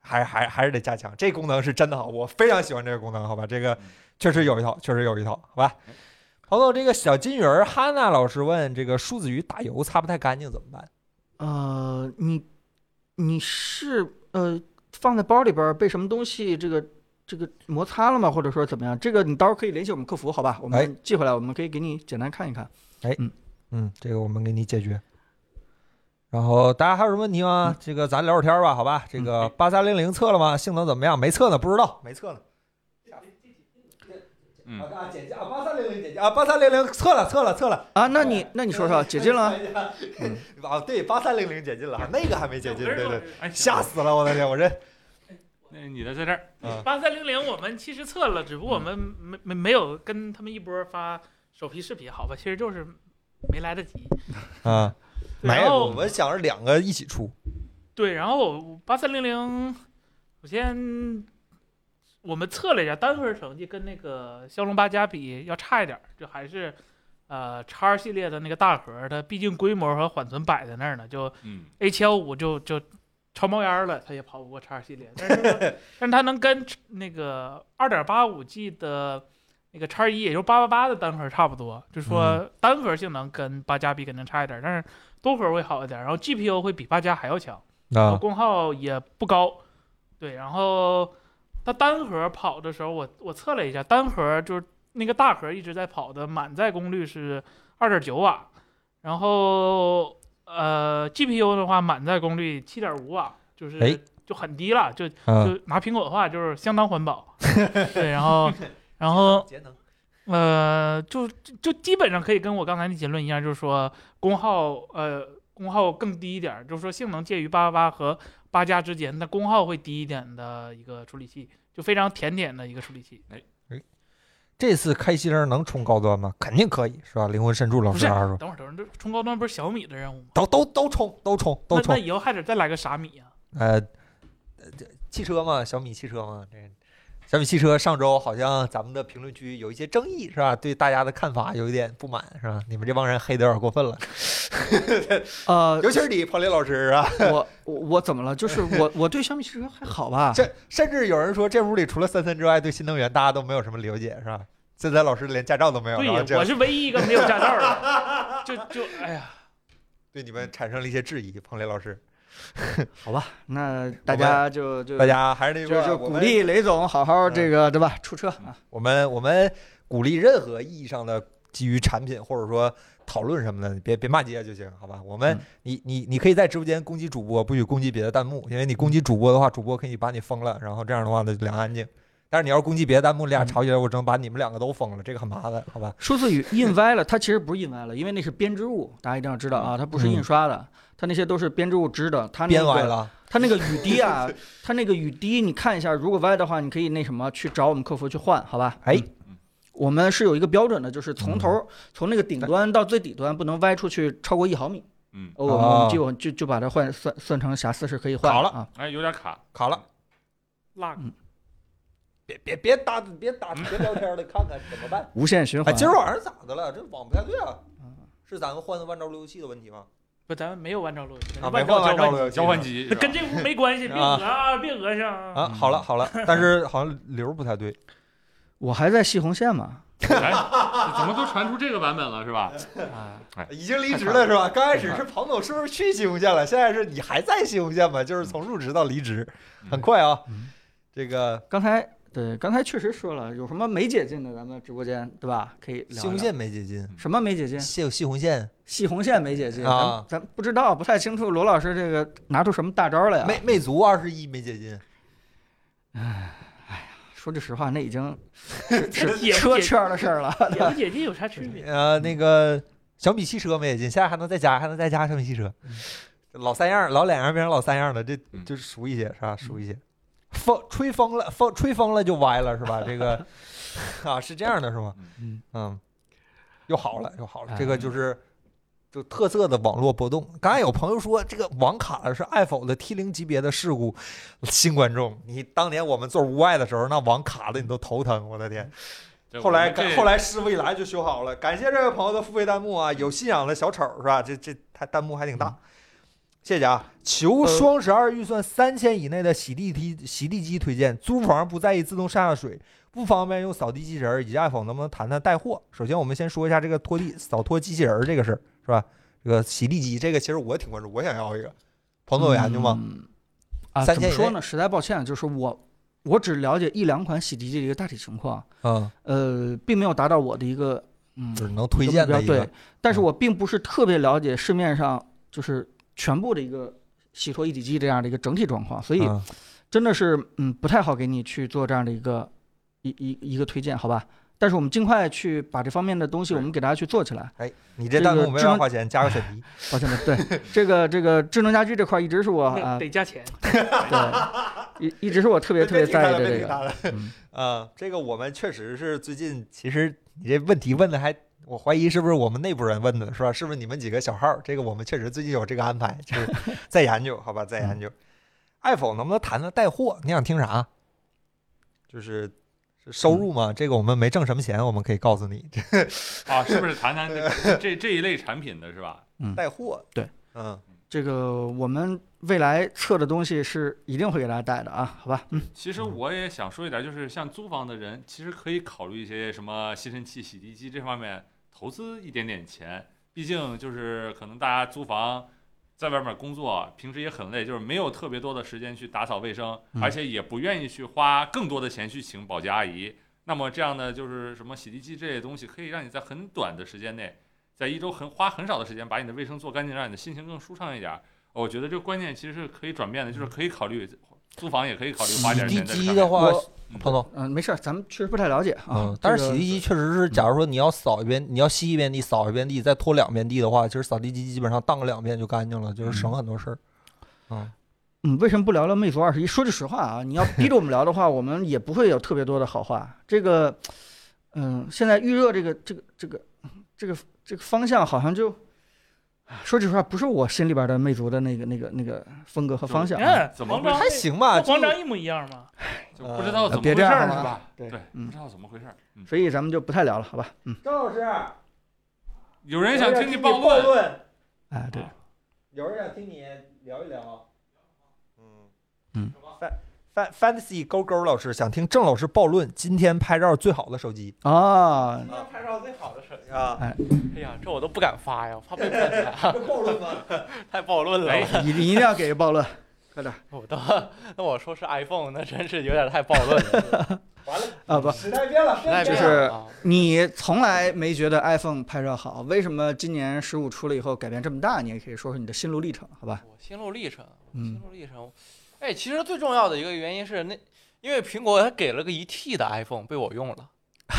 Speaker 1: 还还还是得加强。这功能是真的好，我非常喜欢这个功能，好吧？这个确实有一套，确实有一套，好吧？朋友，这个小金鱼儿哈娜老师问，这个数字鱼打油擦不太干净怎么办？
Speaker 2: 呃，你你是呃放在包里边儿被什么东西这个这个摩擦了吗？或者说怎么样？这个你到时候可以联系我们客服，好吧？我
Speaker 1: 哎
Speaker 2: 们寄回来，我们可以给你简单看一看。
Speaker 1: 嗯，这个我们给你解决。然后大家还有什么问题吗？这个咱聊会儿天儿吧，好吧？这个八三零零测了吗？性能怎么样？没测呢，不知道，嗯没测呢。
Speaker 5: 嗯
Speaker 1: 啊，姐姐啊，八三零零姐姐啊，八三零零测了，测了，测了。
Speaker 2: 啊，那你那你说说，解禁了吗？ 嗯
Speaker 1: 啊，对，八三零零解禁了，那个还没解禁，对对，
Speaker 5: 哎，
Speaker 1: 吓死了我的天，我这
Speaker 5: 那你的在这儿，
Speaker 1: 啊
Speaker 3: 八三零零我们其实测了，只不过我们没没没有跟他们一波发首批视频，好吧，其实就是没来得及。
Speaker 1: 啊，
Speaker 3: 然
Speaker 1: 没有，
Speaker 3: 后
Speaker 1: 我们想着两个一起出，
Speaker 3: 对，然后八三零零，首先我们测了一下单核成绩，跟那个骁龙八加比要差一点儿，就还是呃叉系列的那个大核，它毕竟规模和缓存摆在那儿呢，就
Speaker 5: 嗯，
Speaker 3: A 7 1 5就就超冒烟儿了，它也跑不过叉系列，但是呢但是它能跟那个二点八五 G 的那个叉一，也就是八八八的单核差不多，就是说单核性能跟八加比肯定差一点，但是多核会好一点，然后 GPU 会比八加还要强，然后
Speaker 1: 啊
Speaker 3: 功耗也不高，对，然后它单核跑的时候，我我测了一下，单核就是那个大核一直在跑的满载功率是二点九瓦，然后呃，GPU 的话，满载功率七点五瓦，就是、
Speaker 1: 哎
Speaker 3: 就很低了，就
Speaker 1: 嗯，
Speaker 3: 就拿苹果的话，就是相当 环保。对，然后然后
Speaker 1: 节能，
Speaker 3: 呃，就就就基本上可以跟我刚才的结论一样，就是说功耗呃功耗更低一点儿，就是说性能介于八八八和八加之间，但功耗会低一点的一个处理器，就非常甜点的一个处理器。
Speaker 1: 这次开心儿能冲高端吗？肯定可以，是吧？灵魂深处老
Speaker 3: 不
Speaker 1: 师
Speaker 3: 是，
Speaker 1: 二说，
Speaker 3: 等会儿等会儿，这冲高端不是小米的任务吗？
Speaker 1: 都都都冲，都冲，都
Speaker 3: 那那
Speaker 1: 冲。
Speaker 3: 以后还得再来个啥米啊？
Speaker 1: 呃，呃这汽车嘛，小米汽车嘛，这小米汽车上周好像咱们的评论区有一些争议，是吧？对大家的看法有一点不满，是吧？你们这帮人黑的有点过分了，
Speaker 2: 呃，
Speaker 1: 尤其是你，彭磊老师啊，
Speaker 2: 我我我怎么了？就是 我我对小米汽车还好吧？
Speaker 1: 这甚至有人说，这屋里除了森森之外，对新能源大家都没有什么了解，是吧？森森老师连驾照都没有，
Speaker 3: 对
Speaker 1: 然后
Speaker 3: 呀，
Speaker 1: 这
Speaker 3: 我是唯一一个没有驾照 的，就就哎呀，
Speaker 1: 对你们产生了一些质疑，彭磊老师，
Speaker 2: 那大家就就
Speaker 1: 大家还是那句
Speaker 2: 就
Speaker 1: 话，
Speaker 2: 就
Speaker 1: 我
Speaker 2: 鼓
Speaker 1: 们嗯
Speaker 2: 励雷总好好这个对吧？出车啊，
Speaker 1: 我们我们鼓励任何意义上的基于产品或者说讨论什么的，你别别骂街就行，好吧？我们、
Speaker 2: 嗯
Speaker 1: 你你你可以在直播间攻击主播，不许攻击别的弹幕，因为你攻击主播的话，主播可以把你封了，然后这样的话呢，两个安静。但是你要是攻击别的弹幕，俩
Speaker 2: 嗯
Speaker 1: 吵起来，我只能把你们两个都封了，这个很麻烦，好吧？
Speaker 2: 数字语印歪了，它其实不是印歪了，因为那是编织物，大家一定要知道啊，它不是印刷的，它那些都是编织物织的，它
Speaker 1: 嗯
Speaker 2: 那
Speaker 1: 编歪
Speaker 2: 个
Speaker 1: 了，
Speaker 2: 它那个雨滴啊，它那个雨滴你看一下，如果歪的话，你可以那什么去找我们客服去换，好吧？
Speaker 1: 哎嗯
Speaker 2: 嗯。我们是有一个标准的，就是从头、从那个顶端到最底端不能歪出去超过一毫米。
Speaker 5: 嗯，
Speaker 2: 哦，我们我
Speaker 1: 哦
Speaker 2: 们就就就把它换算算成瑕疵是可以换
Speaker 1: 好了
Speaker 2: 啊。
Speaker 5: 哎，有点卡，
Speaker 1: 卡了，
Speaker 3: 辣
Speaker 1: 别别别打别打别聊天了，看看怎么办？
Speaker 2: 无限循
Speaker 1: 哎，
Speaker 2: 环。
Speaker 1: 今儿晚上咋的了？这网不太对啊
Speaker 2: 嗯，
Speaker 1: 是咱们换的万兆路由器的问题吗？
Speaker 3: 不，咱们没有完整路由器，
Speaker 1: 啊，没
Speaker 3: 万
Speaker 1: 换万
Speaker 3: 兆
Speaker 1: 兆
Speaker 3: 交
Speaker 1: 路由器，
Speaker 5: 交换机
Speaker 3: 那跟这屋没关系，别讹啊，别讹上
Speaker 2: 嗯
Speaker 3: 啊。
Speaker 1: 啊，好了好了，但是好像流儿不太对。
Speaker 2: 我还在系红线嘛，
Speaker 5: 哎，怎么都传出这个版本了是吧？
Speaker 2: 啊，
Speaker 1: 已经离职了是吧？刚开始是彭总是不是去西红县了？现在是你还在西红县吗？就是从入职到离职，很快啊
Speaker 2: 嗯。
Speaker 1: 这个
Speaker 2: 刚才对，刚才确实说了，有什么没解禁的，咱们直播间对吧？可以聊一聊啊
Speaker 1: 西红县没解禁，
Speaker 2: 什么没解禁？
Speaker 1: 西西红县
Speaker 2: 系红线没解禁
Speaker 1: 啊
Speaker 2: 咱咱不知道，不太清楚罗老师这个拿出什么大招来呀？
Speaker 1: 魅魅族二十一没解禁，
Speaker 2: 说句实话，那 已经
Speaker 3: 这
Speaker 2: 是
Speaker 3: 也
Speaker 2: 是
Speaker 3: 不
Speaker 2: 车
Speaker 3: 解
Speaker 2: 圈的事儿了。
Speaker 3: 解不解禁有啥区别？
Speaker 1: 呃，那个小米汽车没解禁，现在还能再加，还能再加小米汽车，老三样儿，老两样儿变成老三样儿了，这
Speaker 5: 嗯
Speaker 1: 就是熟一些是吧？熟一些，风吹风了，风吹风了就歪了是吧？这个啊是这样的是吗？
Speaker 2: 嗯
Speaker 1: 嗯，又好了，又好了。这
Speaker 2: 哎
Speaker 1: 个就是就特色的网络波动。刚才有朋友说这个网卡了是爱否的 T 零级别的事故，新观众，你当年我们做无碍的时候，那网卡的你都头疼，我的天！
Speaker 5: 这
Speaker 1: 后来
Speaker 5: 我们这
Speaker 1: 后来师傅一来就修好了，感谢这位朋友的付费弹幕啊，有信仰的小丑是吧？这这他弹幕还挺大。谢谢啊！
Speaker 2: 呃
Speaker 1: 求双十二预算三千以内的洗地机洗地机推荐，租房不在意自动上下水，不方便用扫地机器人儿，以及 iPhone 能不能谈谈带货？首先，我们先说一下这个拖地扫拖机器人儿这个事儿，是吧？这个洗地机这个其实我挺关注，我想要一个。彭总有研究吗？
Speaker 2: 嗯？啊，
Speaker 1: 三
Speaker 2: 怎
Speaker 1: 千
Speaker 2: 么
Speaker 1: 以内
Speaker 2: 说呢？实在抱歉，啊就是我我只了解一两款洗涤剂的一个大体情况，
Speaker 1: 嗯，
Speaker 2: 呃，并没有达到我的一个嗯
Speaker 1: 就是能推荐的一
Speaker 2: 目标
Speaker 1: 个嗯
Speaker 2: 对，但是我并不是特别了解市面上就是全部的一个洗脱一体机这样的一个整体状况，所以
Speaker 1: 嗯
Speaker 2: 真的是嗯不太好给你去做这样的一个一一一个推荐，好吧？但是我们尽快去把这方面的东西，我们给大家去做起来。
Speaker 1: 哎，你这
Speaker 2: 这
Speaker 1: 弹
Speaker 2: 个
Speaker 1: 幕没
Speaker 2: 智
Speaker 1: 法
Speaker 2: 能
Speaker 1: 花钱，加个选题。
Speaker 2: 抱歉了，对 这个这个智能家居这块，一直是 我啊
Speaker 3: 那，得加钱。
Speaker 2: 对，一一直是我特别特别在意的这个。
Speaker 1: 个。
Speaker 2: 嗯
Speaker 1: 嗯，这个我们确实是最近，其实你这问题问的还，我怀疑是不是我们内部人问的，是吧？是不是你们几个小号儿？这个我们确实最近有这个安排，就是 在研究，好吧，在
Speaker 2: 嗯
Speaker 1: 研究。爱否能不能谈谈带货？你想听啥？就是是收入吗？这个我们没挣什么钱，我们可以告诉你。这
Speaker 5: 啊，是不是谈谈这这这一类产品的是吧？
Speaker 1: 带货，
Speaker 2: 对，
Speaker 1: 嗯，
Speaker 2: 这个我们未来测的东西是一定会给大家带的啊，好吧？嗯，
Speaker 5: 其实我也想说一点，就是像租房的人，其实可以考虑一些什么吸尘器、洗涤机这方面投资一点点钱，毕竟就是可能大家租房。在外面工作，平时也很累，就是没有特别多的时间去打扫卫生，
Speaker 2: 嗯
Speaker 5: 而且也不愿意去花更多的钱去请保洁阿姨。那么这样的就是什么洗涤机这类东西，可以让你在很短的时间内在一周很花很少的时间把你的卫生做干净，让你的心情更舒畅一点儿。我觉得这个观念其实是可以转变的，就是可以考虑租房，也可以考虑花
Speaker 1: 洗
Speaker 5: 点
Speaker 1: 地
Speaker 5: 钱在这
Speaker 1: 机
Speaker 5: 上
Speaker 1: 的
Speaker 5: 面。
Speaker 1: 话
Speaker 2: 我，
Speaker 5: 嗯
Speaker 1: 彭总，
Speaker 2: 嗯，没事儿，咱们确实不太了解啊。
Speaker 1: 嗯，但是
Speaker 2: 这
Speaker 1: 洗
Speaker 2: 个
Speaker 1: 地机确实是，假如说你要扫一遍，你要吸一遍地，扫一遍地，再拖两遍地的话，其实扫地机基本上荡个两遍就干净了，就是省很多事儿。
Speaker 2: 嗯，为什么不聊聊魅族二十一？说句实话啊，你要逼着我们聊的话，我们也不会有特别多的好话。这个，嗯，现在预热这个这个这个这个这个方向好像就，啊说句实话，不是我心里边的魅族的那个那个那个风格和方向
Speaker 3: 你
Speaker 2: 啊、
Speaker 3: 看
Speaker 5: 怎么
Speaker 3: 王
Speaker 5: 会
Speaker 3: 章
Speaker 1: 还行吧，啊
Speaker 3: 跟
Speaker 1: 就
Speaker 3: 王章一模一样嘛。
Speaker 5: 就不知道怎么
Speaker 2: 别
Speaker 5: 回
Speaker 2: 这
Speaker 5: 事
Speaker 2: 样
Speaker 5: 儿
Speaker 2: 好吧
Speaker 5: 是吧？
Speaker 2: 对
Speaker 5: 对，
Speaker 2: 嗯
Speaker 5: 不知道怎么回事儿。嗯，
Speaker 2: 所以咱们就不太聊了，好吧？嗯，
Speaker 1: 郑老师，啊
Speaker 5: 有人想听
Speaker 1: 你
Speaker 5: 你暴论，
Speaker 1: 论，
Speaker 2: 哎，对，
Speaker 1: 有人想听你聊一聊。嗯
Speaker 2: 嗯
Speaker 1: ，Fan Fan Fantasy 勾勾老师想听郑老师暴论今天拍照最好的手机
Speaker 2: 啊，
Speaker 4: 今天拍照最好的手机，
Speaker 1: 啊，
Speaker 6: 哎呀，这我都不敢发呀，我怕被喷的，
Speaker 1: 暴论吗？
Speaker 6: 太暴论
Speaker 3: 哎
Speaker 6: 了。
Speaker 2: 你你一定要给个暴论，
Speaker 6: 我都那我说是 iPhone，那真是有点太暴 论了，
Speaker 1: 完了，
Speaker 2: 啊不
Speaker 1: 时代变了，
Speaker 6: 实在
Speaker 2: 就
Speaker 6: 别
Speaker 2: 是
Speaker 6: 想了啊
Speaker 2: 你从来没觉得 iPhone 拍照好，为什么今年十五出了以后改变这么大？你也可以说说你的心路历程，好吧？
Speaker 6: 我心路历程，我
Speaker 2: 嗯
Speaker 6: 心路历程。哎，其实最重要的一个原因是那，因为苹果它给了个一 T 的 iPhone 被我用了，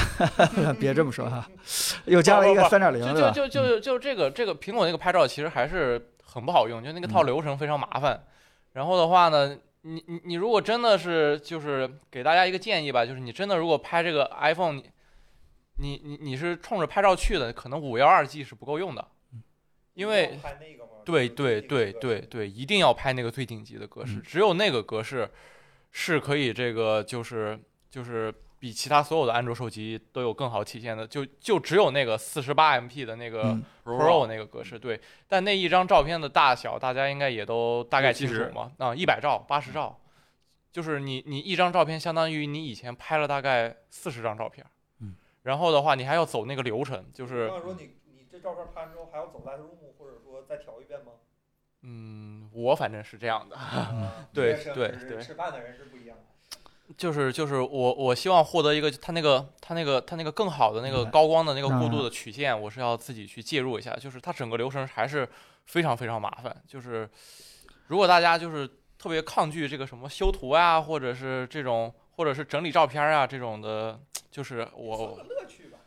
Speaker 2: 别这么说啊哈，又加了一个
Speaker 6: 不
Speaker 2: 三点零，
Speaker 6: 就
Speaker 2: 对吧
Speaker 6: 就就就就这个这个苹果那个拍照其实还是很不好用，就
Speaker 2: 嗯
Speaker 6: 那个套流程非常麻烦。然后的话呢，你你你如果真的是就是给大家一个建议吧，就是你真的如果拍这个 iPhone，你你你你是冲着拍照去的，可能五幺二 G 是不够用的，
Speaker 2: 嗯
Speaker 6: 因为
Speaker 1: 拍那个吗
Speaker 6: 对对对对对，一定要拍那个最顶级的格式，
Speaker 2: 嗯
Speaker 6: 只有那个格式是可以这个就是就是比其他所有的安卓手机都有更好体现的，就就只有那个四十八 MP 的那个
Speaker 2: 嗯
Speaker 6: Pro 那个格式，对。但那一张照片的大小，大家应该也都大概清楚
Speaker 5: 70
Speaker 6: 嘛，啊，一百兆、八
Speaker 2: 嗯
Speaker 6: 十兆，就是你你一张照片相当于你以前拍了大概四十张照片，
Speaker 2: 嗯，
Speaker 6: 然后的话你还要走那个流程，就是
Speaker 1: 刚说你你这照片拍完之后还要走来 room 或者说再调一遍吗？
Speaker 6: 嗯，我反正是这样的。
Speaker 1: 啊
Speaker 6: 对
Speaker 1: 你也是
Speaker 6: 对
Speaker 1: 只是
Speaker 6: 对
Speaker 1: 吃饭的人是不一样的。
Speaker 6: 就是就是我我希望获得一个它那个它那个它那个更好的那个高光的那个过渡的曲线，我是要自己去介入一下。就是它整个流程还是非常非常麻烦。就是如果大家就是特别抗拒这个什么修图啊，或者是这种或者是整理照片啊这种的，就是我
Speaker 1: 乐趣吧。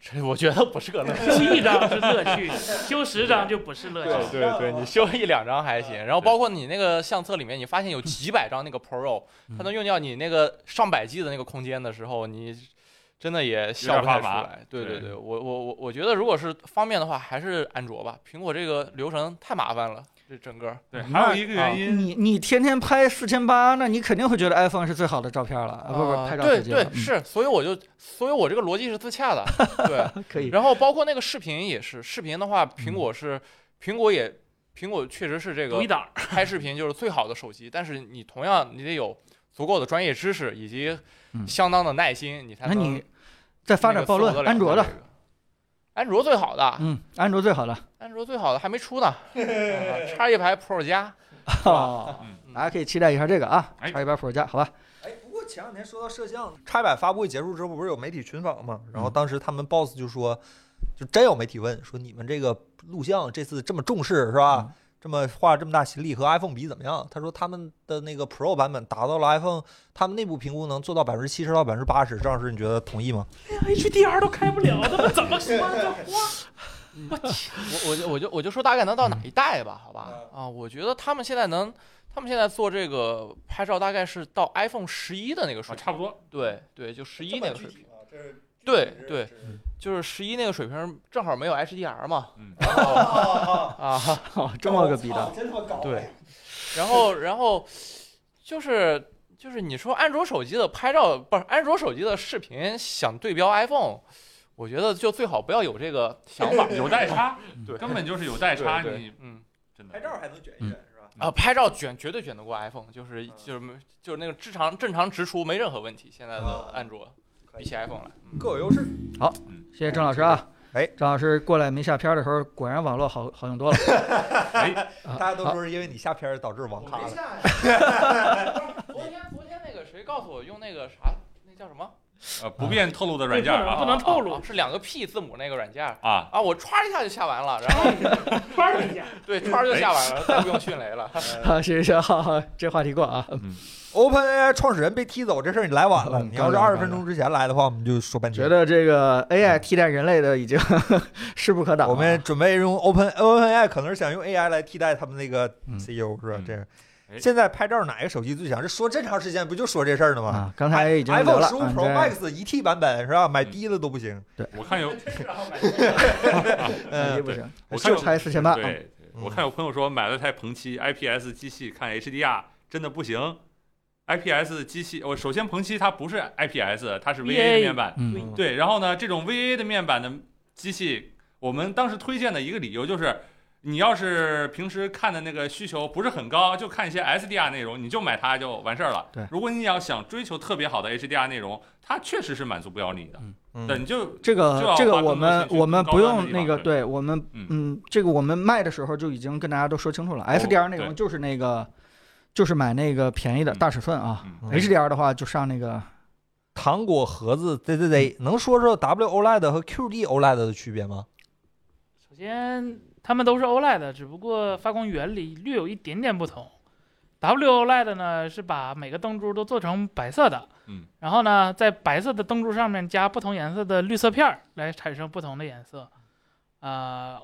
Speaker 6: 这我觉得不是个乐趣。
Speaker 3: 修一张是乐趣，修十张就不是乐趣。
Speaker 6: 对对对，你修一两张还
Speaker 5: 嗯
Speaker 6: 行，然后包括你那个相册里面，你发现有几百张那个 Pro，它
Speaker 5: 嗯
Speaker 6: 能用掉你那个上百 G 的那个空间的时候，你真的也笑不太出
Speaker 5: 有点发
Speaker 6: 来。对对对，我我我我觉得如果是方便的话，还是安卓吧，苹果这个流程太麻烦了，这整个。
Speaker 5: 对，
Speaker 3: 嗯
Speaker 5: 还有一个
Speaker 3: 啊
Speaker 5: 原因，
Speaker 2: 你你天天拍四千八，那你肯定会觉得 iPhone 是最好的照片了啊！不
Speaker 6: 啊
Speaker 2: 不，拍照
Speaker 6: 对
Speaker 2: 手机了
Speaker 6: 对是，所以我就，所以我这个逻辑是自洽 的，对。
Speaker 2: 嗯可以。
Speaker 6: 然后包括那个视频也是，视频的话，苹果是，苹果也，苹果确实是这个
Speaker 3: 读一档，
Speaker 6: 拍视频就是最好的手机，但是你同样你得有足够的专业知识以及
Speaker 2: 嗯
Speaker 6: 相当的耐心，你才
Speaker 2: 那
Speaker 6: 能
Speaker 2: 你再发展暴
Speaker 6: 那个
Speaker 2: 论，安卓的
Speaker 6: 搜得了这，个，安卓最好的，
Speaker 2: 嗯，安卓最好的，
Speaker 6: 安卓最好的还没出呢，叉一排 Pro 加，
Speaker 2: 哦
Speaker 6: 嗯
Speaker 2: 大家可以期待一下这个啊，
Speaker 5: 哎
Speaker 2: 叉一百 Pro 加， 好吧？
Speaker 1: 哎，不过前两天说到摄像，嗯差一百发布会结束之后，不是有媒体群访吗？然后当时他们 boss 就说，就真有媒体问说，你们这个录像这次这么重视是吧？这么花这么大心力和 iPhone 比怎么样？他说他们的那个 Pro 版本达到了 iPhone，他们内部评估能做到百分之七十到百分之八十。郑老师，你觉得同意吗？
Speaker 3: 哎 HDR 都开不了，他们怎么说这 话？
Speaker 6: 我我就我就我就说大概能到哪一代吧，好吧？啊，我觉得他们现在能，他们现在做这个拍照大概是到 iPhone 十一的那个
Speaker 5: 啊，
Speaker 6: 水平，
Speaker 5: 差不多，
Speaker 6: 对对，就十一那个水平。
Speaker 1: 啊，这是
Speaker 6: 对对，就是十一那个水平正好没有 HDR 嘛，
Speaker 5: 嗯，
Speaker 6: 然后啊，
Speaker 2: 哦，这么个比的，
Speaker 1: 哦真他妈高
Speaker 6: 对，然后然后就是就是你说安卓手机的拍照不是安卓手机的视频想对标 iPhone，我觉得就最好不要有这个想法
Speaker 5: 有代差，
Speaker 3: 嗯
Speaker 6: 对
Speaker 5: 根本就是有代
Speaker 6: 对
Speaker 5: 差，
Speaker 6: 对
Speaker 5: 你
Speaker 6: 嗯。
Speaker 5: 真的
Speaker 1: 还能卷
Speaker 2: 一卷
Speaker 1: 是吧？
Speaker 6: 啊，拍照卷绝对卷得过 iPhone，就是就是没就是那个正常正常直出没任何问题。现在的
Speaker 1: 啊
Speaker 6: 安卓
Speaker 1: 可以
Speaker 6: 比起 iPhone 来，嗯
Speaker 1: 各有优势。
Speaker 2: 谢谢郑老师啊。
Speaker 1: 哎，
Speaker 2: 郑老师过来没下片的时候，果然网络好好用多了。
Speaker 5: 哎，
Speaker 2: 大
Speaker 1: 大家都说是因为你下片儿导致网
Speaker 4: 我
Speaker 1: 咖
Speaker 4: 没
Speaker 1: 了。
Speaker 4: 下呀，
Speaker 6: 昨天昨天那个谁告诉我用那个啥，那叫什么
Speaker 5: 呃，不便透露的软件
Speaker 3: 不能
Speaker 5: 啊
Speaker 3: 不能透露
Speaker 6: 啊啊是两个 P 字母那个软件儿
Speaker 5: 啊，
Speaker 6: 啊，我歘一下就下完了，然后 啊
Speaker 3: 翻一下，
Speaker 6: 对歘就下完了，再不用迅雷 了。
Speaker 2: 好，谢谢，好好，这话题过啊。
Speaker 6: 嗯
Speaker 1: OpenAI 创始人被踢走这事儿你来晚了，
Speaker 2: 嗯
Speaker 1: 你要是
Speaker 2: 当然
Speaker 1: 二十分钟之前来的话，我们就说半
Speaker 2: 觉
Speaker 1: 天。
Speaker 2: 得这个 AI 替代人类的已经 势不可挡了。
Speaker 1: 我们准备用 Open OpenAI，可能是想用 AI 来替代他们那个
Speaker 2: 嗯
Speaker 1: CEO 是吧
Speaker 5: 嗯？
Speaker 1: 这样
Speaker 5: 哎
Speaker 1: 现在拍照哪个手机最强？这说这么长时间不就说这事儿呢吗
Speaker 2: 啊，刚才已经聊
Speaker 1: ？iPhone
Speaker 2: 了
Speaker 1: 十五
Speaker 2: 啊
Speaker 1: Pro
Speaker 2: 这
Speaker 1: Max 一 T 版本是吧？买
Speaker 5: 嗯
Speaker 1: 低的都不行。
Speaker 5: 我看有
Speaker 2: 也
Speaker 1: 嗯，
Speaker 2: 哎不行，
Speaker 5: 呃我看
Speaker 2: 就
Speaker 5: 有
Speaker 2: 才四千八。
Speaker 5: 对
Speaker 2: 啊
Speaker 5: 对，
Speaker 3: 嗯
Speaker 5: 我看有朋友说买了台鹏七 IPS 机器看 HDR 真的不行。IPS 机器，我首先鹏七它不是 IPS，它是 VA 的
Speaker 3: VA
Speaker 5: 面板，
Speaker 2: 嗯，
Speaker 5: 对，然后呢，这种 VA 的面板的机器，我们当时推荐的一个理由就是，你要是平时看的那个需求不是很高，就看一些 SDR 内容，你就买它就完事儿了。
Speaker 2: 对
Speaker 5: 如果你要想追求特别好的 HDR 内容，它确实是满足不了你的。
Speaker 1: 嗯
Speaker 5: 对，你就
Speaker 2: 这
Speaker 5: 就
Speaker 2: 个
Speaker 5: 要
Speaker 2: 这个
Speaker 5: 花更
Speaker 2: 我
Speaker 5: 多
Speaker 2: 们
Speaker 5: 心去
Speaker 2: 我们
Speaker 5: 更
Speaker 2: 不
Speaker 5: 高端的
Speaker 2: 用
Speaker 5: 地
Speaker 2: 那
Speaker 5: 方
Speaker 2: 个，
Speaker 5: 对
Speaker 2: 对我们
Speaker 5: 嗯哦
Speaker 2: 嗯，这个我们卖的时候就已经跟大家都说清楚了，SDR 内容
Speaker 5: 对
Speaker 2: 就是那个就是买那个便宜的
Speaker 5: 嗯
Speaker 2: 大尺寸啊
Speaker 5: 嗯
Speaker 2: ，HDR 的话就上那 个
Speaker 1: 糖果盒子 Z Z Z，能说说 W OLED 和 QD OLED E 的区别吗？
Speaker 3: 首先，它们都是 OLED，只不过发光原理略有一点点不同。WOLED E 呢是把每个灯珠都做成白色的，
Speaker 5: 嗯，
Speaker 3: 然后呢在白色的灯珠上面加不同颜色的绿色片儿，来产生不同的颜色。呃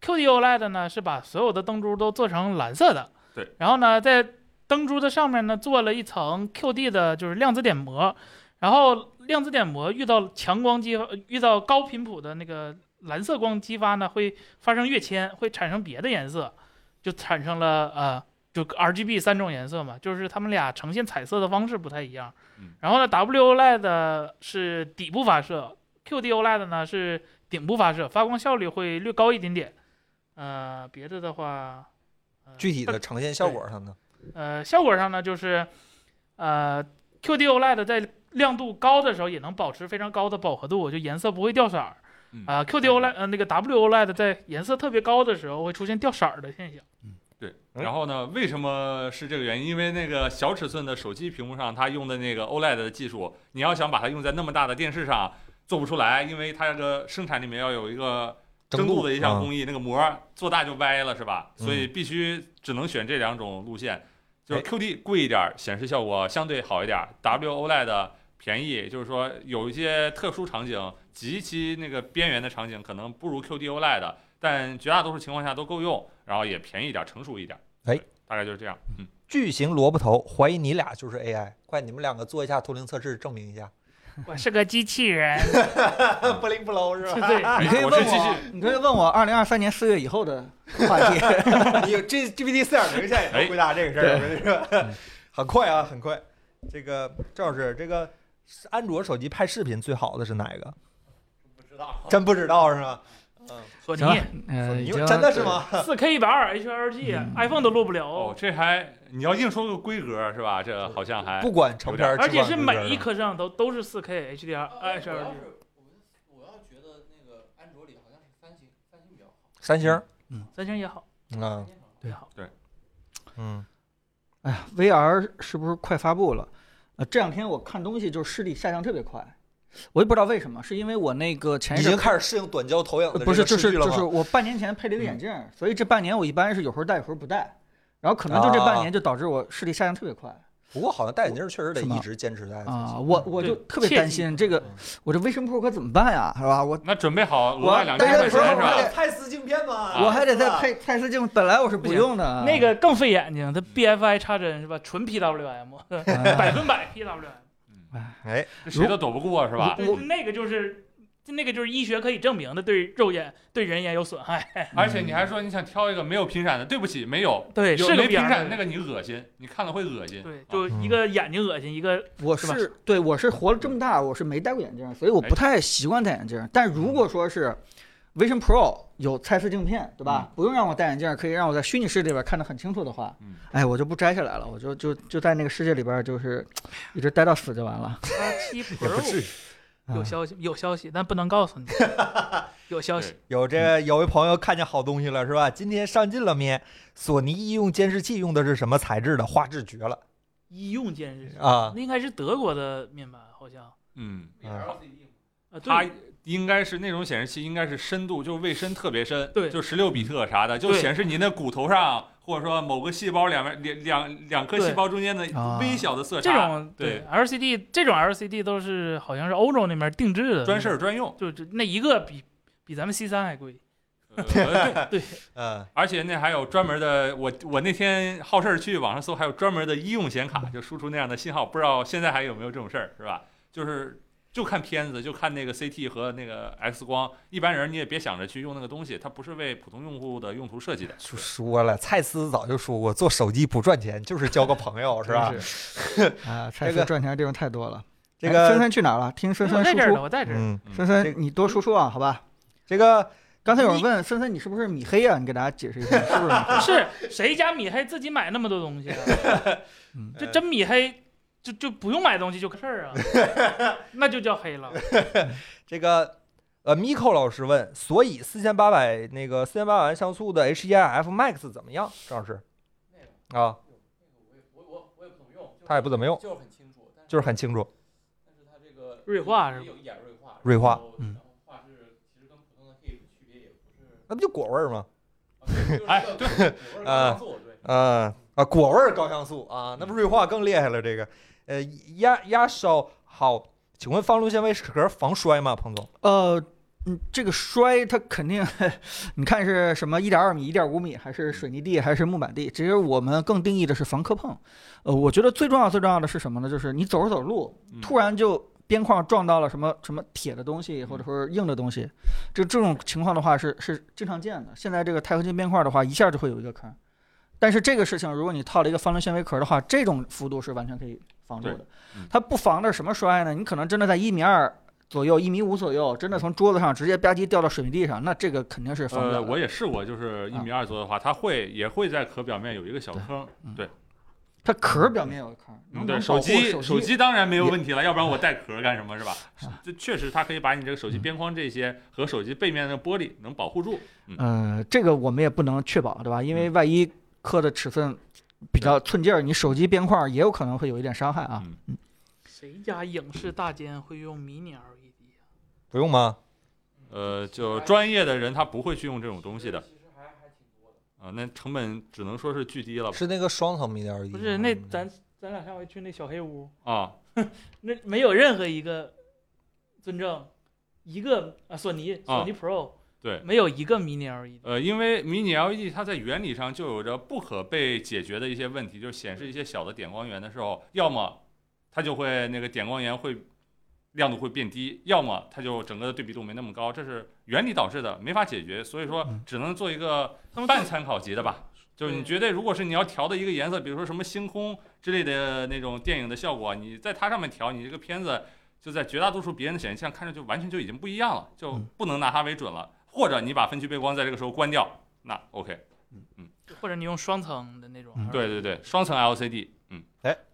Speaker 3: ，QD OLED E 呢是把所有的灯珠都做成蓝色的，
Speaker 5: 对，
Speaker 3: 然后呢在灯珠的上面呢做了一层 QD 的就是量子点膜，然后量子点膜遇到强光激发，遇到高频谱的那个蓝色光激发呢，会发生跃迁，会产生别的颜色，就产生了呃，就 RGB 三种颜色嘛，就是它们俩呈现彩色的方式不太一样
Speaker 5: 嗯。
Speaker 3: 然后呢，WOLED E 是底部发射，QD OLED E 呢是顶部发射，发光效率会略高一点点。呃，别的的话，呃
Speaker 1: 具体的呈现效果上呢？
Speaker 3: 呃，效果上呢，就是呃，QD OLED 在亮度高的时候也能保持非常高的饱和度，就颜色不会掉色儿。
Speaker 5: 嗯
Speaker 3: 啊、q d OLED 呃那个 W OLED 在颜色特别高的时候会出现掉色儿的现象。
Speaker 5: 对，
Speaker 1: 嗯
Speaker 5: 然后呢？为什么是这个原因？因为那个小尺寸的手机屏幕上，它用的那个 OLED 的技术，你要想把它用在那么大的电视上，做不出来，因为它这个生产里面要有一个蒸镀的一项工艺，那个膜儿做大就歪了，是吧？
Speaker 1: 嗯
Speaker 5: 所以必须只能选这两种路线，就是
Speaker 1: 哎
Speaker 5: QD 贵一点儿，显示效果相对好一点儿；W OLED 便宜，就是说有一些特殊场景极其那个边缘的场景，可能不如 QD OLED，但 E 绝大多数情况下都够用，然后也便宜一点儿，成熟一点儿。
Speaker 1: 哎
Speaker 5: 对，大概就是这样。嗯，
Speaker 1: 巨型萝卜头，怀疑你俩就是 AI，快你们两个做一下图灵测试证明一 下。
Speaker 3: 我是个机器人，
Speaker 1: 不灵不喽是吧？
Speaker 3: 对，
Speaker 5: 哎
Speaker 2: 你可以
Speaker 5: 我
Speaker 2: 问
Speaker 5: 是继续
Speaker 2: 我，你可以问我二零二三年四月以后的话 题。
Speaker 1: 你有这 GPT 四点零现在也能回答这个事儿，我跟你说，很快啊，很快。这个郑老师，这个安卓手机拍视频最好的是哪一个？
Speaker 4: 不知道。
Speaker 1: 真不知道是吗？
Speaker 3: 索尼
Speaker 2: 行了呃，已
Speaker 1: 你
Speaker 2: 经
Speaker 1: 真的是吗？
Speaker 3: 四 K 一百二 HLG
Speaker 2: 嗯
Speaker 3: 啊 iPhone 都录不了，
Speaker 5: 哦，这还你要硬说个规格是吧？这好像还
Speaker 1: 不管成片儿，
Speaker 3: 而且
Speaker 1: 只
Speaker 3: 是
Speaker 1: 管规格
Speaker 3: 每一颗摄像头都是四 K HDR
Speaker 4: 我要
Speaker 3: HLG
Speaker 4: 是。我要觉得那个安卓里好像是三星，三星比较好。
Speaker 1: 三星儿
Speaker 3: 三星也好，
Speaker 1: 啊，
Speaker 3: 也好，
Speaker 1: 嗯，
Speaker 2: 哎呀，VR 是不是快发布了？呃，这两天我看东西就是视力下降特别快，我也不知道为什么，是因为我那个前一
Speaker 1: 已
Speaker 2: 阵
Speaker 1: 经开始适应短焦投影
Speaker 2: 呃
Speaker 1: 的
Speaker 2: 不
Speaker 1: 这
Speaker 2: 是，
Speaker 1: 个
Speaker 2: 就
Speaker 1: 视
Speaker 2: 是
Speaker 1: 距了
Speaker 2: 就是
Speaker 1: 吗？
Speaker 2: 我半年前配了一个眼镜儿，所以这半年我一般是有时候戴，有时候不戴，然后可能就这半年就导致我视力下降特别快
Speaker 1: 不过好像戴眼镜儿确实得
Speaker 2: 是吗
Speaker 1: 一直坚持戴才行
Speaker 2: 啊！我我就
Speaker 3: 对
Speaker 2: 特别
Speaker 3: 切
Speaker 2: 担
Speaker 3: 记
Speaker 2: 心这个
Speaker 1: 嗯，
Speaker 2: 我这 Vision Pro 可怎么办呀？是吧？我
Speaker 5: 那准备好额
Speaker 2: 我
Speaker 5: 外两千
Speaker 1: 戴
Speaker 5: 块
Speaker 1: 眼
Speaker 5: 钱
Speaker 1: 时
Speaker 5: 是
Speaker 1: 候我哎还
Speaker 5: 吧
Speaker 1: 得？钛丝镜片吗？
Speaker 2: 我还得再
Speaker 1: 是吧
Speaker 2: 配钛丝镜，本来我是不
Speaker 3: 行
Speaker 2: 用的。啊
Speaker 3: 那个更费眼睛，它 BFI 插针是吧？纯 PWM，百
Speaker 2: 啊
Speaker 3: 分百 PWM。
Speaker 1: 哎，
Speaker 5: 这谁都躲不过是吧？
Speaker 3: 对，那个就是，那个就是医学可以证明的，对肉眼、对人眼有损害。
Speaker 5: 而
Speaker 2: 嗯
Speaker 5: 且你还说你想挑一个没有屏闪的，对不起，没有，
Speaker 3: 对
Speaker 5: 有
Speaker 3: 是个
Speaker 5: 没屏闪
Speaker 3: 边
Speaker 5: 那个你恶心，你看了会恶心。
Speaker 3: 对，
Speaker 5: 啊
Speaker 3: 就一个眼睛恶心，一个
Speaker 2: 我
Speaker 3: 是吧
Speaker 2: 是对我是活了这么大，我是没戴过眼镜儿，所以我不太习惯戴眼镜儿。但如果说是 Vision Pro 有蔡司镜片，对吧？不用让我戴眼镜儿，可以让我在虚拟世界里边看得很清楚的话
Speaker 5: 嗯，
Speaker 2: 哎，我就不摘下来了，我就就就在那个世界里边，就是一直待到死就完了。
Speaker 3: 叉七 Pro。有消息，有消息，但不能告诉你。有消息，
Speaker 1: 有这个有位朋友看见好东西了是吧？今天上进了咩？索尼医用监视器用的是什么材质的？画质绝了
Speaker 3: 医用监视器，
Speaker 1: 啊！
Speaker 3: 那应该是德国的面板，好像
Speaker 5: 嗯，
Speaker 4: LCD 嘛
Speaker 3: 啊，
Speaker 5: 它
Speaker 3: 对，
Speaker 5: 应该是那种显示器，应该是深度就位深特别深，
Speaker 3: 对
Speaker 5: 就十六比特啥的，就
Speaker 3: 对
Speaker 5: 显示您的骨头上或者说某个细胞两边两两两颗
Speaker 3: 对
Speaker 5: 细胞中间的
Speaker 2: 啊
Speaker 5: 微小的色
Speaker 3: 这
Speaker 5: 差，
Speaker 3: 种
Speaker 5: 对
Speaker 3: LCD 这种 LCD 都是好像是欧洲那边定制的，
Speaker 5: 专事儿 专用。
Speaker 3: 就就那一个比比咱们 C 三还贵。
Speaker 5: 呃对
Speaker 1: 嗯，
Speaker 5: 而且那还有专门的，我我那天好事儿去网上搜，还有专门的医用显卡，就输出那样的信号，不知道现在还有没有这种事儿，是吧？就是就看片子，就看那个 CT 和那个 X 光，一般人你也别想着去用那个东西，它不是为普通用户的用途设计的。
Speaker 1: 就说了，蔡司早就说过，做手机不赚钱，就是交个朋友， 是吧？
Speaker 2: 啊，蔡
Speaker 1: 这
Speaker 2: 司
Speaker 1: 个
Speaker 2: 赚钱的地方太多了。
Speaker 1: 这
Speaker 2: 哎
Speaker 1: 个
Speaker 2: 森森去哪儿了？听森森
Speaker 3: 我在
Speaker 2: 输
Speaker 3: 这儿呢，
Speaker 2: 出，
Speaker 3: 我在这儿。
Speaker 1: 嗯，
Speaker 2: 森
Speaker 1: 这
Speaker 2: 森你多输出啊，好吧？
Speaker 1: 这个
Speaker 2: 刚才有人问森森你是不是米黑啊？你给大家解释一下，是不 是米黑？
Speaker 3: 是谁家米黑自己买那么多东西啊？
Speaker 2: 嗯
Speaker 1: 呃
Speaker 3: 这真米黑就就不用买东西就个事儿啊， 那就叫黑了。
Speaker 1: 这个呃，Miko 老师问，所以四千八百那个四千八百万像素的 HEIF Max 怎么样？张老师
Speaker 4: 那个
Speaker 1: 啊，
Speaker 4: 那个我也我我我也不怎么用，就是
Speaker 1: 他也不怎么用，
Speaker 4: 就是很清楚，但是
Speaker 1: 就是很清楚。
Speaker 4: 但是它这个
Speaker 3: 锐化是吧
Speaker 4: 也有一点锐化，
Speaker 1: 锐化
Speaker 4: 然后
Speaker 2: 嗯
Speaker 4: 然后画质其实跟普通的 K 区别 也不是
Speaker 1: 那不就果味儿吗？
Speaker 5: 哎
Speaker 4: 对，就 是我是
Speaker 1: 呃
Speaker 4: 刚做对，
Speaker 1: 嗯啊，果味儿高像素啊，那不锐化更厉害了。这个呃，压压烧好，请问放路纤维壳防摔吗？彭总，
Speaker 2: 呃，嗯，这个摔它肯定， 你看是什么一点二米、一点五米，还是水泥地，还是木板地？其实我们更定义的是防磕碰。呃，我觉得最重要、最重要的是什么呢？就是你走着走着路，
Speaker 5: 嗯
Speaker 2: 突然就边框撞到了什么什么铁的东
Speaker 5: 嗯
Speaker 2: 西，或者说硬的东西，这这种情况的话是是经常见的。现在这个钛合金边框的话，一下就会有一个坑。但是这个事情，如果你套了一个方棱纤维壳的话，这种幅度是完全可以防住的
Speaker 5: 对嗯。
Speaker 2: 它不防的是什么摔呢？你可能真的在一米二左右、一米五左右，真的从桌子上直接吧唧掉到水泥地上，那这个肯定是防不了
Speaker 5: 嗯呃，
Speaker 2: 的。
Speaker 5: 我也试过，就是一米二左右的话，它会也会在壳表面有一个小坑。
Speaker 2: 它壳表面有一坑，能
Speaker 5: 嗯，
Speaker 2: 不
Speaker 5: 对，
Speaker 2: 能
Speaker 5: 手
Speaker 2: 保护
Speaker 5: 机
Speaker 2: 手
Speaker 5: 手机当然没有问题了，要不然我带壳干什么是吧？
Speaker 2: 啊
Speaker 5: 这确实它可以把你这个手
Speaker 2: 嗯
Speaker 5: 机边框这些和手机背面的玻璃能保护住。嗯，
Speaker 2: 呃，这个我们也不能确保，对吧？因为万一刻的尺寸比较寸劲儿，你手机边框也有可能会有一点伤害
Speaker 5: 嗯
Speaker 2: 啊。
Speaker 3: 谁家影视大间会用迷你 LED 啊？
Speaker 1: 不用吗？
Speaker 5: 呃，就专业的人他不会去用这种东西的
Speaker 4: 其实还还挺多的，
Speaker 5: 啊、那成本只能说是巨低了吧
Speaker 1: 是那个双层 mini LED，
Speaker 3: 不是，
Speaker 2: E
Speaker 3: 那咱咱俩上回去那小黑屋，
Speaker 5: 啊。
Speaker 3: 那没有任何一个尊正，一个啊索尼索
Speaker 5: 啊
Speaker 3: 尼 Pro
Speaker 5: 对
Speaker 3: 没有一个迷你 E LED。
Speaker 5: 呃，因为迷你 LED 它在原理上就有着不可被解决的一些问题，就是显示一些小的点光源的时候，要么它就会那个点光源会亮度会变低，要么它就整个的对比度没那么高，这是原理导致的，没法解决，所以说
Speaker 2: 嗯
Speaker 5: 只能做一个
Speaker 3: 他们
Speaker 5: 半参考级的吧。就是你
Speaker 3: 对
Speaker 5: 绝对，如果是你要调的一个颜色，比如说什么星空之类的那种电影的效果，你在它上面调，你这个片子就在绝大多数别人的显示器上看着就完全就已经不一样了，就
Speaker 2: 嗯
Speaker 5: 不能拿它为准了。或者你把分区背光在这个时候关掉，那 OK。
Speaker 3: 或者你用双层的那种 E
Speaker 2: 嗯。
Speaker 5: 对，对对，双层 LCD，嗯，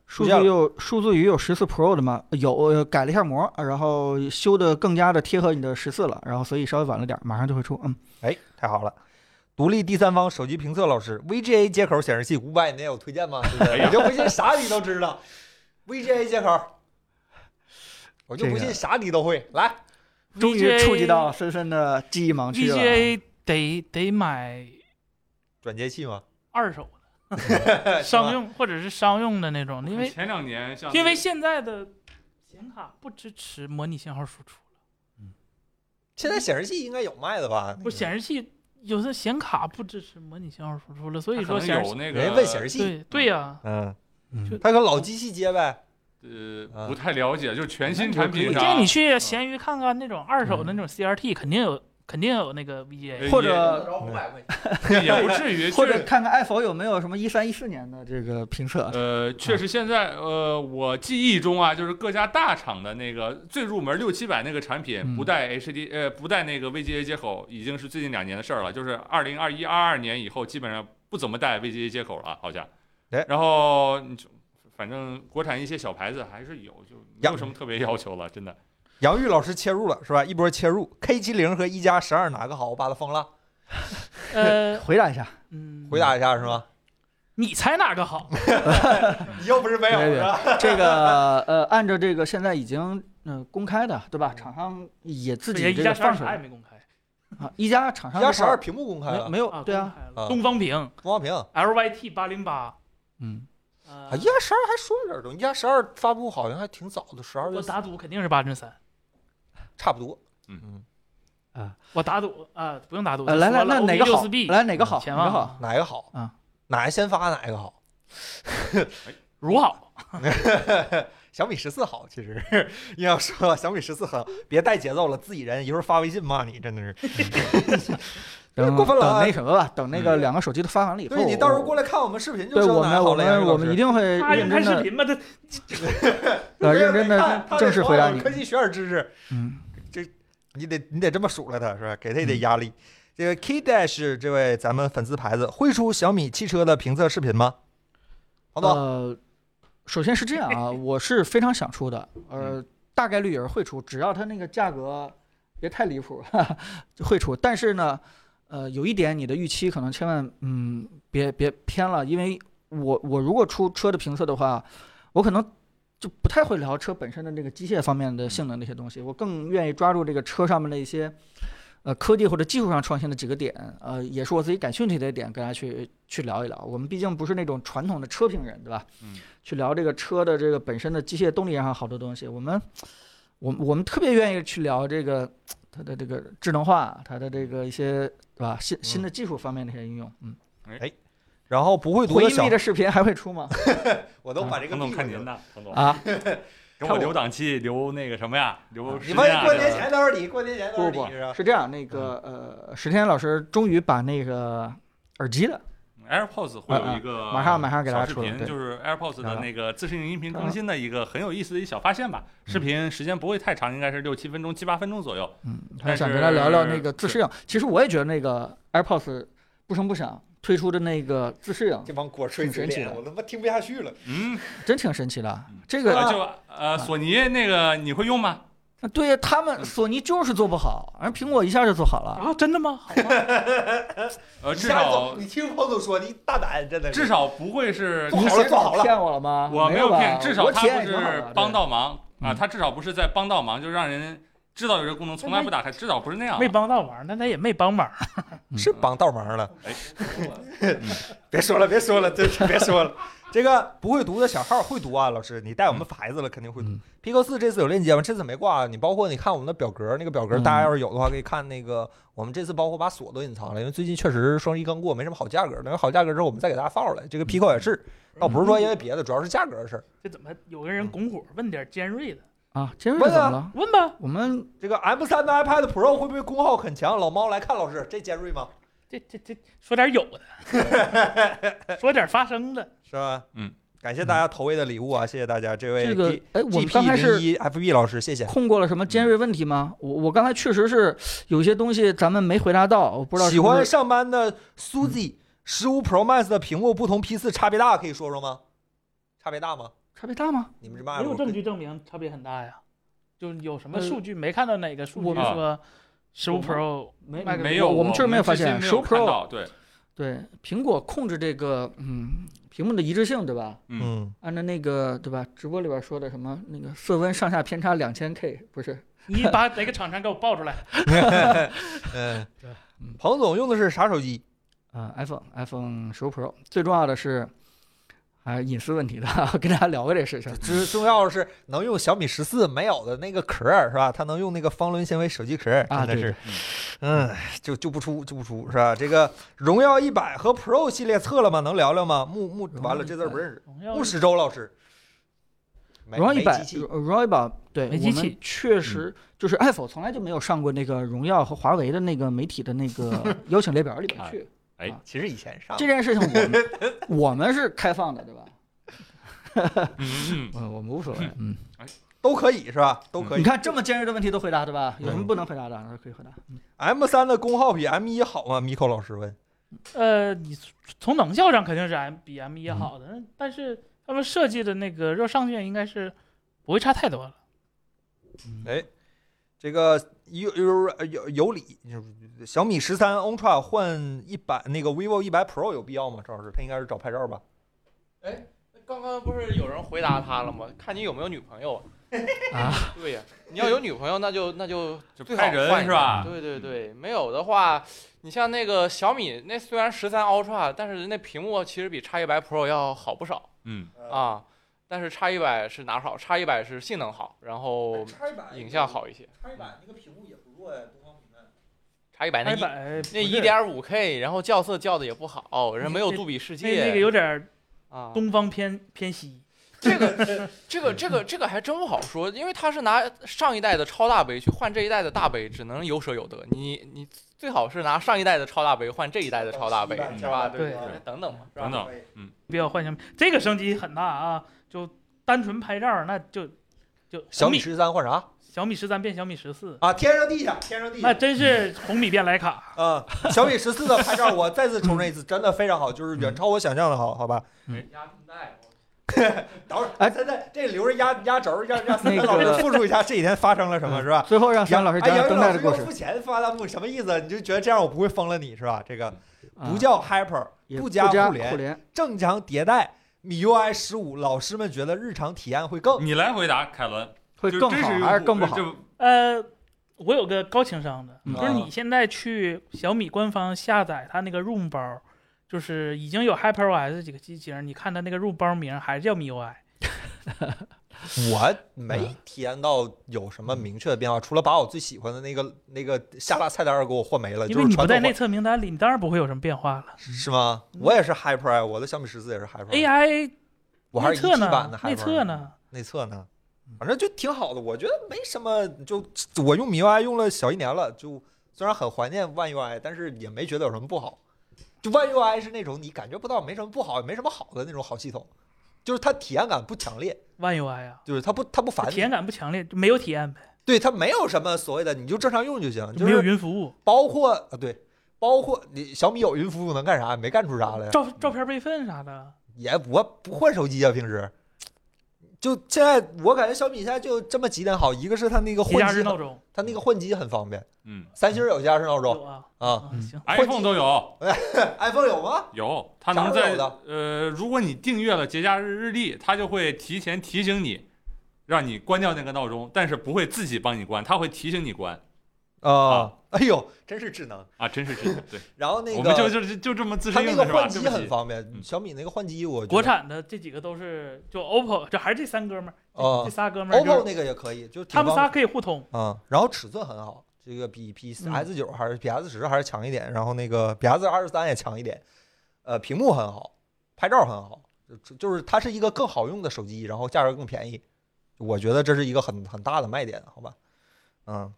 Speaker 2: 数
Speaker 1: 出现
Speaker 2: 字有数字鱼有十四 Pro 的吗？有，呃改了一下膜，然后修的更加的贴合你的十四了，然后所以稍微晚了点儿，马上就会出。嗯，
Speaker 1: 哎，太好了！独立第三方手机评测老师，VGA 接口显示器五百，你也有推荐吗？对不对
Speaker 5: 哎呀
Speaker 1: 我就不信啥你都知道，VGA 接口，我就不
Speaker 2: 这
Speaker 1: 信
Speaker 2: 个
Speaker 1: 啥你都会。来，
Speaker 2: 终于触及到深深的记忆盲区了。啊
Speaker 3: VGA 得得买
Speaker 1: 转接器吗？
Speaker 3: 二手
Speaker 1: 是吗
Speaker 3: 的 商用或者是商用的那种，因为
Speaker 5: 前两年像
Speaker 3: 因为现在的显卡不支持模拟信号输出了，
Speaker 1: 现在显示器应该有卖的吧？
Speaker 3: 不是显示器有的显卡不支持模拟信号输出了，所以
Speaker 5: 它
Speaker 3: 说
Speaker 5: 可
Speaker 3: 显示
Speaker 5: 能
Speaker 3: 器
Speaker 5: 有那
Speaker 1: 人
Speaker 5: 个
Speaker 1: 家问显示器，
Speaker 3: 对对呀，
Speaker 1: 嗯，
Speaker 2: 嗯
Speaker 1: 他和老机器接呗。
Speaker 5: 呃
Speaker 1: 啊
Speaker 5: 不太了解，就是全新
Speaker 3: 嗯
Speaker 5: 产
Speaker 3: 我
Speaker 5: 品
Speaker 3: 建议
Speaker 5: 上嗯
Speaker 3: 你去闲鱼看看那种二手的那种 CRT，肯定有肯定有那个
Speaker 5: 哎
Speaker 3: VGA。
Speaker 2: 或
Speaker 4: 能
Speaker 2: 者
Speaker 4: 找五百块钱，
Speaker 5: 也 不至于
Speaker 2: 或
Speaker 5: 就
Speaker 2: 者
Speaker 5: 是
Speaker 2: 看看 i p h o n e 有没有什么一三一四年的这个评测。
Speaker 5: 呃，确实现在呃，我记忆中啊，就是各家大厂的那个最入门六七百那个产
Speaker 2: 嗯
Speaker 5: 品，不带 HD 呃不带那个 VGA 接口，已经是最近两年的事儿了，就是二零二一二二年以后基本上不怎么带 VGA 接口了，好像
Speaker 1: 哎。
Speaker 5: 然后你就反正国产一些小牌子还是有，就没有什么特别要求了，真的。
Speaker 1: 杨玉老师切入了是吧？一波切入，K 7 0和一加十二哪个好？我把它封了，
Speaker 3: 呃，
Speaker 2: 回答一下，
Speaker 3: 嗯，
Speaker 1: 回答一下是吗？
Speaker 3: 你猜哪个好？
Speaker 1: 你又不是没有
Speaker 2: 别别
Speaker 1: 是吧？
Speaker 2: 这个呃，按照这个现在已经嗯、公开的，对吧？厂商也自己
Speaker 3: 也一
Speaker 2: 这个
Speaker 3: 加十二
Speaker 2: 放
Speaker 3: 啥
Speaker 2: 出
Speaker 3: 也
Speaker 2: 来
Speaker 3: 没公开，
Speaker 2: 啊，一加厂商
Speaker 1: 一加
Speaker 2: 这
Speaker 1: 十
Speaker 2: 块
Speaker 1: 二
Speaker 2: 儿
Speaker 1: 屏幕公开
Speaker 2: 没
Speaker 1: 了，
Speaker 2: 没有对啊，，
Speaker 1: 啊
Speaker 3: 东方屏
Speaker 1: 东方屏。
Speaker 3: LYT 八零八，
Speaker 2: 嗯，
Speaker 3: 呃
Speaker 1: 啊，一加十二还说点东，一加十二发布好像还挺早的，十二月
Speaker 3: 我打赌肯定是八阵三，
Speaker 1: 差不多。
Speaker 5: 嗯
Speaker 1: 嗯，
Speaker 3: 我打赌啊，不用打赌，
Speaker 2: 呃，来来，
Speaker 3: 那
Speaker 2: 那哪个好
Speaker 3: B？？
Speaker 2: 来哪个好？
Speaker 3: 前
Speaker 2: 哪个
Speaker 3: 望
Speaker 2: 好？
Speaker 1: 哪个好
Speaker 2: 啊？
Speaker 1: 哪个先发哪个好？
Speaker 3: 如好，
Speaker 1: 小米十四好，其实硬要说小米十四很好，别带节奏了，自己人一会儿发微信骂你，真的是。
Speaker 2: 等
Speaker 1: 过分了啊嗯
Speaker 2: 等那什么吧，等那个两个手机都发完了以后，
Speaker 1: 对你到时候
Speaker 2: 我
Speaker 1: 过来看我们视频就
Speaker 2: 对
Speaker 1: 知
Speaker 2: 我
Speaker 1: 道哪
Speaker 2: 们
Speaker 1: 个
Speaker 2: 我
Speaker 1: 好了。杨
Speaker 2: 们
Speaker 1: 宇老
Speaker 2: 我们
Speaker 1: 师
Speaker 2: 一定会
Speaker 3: 他
Speaker 2: 哎认
Speaker 3: 用看
Speaker 2: 真
Speaker 3: 视
Speaker 2: 的
Speaker 3: 频吧，他
Speaker 2: 呃
Speaker 1: 对
Speaker 2: 认真
Speaker 1: 你看
Speaker 2: 的
Speaker 1: 他这
Speaker 2: 正式回答
Speaker 1: 头
Speaker 2: 你
Speaker 1: 脑。科技学点知识，
Speaker 2: 嗯，
Speaker 1: 你得你得这么数落他是吧？给他一点压力。这个 K Dash 这位咱们粉丝牌子会出小米汽车的评测视频吗？黄总，
Speaker 2: 呃，首先是这样啊，我是非常想出的，呃，大概率也是会出，只要它那个价格别太离谱，哈哈， 就会出。但是呢，呃，有一点你的预期可能千万嗯别别偏了，因为我我如果出车的评测的话，我可能。就不太会聊车本身的那个机械方面的性能那些东西，我更愿意抓住这个车上面的一些，呃，科技或者技术上创新的几个点，呃，也是我自己感兴趣的点，跟大家去去聊一聊。我们毕竟不是那种传统的车评人，对吧？
Speaker 5: 嗯，
Speaker 2: 去聊这个车的这个本身的机械动力上好多东西，我们，我们我们特别愿意去聊这个它的这个智能化，它的这个一些对吧新
Speaker 5: 嗯
Speaker 2: 新的技术方面的一些应用。嗯，
Speaker 1: 然后不会读
Speaker 2: 回
Speaker 1: 的
Speaker 2: 忆
Speaker 1: 小
Speaker 2: 力，的视频还会出 吗？
Speaker 1: 我都把这个
Speaker 5: 啊彭总
Speaker 1: 避
Speaker 5: 看
Speaker 1: 过去
Speaker 5: 您
Speaker 1: 了。
Speaker 5: 的，彭总，
Speaker 2: 啊，
Speaker 5: 给我留档期，留那个什么呀？留时
Speaker 1: 你
Speaker 5: 间
Speaker 1: 发现
Speaker 5: 啊
Speaker 1: 过
Speaker 5: 这
Speaker 1: 年
Speaker 5: 个
Speaker 1: 前都是你，过年前都
Speaker 2: 不
Speaker 1: 是
Speaker 2: 不
Speaker 1: 你是吧？
Speaker 2: 是这样，那
Speaker 5: 嗯
Speaker 2: 个呃，石天老师终于把那个耳机的
Speaker 5: AirPods 会有一个
Speaker 2: 马上马上给大家
Speaker 5: 啊小视
Speaker 2: 出了
Speaker 5: 频，
Speaker 2: 对啊
Speaker 5: 就是 AirPods
Speaker 2: 来
Speaker 5: 的
Speaker 2: 了
Speaker 5: 那个自适应音频更新的一个很有意思的一小发现吧。视频时间不会太长，应该是六七分钟、七八分钟左右。
Speaker 2: 嗯，他
Speaker 5: 但
Speaker 2: 想
Speaker 5: 是
Speaker 2: 跟他聊聊那个自
Speaker 5: 是
Speaker 2: 适应。其实我也觉得那个 AirPods 不声不响推出的那个自适应
Speaker 1: 这帮锅吹嘴
Speaker 2: 挺神奇
Speaker 1: 脸，
Speaker 2: 的
Speaker 1: 我他妈听不下去了。
Speaker 5: 嗯，
Speaker 2: 真挺神奇的
Speaker 5: 嗯。
Speaker 2: 这
Speaker 5: 啊
Speaker 2: 个
Speaker 5: 就呃，索尼那个你会用吗？
Speaker 2: 对呀，他
Speaker 1: 嗯
Speaker 2: 们索尼就是做不好，而苹果一下就做好了。
Speaker 3: 啊，真的吗？ 好吗？
Speaker 5: 呃，
Speaker 1: 你
Speaker 5: 至
Speaker 1: 下次走
Speaker 5: 少
Speaker 1: 你听彭总说，你大胆，真的是
Speaker 5: 至少不会是
Speaker 1: 做好了做好了
Speaker 2: 骗我了吗？
Speaker 5: 我
Speaker 2: 没
Speaker 5: 有
Speaker 2: 吧
Speaker 5: 骗，至少
Speaker 2: 我
Speaker 5: 他
Speaker 2: 体验
Speaker 5: 不
Speaker 2: 也挺好
Speaker 5: 是
Speaker 2: 的
Speaker 5: 帮。到忙
Speaker 2: 对
Speaker 5: 啊，
Speaker 2: 嗯
Speaker 5: 他至少不是在帮到忙，就让人知道有这个功能，从来不打开，至少不是那样。
Speaker 3: 没帮到忙，那他也没帮忙。
Speaker 2: 嗯
Speaker 1: 是帮倒忙了。
Speaker 5: 哎
Speaker 1: 别说了，别说了，真是别说了。 这个不会读的小号会读啊，老师，你带我们牌子了，肯定会读
Speaker 2: 嗯。
Speaker 1: Pico 四这次有链接吗？这次没挂，你包括你看我们的表格，那个表格
Speaker 2: 嗯
Speaker 1: 大家要是有的话，可以看那个。我们这次包括把锁都隐藏了，因为最近确实双十一刚过，没什么好价格。等有好价格之后，我们再给大家放出来。这个 Pico 也是，倒不是说因为别的，主要是价格的事儿。
Speaker 3: 这怎么有个人拱火？问点尖锐的，
Speaker 2: 对啊，尖锐怎么了？
Speaker 3: 嗯问吧。
Speaker 2: 我们
Speaker 1: 这个 M 3的 iPad Pro 会不会功耗很强？老猫来看，老师，这尖锐吗？
Speaker 3: 这这这说点有 的，说点发生的。
Speaker 1: 是吧？
Speaker 5: 嗯，
Speaker 1: 感谢大家投喂的礼物啊，谢谢大家。这位
Speaker 2: 嗯这个
Speaker 1: G
Speaker 2: 哎，我们
Speaker 1: P
Speaker 2: 刚开
Speaker 1: 零
Speaker 2: 始
Speaker 1: 一 FB 老师，谢谢。
Speaker 2: 控过了什么尖锐问题吗？我我刚才确实是有些东西咱们没回答到，我不知道是嗯
Speaker 1: 喜
Speaker 2: 不是
Speaker 1: 欢上班的 Suzy 十五 Pro Max 的屏幕不同批次差别大，可以说说吗？差别大吗？
Speaker 2: 差别大吗？
Speaker 1: 你们这帮
Speaker 3: 没有
Speaker 1: 人
Speaker 3: 证据证明差别很大呀，就有什么
Speaker 2: 呃
Speaker 3: 数据没看到哪个数据
Speaker 2: 我
Speaker 5: 们
Speaker 3: 说十五
Speaker 2: 我们
Speaker 3: Pro
Speaker 2: 没
Speaker 3: 麦克
Speaker 5: 没有，
Speaker 2: 我们确实没有发
Speaker 5: 最
Speaker 2: 现
Speaker 5: 新没
Speaker 2: 十
Speaker 5: 有
Speaker 2: 五
Speaker 5: 看
Speaker 2: Pro
Speaker 5: 到，对，
Speaker 2: 对苹果控制这个嗯屏幕的一致性对吧？
Speaker 1: 嗯，
Speaker 2: 按照那个对吧？直播里边说的什么那个色温上下偏差两千 K 不是？
Speaker 3: 你把哪个厂商给我报出 来？
Speaker 1: 嗯，彭总用的是啥手机？
Speaker 2: 啊、i p h o n e iPhone 十五 Pro 最重要的是，还是隐私问题的，跟大家聊过这事情。
Speaker 1: 最重要的是能用小米十四没有的那个壳儿是吧？它能用那个方纶纤维手机壳儿，
Speaker 2: 啊
Speaker 1: 真的
Speaker 2: 对
Speaker 1: 是，嗯，就就不出就不出是吧？这个荣耀一百和 Pro 系列测了吗？能聊聊吗？木木
Speaker 2: 荣耀
Speaker 1: 完了这字儿不认识，
Speaker 3: 荣耀
Speaker 1: 木石周老师，没
Speaker 2: 荣耀一
Speaker 1: 没
Speaker 2: 百
Speaker 1: 机器，嗯
Speaker 2: 荣耀一百，对，
Speaker 3: 没
Speaker 2: 我
Speaker 3: 机器
Speaker 2: 们确实就是 Apple 从来就没有上过那个荣耀和华为的那个媒体的 那个邀请列表里边去。
Speaker 1: 其实以前上
Speaker 2: 这件事情我们我们是开放的，对吧？
Speaker 5: 嗯嗯，
Speaker 2: 嗯，我们无所谓。嗯，
Speaker 1: 都可以是吧？都可以
Speaker 2: 你。看这么尖锐的问题都回答对吧？有什么
Speaker 1: 嗯
Speaker 2: 不能回答的？可以回答。
Speaker 1: M 3的功耗比 M 1好吗？Miko 老师问。
Speaker 3: 呃，你从能效上肯定是 M 比 M 一好的，但是他们设计的那个热上限应该是不会差太多了。
Speaker 1: 这个有有有有理，小米十三 Ultra 换一百那个 vivo 一百 Pro 有必要吗？赵老师，他应该是找拍照吧？
Speaker 6: 刚刚不是有人回答他了吗？看你有没有女朋友。
Speaker 2: 啊，
Speaker 6: 对呀，你要有女朋友，那就那就
Speaker 5: 就
Speaker 6: 最好
Speaker 5: 看
Speaker 6: 换
Speaker 5: 人
Speaker 6: 一
Speaker 5: 是
Speaker 6: 个
Speaker 5: 吧？
Speaker 6: 对
Speaker 1: 嗯
Speaker 6: 对对，没有的话，你像那个小米，那虽然十三 Ultra，但是那屏幕其实比叉一百 Pro 要好不少
Speaker 5: 嗯，
Speaker 6: 啊。但是叉一百是哪儿好？叉一百是性能好，然后
Speaker 1: 呃叉一百
Speaker 6: 影像，好一些。
Speaker 1: 叉一百那个屏幕也不弱呀，东方明暗。
Speaker 6: 叉一百那
Speaker 3: 哎一
Speaker 6: 一
Speaker 3: 百
Speaker 6: 那一点五 K，然后校色校的也不好，人没有杜比世
Speaker 3: 那那个
Speaker 6: 界
Speaker 3: 有点儿
Speaker 6: 啊。
Speaker 3: 东方偏偏西，
Speaker 6: 这个这个这个这个还真不好说，因为他是拿上一代的超大杯去换这一代的大杯，只能有舍有得。你你最好是拿上一代的超大杯换这一代的超大杯，
Speaker 1: 嗯
Speaker 6: 是吧？
Speaker 3: 对
Speaker 6: 对对，等等嘛，是吧
Speaker 5: 等等，
Speaker 3: 不要幻想这个升级很大啊！就单纯拍照，那就就
Speaker 1: 小
Speaker 3: 红
Speaker 1: 米十三换啥
Speaker 3: 小米十三变小米十四，
Speaker 1: 啊？天上地下，天上地
Speaker 3: 那
Speaker 1: 下。
Speaker 3: 真是红米变徕卡。
Speaker 1: 啊，小米十四的拍照，我再次重申一次，真的非常好，就是远超我想象的好，好吧？
Speaker 6: 人家自带
Speaker 1: 等会儿，
Speaker 2: 哎
Speaker 1: 现在这留着压压轴，让让三
Speaker 2: 那
Speaker 1: 三
Speaker 2: 个
Speaker 1: 老师复述一下这几天发生了什
Speaker 6: 嗯
Speaker 1: 么，是吧？
Speaker 2: 嗯最后 让三老师
Speaker 1: 哎
Speaker 2: 讲
Speaker 1: 杨
Speaker 2: 讲
Speaker 1: 宇
Speaker 2: 灯带
Speaker 1: 老
Speaker 2: 的
Speaker 1: 师
Speaker 2: 故
Speaker 1: 要
Speaker 2: 事
Speaker 1: 付。钱发弹幕，什么意思？你就觉得这样我不会封了你是吧？这个
Speaker 2: 啊
Speaker 1: 不叫 Hyper，
Speaker 2: 也
Speaker 1: 不
Speaker 2: 不
Speaker 1: 加互
Speaker 2: 互
Speaker 1: 联
Speaker 2: 联，
Speaker 1: 正常迭代。MIUI 十五，老师们觉得日常体验会更
Speaker 5: 你来回答凯伦，
Speaker 2: 会
Speaker 5: 就
Speaker 2: 更
Speaker 5: 真
Speaker 2: 好
Speaker 5: 实用户
Speaker 2: 还是更不好
Speaker 5: 这？这
Speaker 3: 呃，我有个高情商的，
Speaker 2: 嗯
Speaker 1: 啊
Speaker 3: 就是你现在去小米官方下载它那个 Room 包，就是已经有 HyperOS 几个机型，你看它那个 Room 包名还是叫 MIUI，
Speaker 1: 我
Speaker 3: 嗯
Speaker 1: 没体验到有什么明确的变化，除了把我最喜欢的那个那个下拉菜单给我换没了，呃
Speaker 3: 因
Speaker 1: 就
Speaker 3: 为
Speaker 1: 是
Speaker 3: 你不
Speaker 1: 传
Speaker 3: 在嗯
Speaker 1: 统啊
Speaker 3: 内测名单里，你当然不会有什么变化了。
Speaker 1: 是吗？我也是 Hyper，啊我的小米十四也是 Hyper，
Speaker 3: 哎 AI
Speaker 1: 我还
Speaker 3: 内
Speaker 1: 是一
Speaker 3: 测
Speaker 1: T 版的
Speaker 3: 呢？
Speaker 1: Hyper，
Speaker 3: 内测呢？嗯
Speaker 1: 内测呢，反正就挺好的，我觉得没什么。就我用 MIUI 用了小一年了，就虽然很怀念 One UI，但是也没觉得有什么不好。就 One UI 是那种你感觉不到没什么不好，也没什么好的那种好系统，就是它体验感不强烈，
Speaker 3: 万 UI 啊，
Speaker 1: 就是它不它不烦
Speaker 3: 体
Speaker 1: 你
Speaker 3: 验，感不强烈，没有体验呗，
Speaker 1: 对它没有什么所谓的，你就正常用就行。
Speaker 3: 就
Speaker 1: 就
Speaker 3: 没有
Speaker 1: 是
Speaker 3: 云服务，
Speaker 1: 包括啊对，包括你小米有云服务能干啥？没干出啥来。
Speaker 3: 照照片备份啥的，
Speaker 1: 也我不换手机啊，平时。就现在，我感觉小米现在就这么几点好，一个是它那个
Speaker 3: 节假
Speaker 1: 换
Speaker 3: 日
Speaker 1: 机
Speaker 3: 闹
Speaker 1: 很，
Speaker 3: 钟
Speaker 1: 它那个换机很方便。
Speaker 5: 嗯
Speaker 1: 三星有加热闹
Speaker 3: 有
Speaker 1: 钟
Speaker 3: 啊
Speaker 1: 啊
Speaker 3: 啊
Speaker 2: 嗯
Speaker 3: 行，
Speaker 1: 换机
Speaker 5: ，iPhone 都有
Speaker 1: ，iPhone 有吗？
Speaker 5: 有，它
Speaker 1: 啥
Speaker 5: 能
Speaker 1: 时候
Speaker 5: 在
Speaker 1: 有的
Speaker 5: 呃，如果你订阅了节假日日历，它就会提前提醒你，让你关掉那个闹钟，但是不会自己帮你关，它会提醒你关
Speaker 1: 啊，哎呦，真是智能。
Speaker 5: 啊，真是真的，对，
Speaker 1: 然后那
Speaker 5: 我们就
Speaker 1: 个
Speaker 5: 就就就这么自
Speaker 1: 它
Speaker 5: 身
Speaker 1: 那
Speaker 5: 用
Speaker 1: 个
Speaker 5: 的是吧？
Speaker 1: 换
Speaker 5: 对
Speaker 1: 机
Speaker 5: 不
Speaker 1: 很
Speaker 5: 起，
Speaker 1: 方便，
Speaker 5: 嗯
Speaker 1: 小米那个换机我
Speaker 3: 国
Speaker 1: 觉得
Speaker 3: 产的这几个都是就 OPPO，这还是这三哥们儿，
Speaker 1: 哦
Speaker 3: 这仨哥们儿就是
Speaker 1: ，OPPO 那个也可以，就是
Speaker 3: 他们仨
Speaker 1: 啊
Speaker 3: 可以互通，，
Speaker 1: 嗯然后尺寸很好，这个比 P
Speaker 3: 嗯
Speaker 1: S 九还是比 S 十还是强一点，然后那个比 S 二十三也强一点，呃，屏幕很好，拍照很好，就就是它是一个更好用的手机，然后价格更便宜，我觉得这是一个很很大的卖点，好吧？嗯，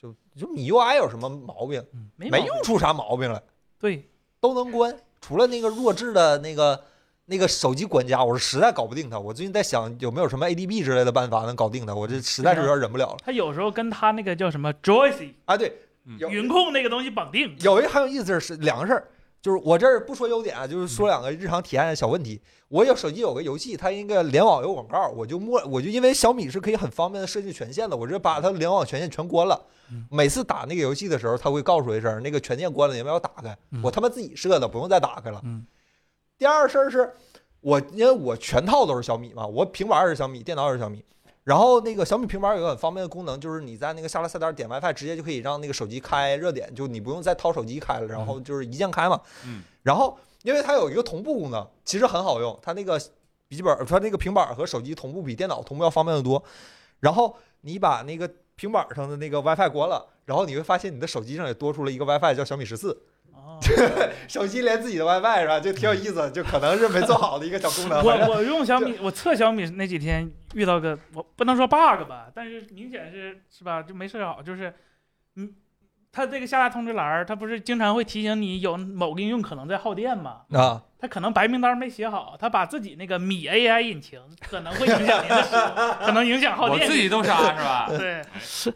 Speaker 1: 就就米 UI 有什么毛病？
Speaker 3: 没
Speaker 1: 没
Speaker 3: 毛病
Speaker 1: 用出啥毛病来，
Speaker 3: 对，
Speaker 1: 都能关，除了那个弱智的那个那个手机管家，我是实在搞不定它。我最近在想有没有什么 ADB 之类的办法能搞定它，我这实在是有点忍不了了。
Speaker 3: 他有时候跟他那个叫什么 Joyce
Speaker 1: 啊，对，
Speaker 5: 嗯
Speaker 1: 有
Speaker 3: 云控那个东西绑定，
Speaker 1: 有一个很有意思的是两个事儿，就是我这儿不说优点啊，就是说两个日常体验的小问题。我有手机有个游戏，它那个联网有广告，我就默我就因为小米是可以很方便的设计权限的，我这把它联网权限全关了。
Speaker 2: 嗯
Speaker 1: 每次打那个游戏的时候，它会告诉我一声那个权限关了，你们要打开。
Speaker 2: 嗯
Speaker 1: 我他妈自己设的，不用再打开了。
Speaker 2: 嗯
Speaker 1: 第二事儿是我因为我全套都是小米嘛，我平板儿也是小米，电脑也是小米。然后那个小米平板儿有个很方便的功能，就是你在那个下拉菜单点 WiFi，直接就可以让那个手机开热点，就你不用再掏手机开了，然后就是一键开嘛。
Speaker 5: 嗯。
Speaker 1: 然后因为它有一个同步功能，其实很好用，它那个笔记本儿，它那个平板儿和手机同步比电脑同步要方便得多。然后你把那个平板儿上的那个 WiFi 关了，然后你会发现你的手机上也多出了一个 WiFi，叫小米十四。
Speaker 3: 哦，
Speaker 1: 手机连自己的 WiFi 是吧？就挺有意思，就可能是没做好的一个小功能。反正
Speaker 3: 我我用小米，我测小米那几天遇到个，我不能说 bug 吧，但是明显是是吧，就没设好，就是，嗯，它这个下拉通知栏儿，它不是经常会提醒你有某个应用可能在耗电吗？
Speaker 1: 啊，
Speaker 3: 它可能白名单没写好，它把自己那个米 AI 引擎可能会影响您的 使用，可能影响耗
Speaker 5: 我
Speaker 3: 电。
Speaker 5: 自己都啥是吧？
Speaker 3: 对，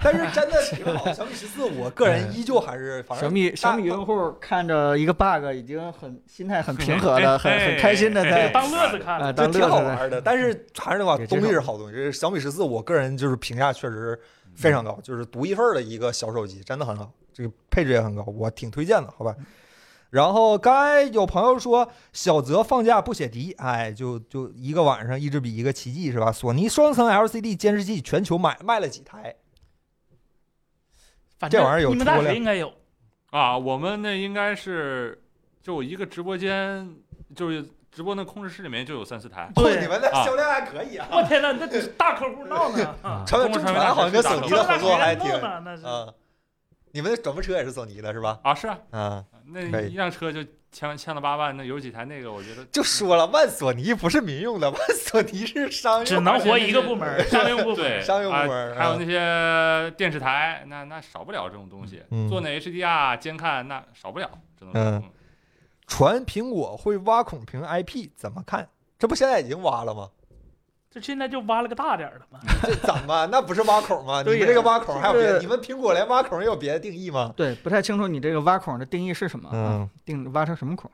Speaker 1: 但是真的挺好。 小米十四，我个人依旧还是反
Speaker 2: 小
Speaker 1: 正
Speaker 2: 米小米用户看着一个 bug，已经很心态很平和
Speaker 5: 哎
Speaker 2: 了，很很开心的
Speaker 5: 哎
Speaker 2: 在
Speaker 5: 哎
Speaker 3: 当乐子看
Speaker 2: 啊
Speaker 3: 了。
Speaker 1: 就
Speaker 2: 当
Speaker 1: 挺好
Speaker 2: 乐子
Speaker 1: 玩的。但是还是那话，
Speaker 2: 也
Speaker 1: 东
Speaker 2: 真
Speaker 1: 西是好东西。这小米十四，我个人就是评价确实非常高，就是独一份儿的一个小手机，真的很好，这个配置也很高，我挺推荐的，好吧？然后刚才有朋友说小泽放假不写题，哎，就就一个晚上一支笔一个奇迹是吧？索尼双层 LCD 监视器全球买卖了几台？
Speaker 3: 反
Speaker 1: 这
Speaker 3: 正
Speaker 1: 玩意儿有
Speaker 3: 你们大
Speaker 1: 出
Speaker 3: 学
Speaker 1: 量
Speaker 3: 应该有，
Speaker 5: 啊，我们那应该是就一个直播间，就是直播那控制室里面就有三四台。
Speaker 3: 对
Speaker 1: 哦 你们的
Speaker 5: 啊
Speaker 1: 销量还可以啊。
Speaker 3: 我天哪，那这大客户闹 呢，啊
Speaker 1: 成
Speaker 5: 中
Speaker 1: 中传
Speaker 5: 国传媒大学
Speaker 1: 好像跟索尼的合作还挺
Speaker 3: 闹呢，那是
Speaker 1: 嗯，你们的转播车也是索尼的是吧？
Speaker 5: 啊，是啊，
Speaker 1: 嗯，
Speaker 5: 那
Speaker 1: 可以
Speaker 5: 一辆车就欠欠了八万，那有几台那个我觉得
Speaker 1: 就说了，万索尼不是民用的，万索尼是商用的，
Speaker 3: 只能活一个部门儿， 商用部门
Speaker 5: 对
Speaker 3: 儿。
Speaker 1: 商用部门儿
Speaker 5: 啊，还有那些电视台，那那少不了这种东西
Speaker 1: 嗯。
Speaker 5: 做那 HDR 监看那少不了，只能说
Speaker 1: 嗯传苹果会挖孔屏 IP 怎么看？这不现在已经挖了吗？
Speaker 3: 这现在就挖了个大点儿的嘛。
Speaker 1: 这怎么那不是挖孔吗？你
Speaker 2: 对呀
Speaker 1: 们这个挖孔还有别
Speaker 2: 这
Speaker 1: 的？
Speaker 2: 个
Speaker 1: 你们苹果连挖孔也有别的定义吗？
Speaker 2: 对，不太清楚你这个挖孔的定义是什么啊？
Speaker 1: 嗯，
Speaker 2: 定挖成什么孔？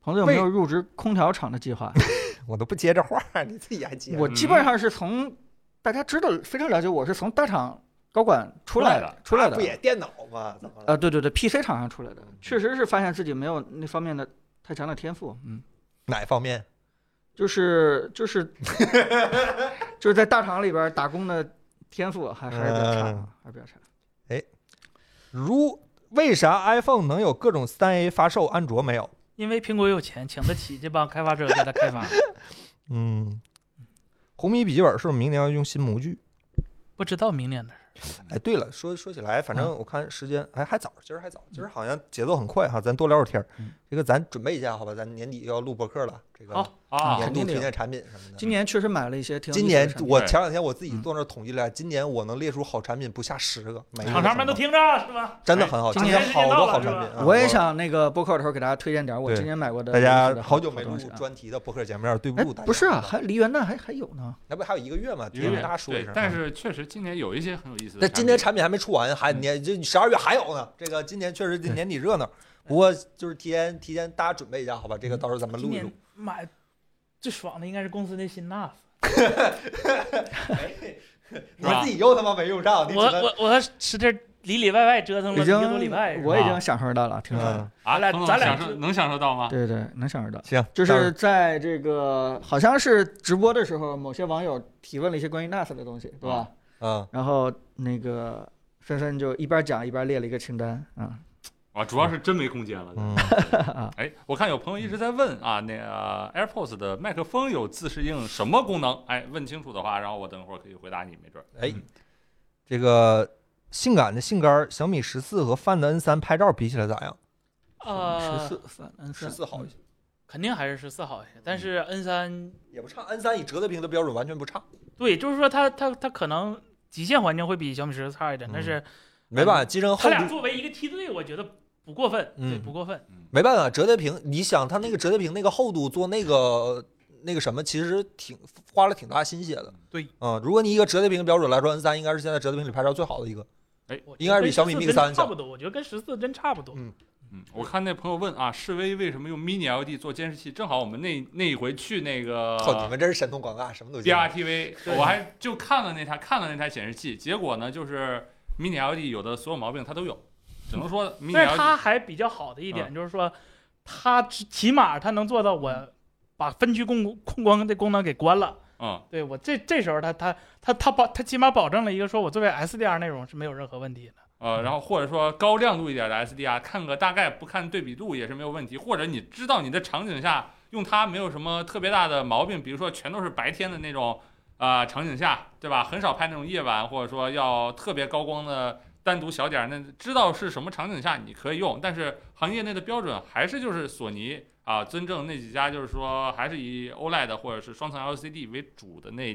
Speaker 2: 彭总有没有入职空调厂的计划？
Speaker 1: 我都不接这话，你自己还接。
Speaker 2: 我基本上是从大家知道非常了解，我是从大厂高管出来的，出来
Speaker 1: 啊那不也
Speaker 2: 的。
Speaker 1: 电脑吗？怎么了？
Speaker 2: 啊，对对对，PC 厂商出来的，确实是发现自己没有那方面的太强的天赋。嗯，
Speaker 1: 哪方面？
Speaker 2: 就是就是 就是在大厂里边打工的天赋还还是比较差
Speaker 1: 嗯
Speaker 2: 啊，还是比较差。
Speaker 1: 如为啥 iPhone 能有各种三 A 发售，安卓没有？
Speaker 3: 因为苹果有钱，请得起这帮开发者给 他开发。
Speaker 1: 嗯，红米笔记本是不是明年要用新模具？
Speaker 3: 不知道明年的事儿，
Speaker 1: 哎，对了，说说起来，反正我看时间，哎，还早，今儿还早，今儿好像节奏很快哈，咱多聊会儿天儿
Speaker 3: 嗯。
Speaker 1: 这个咱准备一下，好吧？咱年底要录播客了，这个
Speaker 3: 好
Speaker 5: 啊
Speaker 2: 嗯
Speaker 1: 年
Speaker 2: 肯
Speaker 1: 度
Speaker 2: 定得
Speaker 1: 推
Speaker 2: 有
Speaker 1: 荐产品什么的。
Speaker 2: 今年确实买了一些挺有
Speaker 1: 今
Speaker 2: 意思的
Speaker 1: 年
Speaker 2: 产品。
Speaker 1: 我
Speaker 5: 对
Speaker 1: 前两天我自己
Speaker 2: 嗯
Speaker 1: 坐那儿统计了，今年我能列出好产品不下十个，每一个
Speaker 3: 厂商们都
Speaker 1: 很好
Speaker 3: 听着是吧？哎
Speaker 1: 真的很好，
Speaker 3: 今
Speaker 1: 今
Speaker 3: 年时间
Speaker 1: 好
Speaker 3: 到
Speaker 1: 多
Speaker 3: 了
Speaker 1: 好
Speaker 3: 是
Speaker 1: 产
Speaker 3: 吧
Speaker 1: 品啊。
Speaker 2: 我也想那个播客的时候给大家推荐点儿我
Speaker 1: 对
Speaker 2: 今年买过的
Speaker 1: 大
Speaker 2: 有意思
Speaker 1: 家
Speaker 2: 的
Speaker 1: 好久没录
Speaker 2: 东西啊
Speaker 1: 专题的播客节目，对不
Speaker 2: 哎
Speaker 1: 住大家。
Speaker 2: 不是啊，还离元旦还还有呢。
Speaker 1: 那不还有一个月吗？
Speaker 5: 一
Speaker 1: 提
Speaker 5: 个
Speaker 1: 前
Speaker 5: 月
Speaker 1: 跟大家说一
Speaker 5: 对
Speaker 1: 声啊。
Speaker 5: 但是确实今年有一些很有意思的
Speaker 1: 那
Speaker 5: 产品。
Speaker 1: 今年产品还没出完，还
Speaker 2: 嗯
Speaker 1: 年这十二月还有呢。这个今年确实这
Speaker 2: 对
Speaker 1: 年底热闹，不过就是提前提前大家准备一下，好吧？这个到时候咱们
Speaker 3: 今
Speaker 1: 录一录
Speaker 3: 年。买最爽的应该是公司那新 NAS，
Speaker 1: 你自己又他妈没用上，你
Speaker 3: 我
Speaker 1: 只能
Speaker 3: 我我和石头里里外外折腾了
Speaker 2: 已
Speaker 3: 一个
Speaker 2: 经
Speaker 3: 多礼拜，是吧
Speaker 2: 我已经享受到了，挺爽的。
Speaker 1: 嗯，
Speaker 5: 啊，
Speaker 3: 咱俩
Speaker 5: 彭总
Speaker 3: 咱俩
Speaker 5: 享
Speaker 3: 是
Speaker 5: 受能享受到吗？
Speaker 2: 对对，能享受到。
Speaker 1: 行，
Speaker 2: 就
Speaker 1: 到时候
Speaker 2: 是在这个好像是直播的时候，某些网友提问了一些关于 NAS 的东西，对吧？
Speaker 1: 嗯，
Speaker 2: 然后那个深深就一边讲一边列了一个清单啊。
Speaker 5: 啊，主要是真没空间了。
Speaker 1: 嗯
Speaker 5: 哎，我看有朋友一直在问啊，那个 AirPods 的麦克风有自适应什么功能？哎，问清楚的话，然后我等会儿可以回答你，没准儿。
Speaker 1: 哎
Speaker 5: 嗯，
Speaker 1: 这个性感的性杆儿，小米十四和 Find N 三拍照比起来咋样？
Speaker 3: 呃
Speaker 2: 14三 N
Speaker 1: 十四好一些，
Speaker 3: 肯定还是十四好一些，
Speaker 2: 嗯
Speaker 3: 但是 N 三
Speaker 1: 也不差。N 三以折叠屏的标准完全不差，
Speaker 3: 对，就是说它它它可能极限环境会比小米十四差一
Speaker 2: 嗯
Speaker 3: 点，但是
Speaker 1: 没办法，机身
Speaker 3: 它
Speaker 1: 厚
Speaker 3: 俩
Speaker 1: 度。
Speaker 3: 作为一个梯队，我觉得不过分，
Speaker 1: 嗯
Speaker 3: 对，不过分。
Speaker 1: 没办法，折叠屏，你想它那个折叠屏那个厚度做那个那个什么，其实挺花了挺大心血的。
Speaker 3: 对，
Speaker 1: 嗯，如果你一个折叠屏标准来说，N 三应该是现在折叠屏里拍照最好的一个。
Speaker 3: 我觉得
Speaker 1: 应该是比
Speaker 3: 跟
Speaker 1: 小米
Speaker 3: 14
Speaker 1: Mix
Speaker 3: 真
Speaker 1: 三
Speaker 3: 差
Speaker 1: 小
Speaker 3: 不多，我觉得跟十四真差不多
Speaker 1: 嗯。
Speaker 5: 嗯，我看那朋友问啊，示威为什么用 Mini LED 做监视器？正好我们那那一回去那个
Speaker 3: 啊
Speaker 1: 靠，你们真是神通广大，什么都见
Speaker 5: B
Speaker 1: 过。
Speaker 5: R T V，我还就看了那台看了那台显示器，结果呢，就是 Mini L E D 有的所有毛病它都有，只能说 Mini
Speaker 3: 但是
Speaker 5: L E
Speaker 3: 它
Speaker 5: D
Speaker 3: 还比较好的一
Speaker 1: 嗯
Speaker 3: 点就是说，它只起码它能做到我把分区控控光的功能给关了。
Speaker 5: 嗯
Speaker 3: 对我这这时候它它它它保它起码保证了一个说我作为 SDR 内容是没有任何问题的。
Speaker 5: 呃，然后或者说高亮度一点的 S D R，看个大概不看对比度也是没有问题，或者你知道你的场景下用它没有什么特别大的毛病，比如说全都是白天的那种啊、呃场景下，对吧？很少拍那种夜晚，或者说要特别高光的。单独小点儿，那知道是什么场景下你可以用，但是行业内的标准还是就是索尼啊，尊正那几家，就是说还是以 OLED 或者是双层 LCD 为主的那，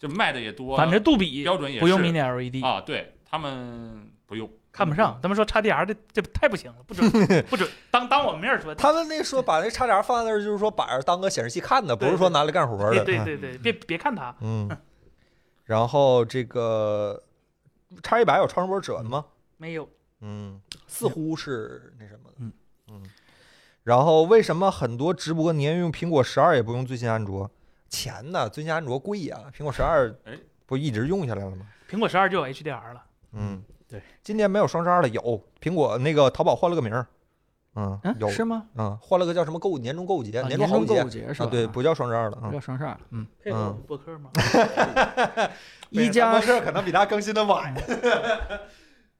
Speaker 5: 就卖的也多，
Speaker 3: 反正杜比
Speaker 5: 标准也是
Speaker 3: 不用 Mini LED，、
Speaker 5: 啊，嗯对他们不用，
Speaker 3: 看不上。他们说 XDR 这这太不行了，不准不准，当当我们面儿说。
Speaker 1: 他们那说把那插夹放在那儿，就是说摆着当个显示器看的，不
Speaker 3: 对
Speaker 1: 是说拿来干活
Speaker 3: 对
Speaker 1: 的。啊
Speaker 3: 对对对，别别看它，
Speaker 1: 嗯。然后这个叉一百有超声波指纹吗？
Speaker 3: 没有
Speaker 1: 嗯，似乎是那什么的。
Speaker 2: 嗯
Speaker 1: 嗯然后为什么很多直播宁愿用苹果十二也不用最新安卓？钱呢？最新安卓贵呀、苹果十二
Speaker 5: 哎
Speaker 1: 不一直用下来了吗？
Speaker 3: 苹果十二就有 HDR 了。
Speaker 1: 嗯，
Speaker 2: 对。
Speaker 1: 今年没有双十二了，有苹果那个淘宝换了个名儿，嗯，有
Speaker 2: 嗯，是吗？
Speaker 1: 嗯，换了个叫什么购物年终购物节，
Speaker 2: 啊
Speaker 1: 终好物
Speaker 2: 购
Speaker 1: 节
Speaker 2: 物节是
Speaker 1: 啊，
Speaker 2: 吧？
Speaker 1: 对，
Speaker 2: 啊
Speaker 1: 不叫双十二了，
Speaker 2: 不
Speaker 1: 嗯
Speaker 2: 叫，双十二，嗯，
Speaker 3: 配合我
Speaker 1: 嗯
Speaker 3: 们播 客吗？
Speaker 2: 一
Speaker 1: 播
Speaker 2: 加
Speaker 1: 客可能比他更新的晚，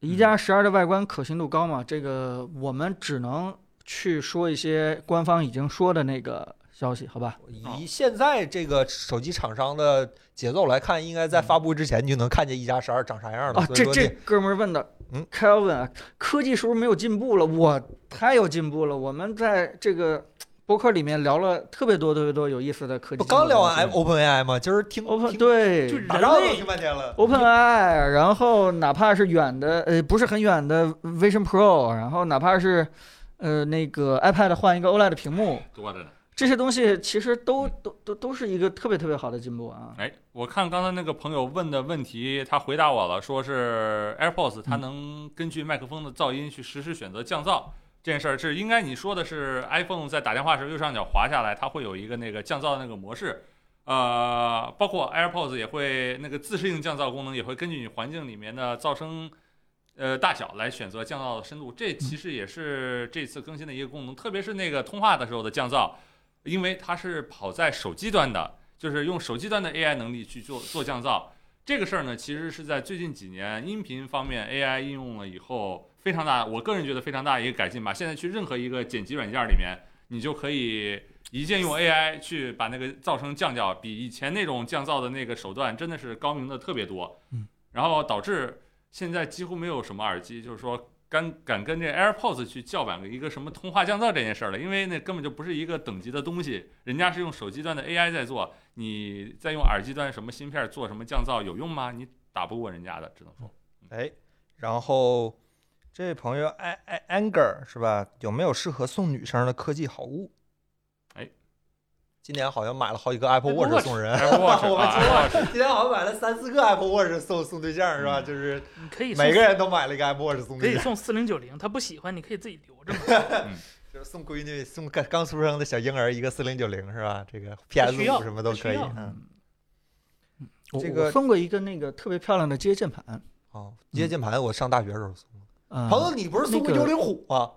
Speaker 2: 一加十二的外观可信度高吗？这个我们只能去说一些官方已经说的那个消息，好吧？
Speaker 1: 哦以现在这个手机厂商的节奏来看，应该在发布之前你就能看见一加十二长啥样了。
Speaker 2: 啊，
Speaker 1: 所以
Speaker 2: 这
Speaker 1: 说
Speaker 2: 这
Speaker 1: 你
Speaker 2: 哥们儿问的，
Speaker 1: 嗯
Speaker 2: ，Kelvin，啊科技是不是没有进步了？我太有进步了，我们在这个博客里面聊了特别多特别多有意思的科技
Speaker 1: 不
Speaker 2: 进步的
Speaker 1: 刚
Speaker 2: 东西。
Speaker 1: 聊完 OpenAI 吗？今儿听
Speaker 2: Open
Speaker 1: 听
Speaker 2: 对
Speaker 3: 就人
Speaker 1: 打仗都
Speaker 3: 类
Speaker 1: 听半天了。
Speaker 2: OpenAI，然后哪怕是远的，呃，不是很远的 Vision Pro，然后哪怕是，呃，那个 iPad 换一个 OLED 屏幕，
Speaker 5: 多着呢。
Speaker 2: 这些东西其实都都都都是一个特别特别好的进步啊。
Speaker 5: 哎，我看刚才那个朋友问的问题，他回答我了，说是 AirPods 它能根据麦克风的噪音去实时选择降噪。这件事儿是应该你说的是 iPhone 在打电话时候右上角滑下来，它会有一个那个降噪的那个模式，呃，包括 AirPods 也会那个自适应降噪功能也会根据你环境里面的噪声，呃大小来选择降噪的深度。这其实也是这次更新的一个功能，特别是那个通话的时候的降噪，因为它是跑在手机端的，就是用手机端的 AI 能力去做做降噪。这个事儿呢，其实是在最近几年音频方面 AI 应用了以后非常大，我个人觉得非常大一个改进吧。现在去任何一个剪辑软件里面，你就可以一键用 AI 去把那个噪声降掉，比以前那种降噪的那个手段真的是高明的特别多。
Speaker 2: 嗯，
Speaker 5: 然后导致现在几乎没有什么耳机，就是说敢敢跟这 AirPods 去叫板一个什么通话降噪这件事儿了，因为那根本就不是一个等级的东西，人家是用手机端的 AI 在做，你在用耳机端什么芯片做什么降噪有用吗？你打不过人家的，只能 说
Speaker 1: 哎，然后这位朋友 a a anger 是吧？有没有适合送女生的科技好物？
Speaker 5: 哎，
Speaker 1: 今年好像买了好几个 Apple
Speaker 5: Apple
Speaker 1: Watch 送
Speaker 2: 哎
Speaker 1: 人。
Speaker 5: Apple Watch
Speaker 1: 我们
Speaker 5: 啊
Speaker 1: 今天
Speaker 5: Apple Watch
Speaker 1: 今天好像买了三四个 Apple Watch 送送对象是吧？
Speaker 5: 嗯
Speaker 1: 就是
Speaker 3: 你可以送
Speaker 1: 每个人都买了一个 Apple Watch 送
Speaker 3: 可
Speaker 1: 对
Speaker 3: 以
Speaker 1: 象，
Speaker 3: 送四零九零，他不喜欢你可以自己留着 嘛，
Speaker 1: 就是送闺女、送刚刚出生的小婴儿一个四零九零是吧？这个
Speaker 3: 需要
Speaker 1: PS 五什么都
Speaker 3: 不需
Speaker 1: 可以。
Speaker 3: 要
Speaker 1: 嗯，
Speaker 2: 嗯我
Speaker 1: 这个
Speaker 2: 我送过一个那个特别漂亮的接键盘，
Speaker 1: 哦，接键盘我上大学时候送
Speaker 3: 嗯
Speaker 1: 的。
Speaker 2: 啊、
Speaker 1: 朋友，你不是送过
Speaker 2: 那个
Speaker 1: 幽灵虎吗？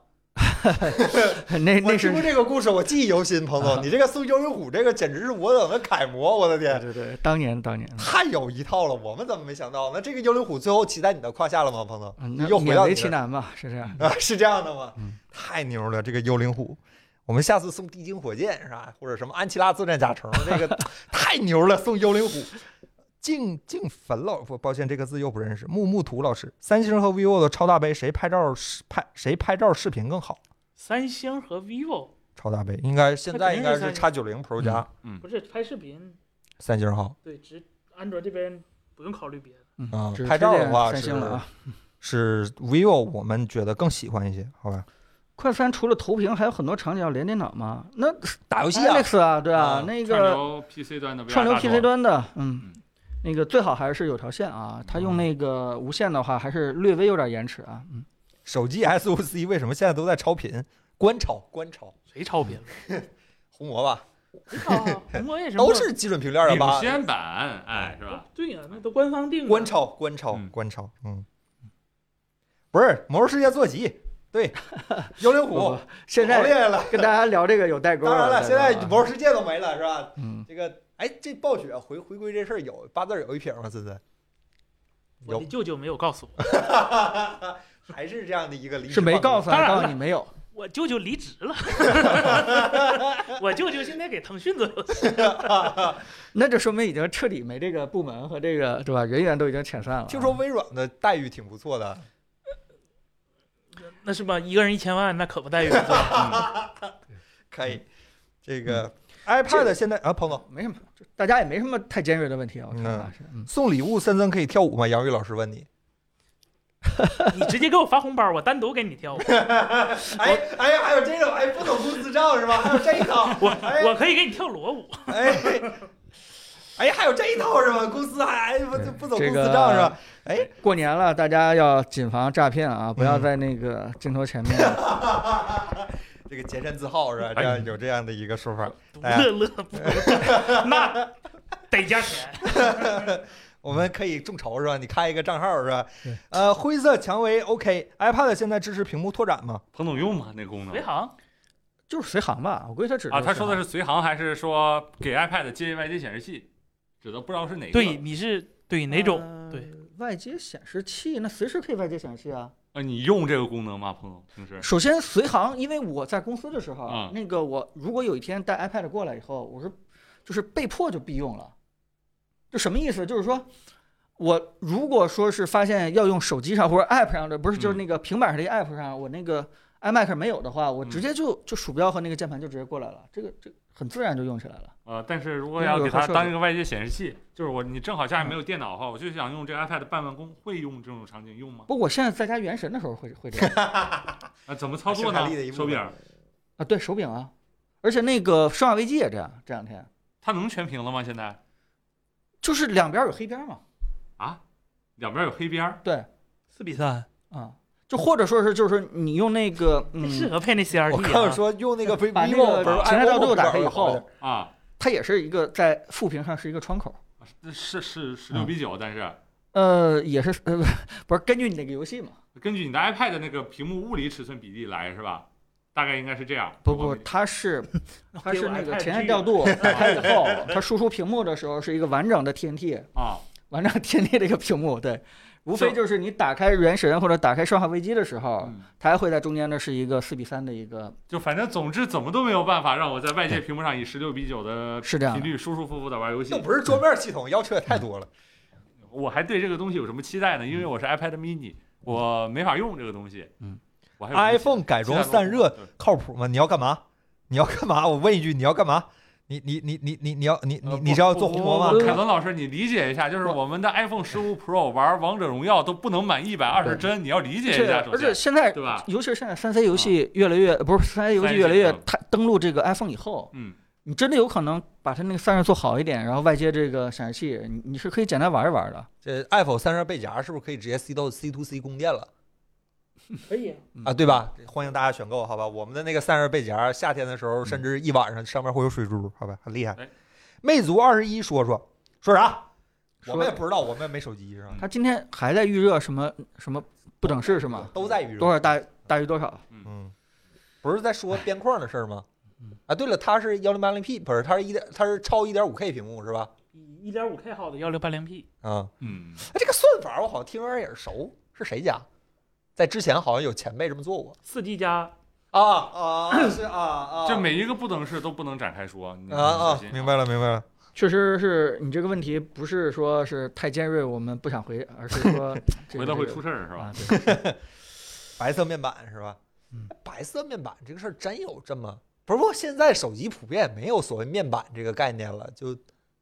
Speaker 2: 那
Speaker 1: 我
Speaker 2: 那是
Speaker 1: 听过这个故事，我记忆犹新，彭
Speaker 2: 啊
Speaker 1: 总，你这个送幽灵虎这个简直是我等的楷模，我的
Speaker 2: 对
Speaker 1: 天，
Speaker 2: 对对，当年当年，
Speaker 1: 太有一套了，我们怎么没想到？那这个幽灵虎最后骑在你的胯下了吗，彭总？
Speaker 2: 嗯，
Speaker 1: 你
Speaker 2: 那
Speaker 1: 又回到
Speaker 2: 勉
Speaker 1: 你
Speaker 2: 为
Speaker 1: 这
Speaker 2: 其
Speaker 1: 儿
Speaker 2: 难吧，是这样。
Speaker 1: 啊， 是这样的吗
Speaker 2: 嗯？
Speaker 1: 太牛了，这个幽灵虎。我们下次送地精火箭是吧？或者什么安琪拉作战甲虫， 这个太牛了，送幽灵虎。静静坟老，不，抱歉，这个字又不认识。木木图老师，三星和 vivo 的超大杯谁拍照视拍谁拍照视频更好？
Speaker 3: 三星和 vivo
Speaker 1: 超大杯应该现在应该是
Speaker 3: 它
Speaker 1: X 九零 Pro
Speaker 2: 嗯
Speaker 1: 加
Speaker 3: 不是拍视频，
Speaker 1: 三星好。
Speaker 3: 对，只安卓这边不用考虑别的。
Speaker 2: 嗯
Speaker 1: 啊
Speaker 2: 只
Speaker 1: 拍照的
Speaker 2: 推荐
Speaker 1: 话
Speaker 2: 三星了啊。
Speaker 1: 是 vivo 我们觉得更喜欢一些，好吧？
Speaker 2: 快餐除了投屏，还有很多场景要连电脑吗？那
Speaker 1: 打游
Speaker 2: Alex 啊，对啊
Speaker 1: 啊，
Speaker 2: 那
Speaker 5: 串
Speaker 2: 个
Speaker 5: 流 PC 端的 VR
Speaker 2: 串流
Speaker 5: 大作
Speaker 2: PC 端的，嗯
Speaker 5: 嗯，
Speaker 2: 那个最好还是有条线啊。它用那个无线的话，还是略微有点延迟啊。嗯，
Speaker 1: 手机 SOC 为什么现在都在超频？观超，观超，
Speaker 3: 谁抄别人？
Speaker 1: 红魔吧，
Speaker 3: 谁抄啊？红魔也是
Speaker 1: 都是基准频率二幺
Speaker 5: 领
Speaker 1: 八，
Speaker 5: 先版，哎，是吧？
Speaker 3: 对呀、那都官方定的。
Speaker 1: 观超，观超
Speaker 5: 嗯，
Speaker 1: 观超，嗯，不是魔兽世界坐骑， 对，幽灵
Speaker 2: 不
Speaker 1: 虎
Speaker 2: 不，哦现
Speaker 1: 老厉
Speaker 2: 在
Speaker 1: 害了，
Speaker 2: 跟大家聊这个有代沟
Speaker 1: 当然了，现在
Speaker 2: 代沟
Speaker 1: 魔
Speaker 2: 啊
Speaker 1: 兽世界都没了，是吧？
Speaker 2: 嗯，
Speaker 1: 这个，哎，这暴雪回回归这事儿有八字儿有一撇吗？森森，
Speaker 3: 我的舅舅没有告诉我，
Speaker 1: 还是这样的一个理
Speaker 2: 是没告诉
Speaker 3: 当
Speaker 2: 啊，
Speaker 3: 然
Speaker 2: 告
Speaker 3: 了
Speaker 2: 诉你没有。
Speaker 3: 我舅舅离职 了。我舅舅现在给腾讯做游戏，
Speaker 2: 那就说明已经彻底没这个部门和这个对吧？人员都已经遣散了啊。
Speaker 1: 听说微软的待遇挺不错的，
Speaker 3: 那是吧？一个人一千万，那可不待遇不错。
Speaker 1: 可以，嗯这个 iPad 现在啊，彭总
Speaker 2: 没什么，就大家也没什么太尖锐的问题啊。我看
Speaker 1: 嗯
Speaker 2: 啊是嗯，
Speaker 1: 送礼物，森森可以跳舞吗？杨宇老师问你。
Speaker 3: 你直接给我发红包，我单独给你 挑。
Speaker 1: 哎哎呀，还有这种哎，不懂公司账是吧？还有这一套，
Speaker 3: 我
Speaker 1: 哎
Speaker 3: 我可以给你跳裸舞，
Speaker 1: 哎哎，还有这一套是吧？公司还哎不
Speaker 2: 对
Speaker 1: 不走公
Speaker 2: 这
Speaker 1: 司
Speaker 2: 个
Speaker 1: 账是吧？
Speaker 2: 过年了，大家要谨防诈骗啊！不要
Speaker 1: 嗯
Speaker 2: 在那个镜头前面
Speaker 1: 这个洁身自好是吧？这样有这样的一个说法。
Speaker 3: 独
Speaker 1: 哎呀
Speaker 3: 乐乐，那得加钱。
Speaker 1: 我们可以众筹是吧？你开一个账号是吧
Speaker 2: 对？
Speaker 1: 呃，灰色蔷薇 OK，iPad 现在支持屏幕拓展吗？
Speaker 5: 彭总用吗？那功能
Speaker 3: 随行
Speaker 2: 就是随行吧，我估计他指
Speaker 5: 啊？他说的
Speaker 2: 是
Speaker 5: 是随行还是说给 iPad 接外接显示器？指的不知道是哪个。
Speaker 3: 对，你是对哪种？对
Speaker 2: 呃外接显示器，那随时可以外接显示器啊。
Speaker 5: 啊，你用这个功能吗，彭总？平时
Speaker 2: 首先，随行，因为我在公司的时候，啊
Speaker 5: 嗯
Speaker 2: 那个我如果有一天带 iPad 过来以后，我是就是被迫就必用了。这什么意思？就是说我如果说是发现要用手机上或者 App 上的，不是就是
Speaker 5: 嗯
Speaker 2: 那个平板上的 App 上，我那个 iMac 没有的话，我直
Speaker 5: 嗯
Speaker 2: 接就就鼠标和那个键盘就直接过来了，这个这很自然就用起来了。
Speaker 5: 呃，但是如果
Speaker 2: 那
Speaker 5: 要
Speaker 2: 有
Speaker 5: 给
Speaker 2: 发
Speaker 5: 它
Speaker 2: 射
Speaker 5: 当
Speaker 2: 的
Speaker 5: 一个外接显示器，就是我你正好家里
Speaker 2: 嗯
Speaker 5: 没有电脑的话，我就想用这个 iPad 办办公，会用这种场景用吗？
Speaker 2: 不，我现在在家原神的时候会会这样
Speaker 5: 啊，怎么操作
Speaker 1: 生产
Speaker 5: 呢
Speaker 1: 力的一？部
Speaker 5: 手
Speaker 1: 分
Speaker 5: 柄儿，
Speaker 2: 啊，对手柄啊，而且那个《生化危机》也这样，这两天
Speaker 5: 它能全屏了吗？现在
Speaker 2: 就是两边有黑边嘛，
Speaker 5: 啊两边有黑边儿，
Speaker 2: 对
Speaker 3: 四比三，
Speaker 2: 啊，就或者说是就是你用那个
Speaker 3: 适
Speaker 2: 嗯，
Speaker 3: 合配那
Speaker 1: 我
Speaker 3: CRT
Speaker 1: 看
Speaker 3: 啊。
Speaker 1: 说用 那个 vivo
Speaker 2: 把那个
Speaker 1: 不是
Speaker 2: 形
Speaker 1: iPhone
Speaker 2: 态调度打开以
Speaker 1: 好
Speaker 2: 后
Speaker 1: 点
Speaker 5: 啊，
Speaker 2: 它也是一个在副屏上是一个窗口，
Speaker 5: 是是是十六
Speaker 2: 嗯
Speaker 5: 比九，但是
Speaker 2: 呃，也是呃不是根据你那个游戏嘛。
Speaker 5: 根据你的 iPad 的那个屏幕物理尺寸比例来是吧？大概应该是这样。
Speaker 2: 不
Speaker 5: 如果
Speaker 2: 不，
Speaker 5: 你
Speaker 2: 它 是它是那
Speaker 5: 给我
Speaker 2: 个
Speaker 5: iPad
Speaker 2: 前线调度打开以 后，它输出屏幕的时候是一个完整的 TNT，
Speaker 5: 啊，
Speaker 2: 完整的 TNT 的一个屏幕，对，无非
Speaker 5: 就
Speaker 2: 就是你打开原神或者打开生化危机的时候，
Speaker 5: 嗯
Speaker 2: 它还会在中间呢是一个四比三的一个，
Speaker 5: 就反正总之怎么都没有办法让我在外界屏幕上以十六比九的
Speaker 2: 是这样
Speaker 5: 频
Speaker 2: 的
Speaker 5: 率舒舒服服的玩游戏
Speaker 1: 又。不是桌面系统，要求也太 多了。
Speaker 5: 我还对这个东西有什么期待呢？因为我是 iPad mini，我没法用这个东西。
Speaker 2: 嗯，
Speaker 5: 我还有别的期待
Speaker 1: 哎 iPhone 改装散热，靠谱吗？你要干嘛？你要干嘛？我问一句，你要干嘛？你你你你你你要你
Speaker 5: 呃
Speaker 1: 你
Speaker 5: 不
Speaker 1: 你是要做红魔
Speaker 5: 不
Speaker 1: 吗
Speaker 5: 不？不凯伦老师，你理解一下，就是我们的 iPhone 十五 Pro 玩王者荣耀都不能满一百二十帧，你要理解
Speaker 2: 而
Speaker 5: 一
Speaker 2: 且
Speaker 5: 下，首
Speaker 2: 而且
Speaker 5: 先，
Speaker 2: 现在
Speaker 5: 对吧？
Speaker 2: 尤其是现在三 C 游戏越来越、不是三 C 游戏越来越它登录这个 iPhone 以后，
Speaker 5: 嗯，
Speaker 2: 你真的有可能把它那个散热做好一点，然后外接这个显示器，你你是可以简单玩一玩的。
Speaker 1: 这 iPhone 散热背夹是不是可以直接 C 到 C to C 供电了？
Speaker 3: 可以，
Speaker 1: 啊，对吧？欢迎大家选购，好吧？我们的那个散热背夹，夏天的时候甚至一晚上上面会有水珠，好吧？很厉害
Speaker 5: 哎。
Speaker 1: 魅族二十一，说说说啥？
Speaker 2: 说
Speaker 1: 我们也不知道，我们也没手机是吧？
Speaker 2: 它今天还在预热什么什么不等式是吗？
Speaker 1: 都在预热
Speaker 2: 多。少大大于多少？
Speaker 1: 嗯，不是在说边框的事儿吗？啊，对了，它是幺零八零 P，不是，它是一点，它是超一点五 K 屏幕是吧？
Speaker 3: 一点五 K 号的幺六八零 P，
Speaker 1: 啊、
Speaker 5: 嗯，
Speaker 1: 哎这个算法我好像听着耳熟，是谁家？在之前好像有前辈这么做过
Speaker 3: 四 G 加
Speaker 1: 啊啊是啊啊
Speaker 5: 这每一个不等式都不能展开说，你
Speaker 1: 啊啊，明白
Speaker 5: 了。
Speaker 1: 了明白了，
Speaker 2: 确实是你这个问题不是说是太尖锐，我们不想回，而是 说这个
Speaker 5: 回头会
Speaker 2: 这
Speaker 5: 出
Speaker 2: 个
Speaker 5: 事儿是吧
Speaker 2: 啊？。对，
Speaker 1: 白色面板是吧？
Speaker 2: 嗯
Speaker 1: 白色面板这个事儿真有这么不是？不过现在手机普遍没有所谓面板这个概念了，就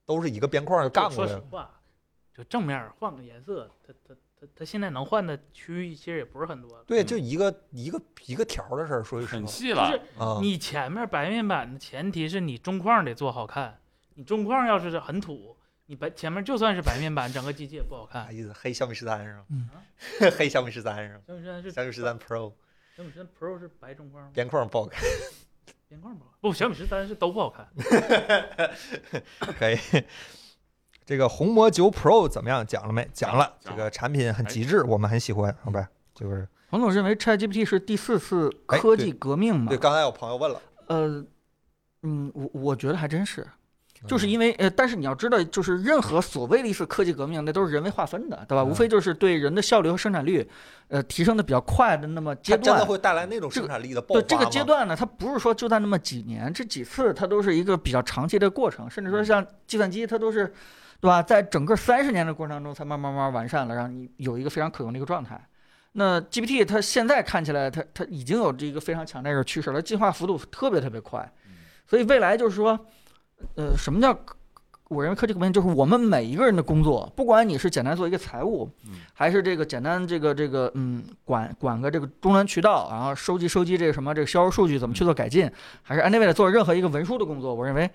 Speaker 1: 都是一个边框就干过
Speaker 3: 说
Speaker 1: 来
Speaker 3: 实
Speaker 1: 了。
Speaker 3: 话，就正面换个颜色，它它它它现在能换的区域其实也不是很多了。
Speaker 1: 对，就一个一个一个条儿的事儿，说句实
Speaker 5: 很
Speaker 1: 话
Speaker 5: 细了，
Speaker 1: 啊。
Speaker 3: 你前面白面板的前提是你中框得做好看，你中框要是很土，你白前面就算是白面板，整个机器也不好
Speaker 1: 啥
Speaker 3: 看。
Speaker 1: 啊意思？黑小米十三是吗？
Speaker 2: 嗯
Speaker 1: 黑小米十三是吗？
Speaker 3: 小米十三是
Speaker 1: 小米十三 Pro
Speaker 3: 小米十三 Pro 是白中框吗？
Speaker 1: 边框不好看，
Speaker 3: 边框不好看不，小米十三是都不好看。
Speaker 1: 可以。这个红魔九 Pro 怎么样？讲了没？讲了，这
Speaker 5: 讲了哎
Speaker 1: 个产品很极致，我们很喜欢，好吧？就是
Speaker 2: 彭总认为 ChatGPT 是第四次
Speaker 1: 哎
Speaker 2: 科
Speaker 1: 对
Speaker 2: 技革命嘛？
Speaker 1: 对，刚才有朋友问了，
Speaker 2: 呃，嗯，我我觉得还真是，就是
Speaker 1: 嗯
Speaker 2: 因为呃，但是你要知道，就是任何所谓的一次科技革命，那都是人为划分的，对吧？
Speaker 1: 嗯
Speaker 2: 无非就是对人的效率和生产率，呃，提升的比较快的那么阶
Speaker 1: 它真的
Speaker 2: 段。
Speaker 1: 会带来那种生产力的爆发
Speaker 2: 对
Speaker 1: 吗？
Speaker 2: 这个阶段呢，它不是说就在那么几年，这几次它都是一个比较长期的过程，甚至
Speaker 1: 嗯
Speaker 2: 说像计算机，它都是，对吧？在整个三十年的过程当中，才慢慢慢慢完善了，让你有一个非常可用的一个状态。那 GPT 它现在看起来它，它已经有这个非常强的一个趋势了，进化幅度特别特别快。所以未来就是说，呃，什么叫科我认为科技革命？就是我们每一个人的工作，不管你是简单做一个财务
Speaker 5: 嗯，
Speaker 2: 还是这个简单这个这个嗯管管个这个终端渠道，然后收集收集这个什么这个销售数据怎么去做改进，还是 anyway 做任何一个文书的工作，我认为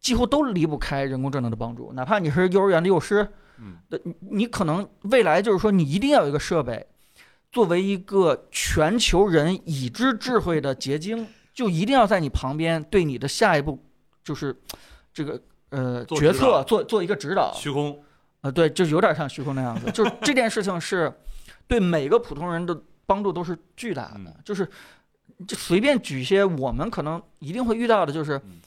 Speaker 2: 几乎都离不开人工智能的帮助。哪怕你是幼儿园的幼师，
Speaker 5: 嗯
Speaker 2: 对，你你可能未来就是说，你一定要有一个设备，作为一个全球人已知智慧的结晶，就一定要在你旁边，对你的下一步就是这个呃
Speaker 5: 做
Speaker 2: 决
Speaker 5: 指导
Speaker 2: 策做做一个指导。
Speaker 5: 虚空
Speaker 2: 呃，对，就是有点像虚空那样子。就是这件事情是对每个普通人的帮助都是巨大的
Speaker 5: 嗯。
Speaker 2: 就是就随便举一些我们可能一定会遇到的，就是
Speaker 5: 嗯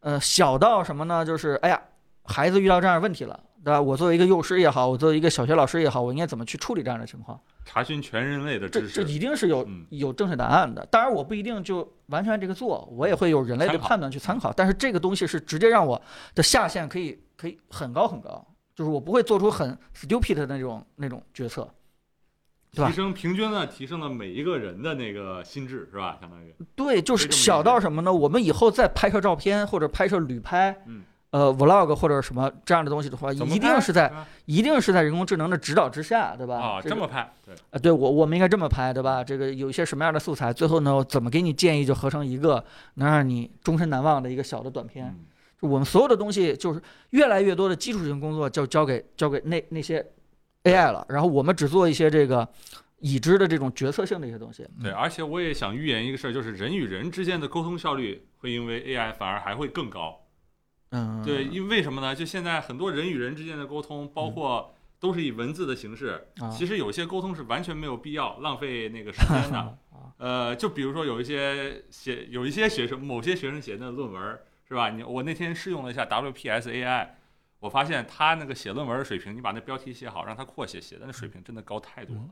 Speaker 2: 呃，小到什么呢？就是哎呀，孩子遇到这样的问题了，对吧？我作为一个幼师也好，我作为一个小学老师也好，我应该怎么去处理这样的情况？
Speaker 5: 查询全人类的
Speaker 2: 这
Speaker 5: 知
Speaker 2: 这
Speaker 5: 识，
Speaker 2: 一定是有
Speaker 5: 嗯
Speaker 2: 有正确答案的。当然，我不一定就完全按这个做，我也会有人类的
Speaker 5: 参考
Speaker 2: 判断去参考。但是这个东西是直接让我的下限可以可以很高很高，就是我不会做出很 stupid 的那种那种决策。对吧
Speaker 5: 提升平均呢，提升了每一个人的那个心智，是吧？相当于
Speaker 2: 对，就
Speaker 5: 可以
Speaker 2: 是
Speaker 5: 这么理
Speaker 2: 小到
Speaker 5: 解
Speaker 2: 什么呢？我们以后再拍摄照片或者拍摄旅拍，
Speaker 5: 嗯
Speaker 2: 呃，vlog 或者什么这样的东西的话，
Speaker 5: 怎么
Speaker 2: 一定
Speaker 5: 拍
Speaker 2: 是在
Speaker 5: 是吧
Speaker 2: 一定是在人工智能的指导之下，对吧？
Speaker 5: 啊，
Speaker 2: 这
Speaker 5: 这
Speaker 2: 个
Speaker 5: 么拍，对，
Speaker 2: 啊，对我我们应该这么拍，对吧？这个有一些什么样的素材，最后呢，我怎么给你建议，就合成一个能让你终身难忘的一个小的短片。
Speaker 5: 嗯
Speaker 2: 就我们所有的东西，就是越来越多的基础性工作就交给交给那那些 AI 了，然后我们只做一些这个已知的这种决策性的一些东西。
Speaker 5: 对，啊而且我也想预言一个事儿，就是人与人之间的沟通效率会因为 AI 反而还会更高。
Speaker 2: 嗯，
Speaker 5: 对，因为什么呢？就现在很多人与人之间的沟通，包括都是以文字的形式。
Speaker 2: 嗯啊，。
Speaker 5: 其实有些沟通是完全没有必要，浪费那个时间
Speaker 1: 嗯
Speaker 5: 的
Speaker 2: 啊
Speaker 5: 呃，就比如说有一些写有一些学生，某些学生写的论文是吧？你我那天试用了一下 WPS AI，我发现他那个写论文的水平，你把那标题写好，让他扩写，写的那水平真的高太多了。
Speaker 2: 嗯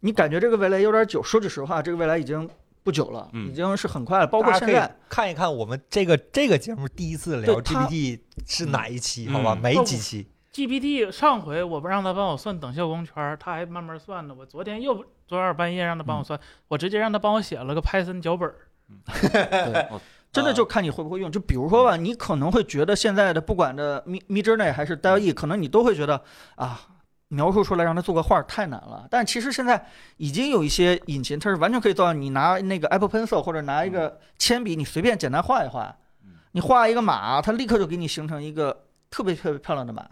Speaker 2: 你感觉这个未来有点久？说句实话，这个未来已经不久了，
Speaker 5: 嗯
Speaker 2: 已经是很快了，包括
Speaker 1: 大家
Speaker 2: 现
Speaker 1: 可以
Speaker 2: 在。
Speaker 1: 看一看我们这个这个节目第一次聊
Speaker 2: 对它
Speaker 1: GPT 是哪一期，
Speaker 5: 嗯
Speaker 1: 好吧？
Speaker 5: 嗯
Speaker 1: 没几期，
Speaker 3: GPT 上回我不让他帮我算等效光圈儿，他还慢慢算呢。我昨天又昨晚半夜让他帮
Speaker 1: 嗯
Speaker 3: 我算，我直接让他帮我写了个 Python 脚本儿。
Speaker 2: 真的就看你会不会用。就比如说吧，你可能会觉得现在的不管的 Mi Mi Journey 还是 DALL-E，可能你都会觉得啊，描述出来让它做个画儿太难了。但其实现在已经有一些引擎，它是完全可以做到，你拿那个 Apple Pencil 或者拿一个铅笔，你随便简单画一画
Speaker 5: 嗯，
Speaker 2: 你画一个马，它立刻就给你形成一个特别特别漂亮的马。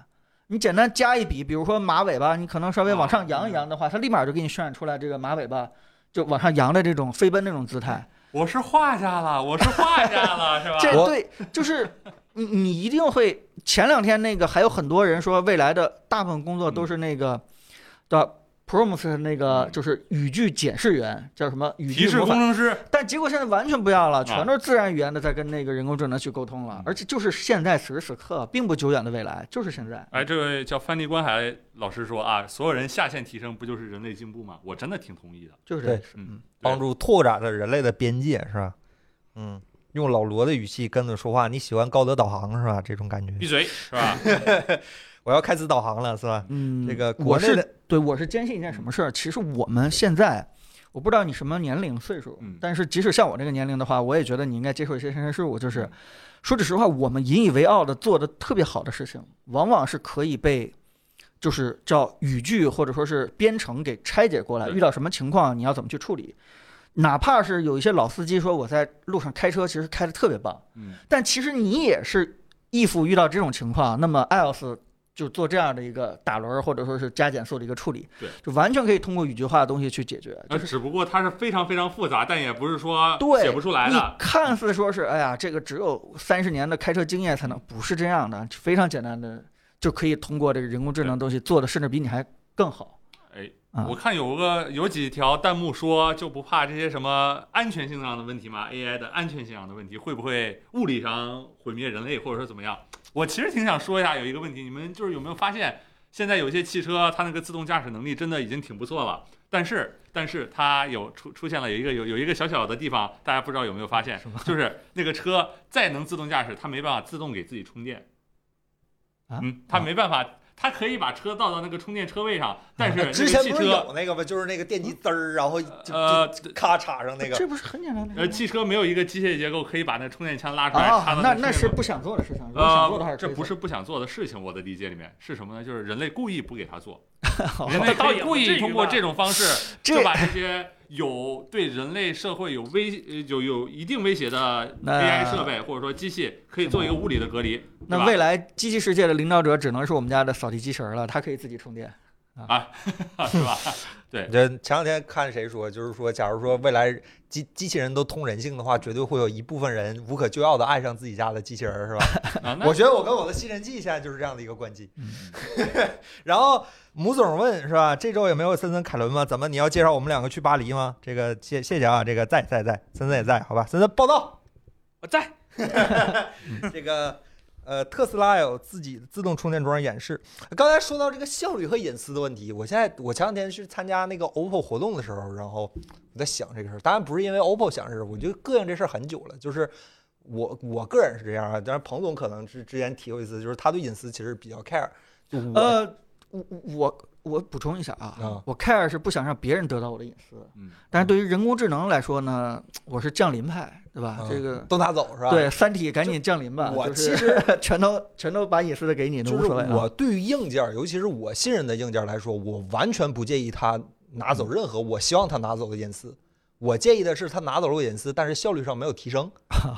Speaker 2: 你简单加一笔，比如说马尾巴，你可能稍微往上扬一扬的话，它立马就给你渲染出来这个马尾巴就往上扬的这种飞奔这种姿态。
Speaker 5: 我是画家了，我是画家了，是吧？
Speaker 2: 这
Speaker 1: 我
Speaker 2: 对，就是你你一定会。前两天那个还有很多人说，未来的大部分工作
Speaker 1: 嗯
Speaker 2: 都是那个的 prompt 那个
Speaker 5: 嗯
Speaker 2: 就是语句检视员，叫什么语
Speaker 5: 提
Speaker 2: 句
Speaker 5: 示
Speaker 2: 模
Speaker 5: 工
Speaker 2: 仿。
Speaker 5: 程师，
Speaker 2: 但结果现在完全不要了，
Speaker 5: 啊
Speaker 2: 全都是自然语言的在跟那个人工智能去沟通了
Speaker 5: 嗯，
Speaker 2: 而且就是现在此时此刻，并不久远的未来，就是现在。
Speaker 5: 哎，这位叫范立观海老师说啊，所有人下限提升不就是人类进步吗？我真的挺同意的。
Speaker 2: 就是
Speaker 1: 对
Speaker 2: 这事嗯，
Speaker 1: 帮助拓展了人类的边界，是吧？嗯，用老罗的语气跟他说话，你喜欢高德导航是吧？这种感觉
Speaker 5: 闭，嘴是吧？
Speaker 1: 我要开始导航了是吧？
Speaker 2: 嗯，
Speaker 1: 这个国
Speaker 2: 我
Speaker 1: 内
Speaker 2: 是
Speaker 1: 的
Speaker 2: 对，我是坚信一件什么事儿？其实我们现在，我不知道你什么年龄岁数，
Speaker 5: 嗯
Speaker 2: 但是即使像我这个年龄的话，我也觉得你应该接受一些新鲜事物。
Speaker 1: 嗯
Speaker 2: 就是，说句实话，我们引以为傲的做的特别好的事情，往往是可以被，就是叫语句或者说是编程给拆解过来。
Speaker 5: 对
Speaker 2: 遇到什么情况，你要怎么去处理？哪怕是有一些老司机说我在路上开车，其实开的特别棒，
Speaker 5: 嗯，
Speaker 2: 但其实你也是 if 遇到这种情况，那么 else 就做这样的一个打轮儿或者说是加减速的一个处理，
Speaker 5: 对，
Speaker 2: 就完全可以通过语句化的东西去解决。
Speaker 5: 呃，只不过它是非常非常复杂，但也不是说
Speaker 2: 对
Speaker 5: 写不出来
Speaker 2: 你
Speaker 5: 的。
Speaker 2: 看似说是哎呀，这个只有三十年的开车经验才能，不是这样的，非常简单的就可以通过这个人工智能东西做的，甚至比你还更好。
Speaker 5: 哎
Speaker 2: 啊
Speaker 5: 我看有个有几条弹幕说，就不怕这些什么安全性上的问题吗？AI 的安全性上的问题会不会物理上毁灭人类，或者说怎么样？我其实挺想说一下，有一个问题，你们就是有没有发现，现在有些汽车它那个自动驾驶能力真的已经挺不错了，但是但是它有出出现了有一个有有一个小小的地方，大家不知道有没有发现，就是那个车再能自动驾驶，它没办法自动给自己充电。
Speaker 2: 啊
Speaker 5: 嗯，它没办法，它可以把车倒到那个充电车位上，但是那个
Speaker 1: 啊之前
Speaker 5: 汽
Speaker 1: 不是
Speaker 5: 车
Speaker 1: 有那个吗？就是那个电机滋儿，然后就
Speaker 5: 呃
Speaker 1: 就咔插上那个。
Speaker 2: 这不是很简单的
Speaker 5: 呃
Speaker 2: 吗？
Speaker 5: 汽车没有一个机械结构可以把那充电枪拉出来插
Speaker 2: 啊那
Speaker 5: 到，个
Speaker 2: 那
Speaker 5: 充电
Speaker 2: 是
Speaker 5: 口
Speaker 2: 不想做的事情。如果想做的话
Speaker 5: 呃，这不
Speaker 2: 是
Speaker 5: 是不想做的事情，我的理解里面是什么呢？就是人类故意不给 他做，
Speaker 2: 好
Speaker 5: 人类
Speaker 3: 倒
Speaker 5: 可以
Speaker 3: 哦也不
Speaker 5: 故
Speaker 3: 至
Speaker 5: 意
Speaker 3: 于
Speaker 5: 通过
Speaker 3: 吧
Speaker 5: 这种方式，
Speaker 2: 这
Speaker 5: 就把这些有对人类社会有威呃有有一定威胁的
Speaker 2: 那
Speaker 5: AI 设备或者说机器，可以做一个物理的隔离。
Speaker 2: 那
Speaker 5: 对吧
Speaker 2: 未来机器世界的领导者只能是我们家的扫地机器人了，它可以自己充电。
Speaker 5: 是吧？
Speaker 1: 这前两天看谁说，就是说，假如说未来机机器人都通人性的话，绝对会有一部分人无可救药的爱上自己家的机器人儿，是吧？
Speaker 5: 啊，那嗯
Speaker 1: 我觉得我跟我的吸尘器现在就是这样的一个关机。 然后母总问是吧？这周也没有森森、凯伦吗？怎么你要介绍我们两个去巴黎吗？这个谢谢谢啊，这个在在在，森森也在，好吧？森森报道，
Speaker 3: 我在，
Speaker 1: 这个呃，特斯拉有自己的自动充电桩演示。刚才说到这个效率和隐私的问题，我现在我前两天去参加那个 OPPO 活动的时候，然后我在想这个事儿，当然不是因为 OPPO 想这事儿，我就膈应这事儿很久了，就是。我我个人是这样啊，但是彭总可能是之前提过一次，就是他对隐私其实比较 care。就我
Speaker 2: 呃，我我我补充一下啊，
Speaker 1: 啊
Speaker 2: 我 care 是不想让别人得到我的隐私，
Speaker 5: 嗯
Speaker 2: 但是对于人工智能来说呢，我是降临派，对吧？
Speaker 1: 啊
Speaker 2: 这个
Speaker 1: 都拿走是吧？
Speaker 2: 对《三体》赶紧降临吧，
Speaker 1: 我
Speaker 2: 啊就
Speaker 1: 其
Speaker 2: 是全都全都把隐私的给你，都
Speaker 1: 就
Speaker 2: 无
Speaker 1: 是
Speaker 2: 所谓啊
Speaker 1: 我。对于硬件儿，尤其是我信任的硬件儿来说，我完全不介意他拿
Speaker 2: 嗯
Speaker 1: 走任何我希望他拿走的隐私。我介意的是他拿走了我隐私，但是效率上没有提 升。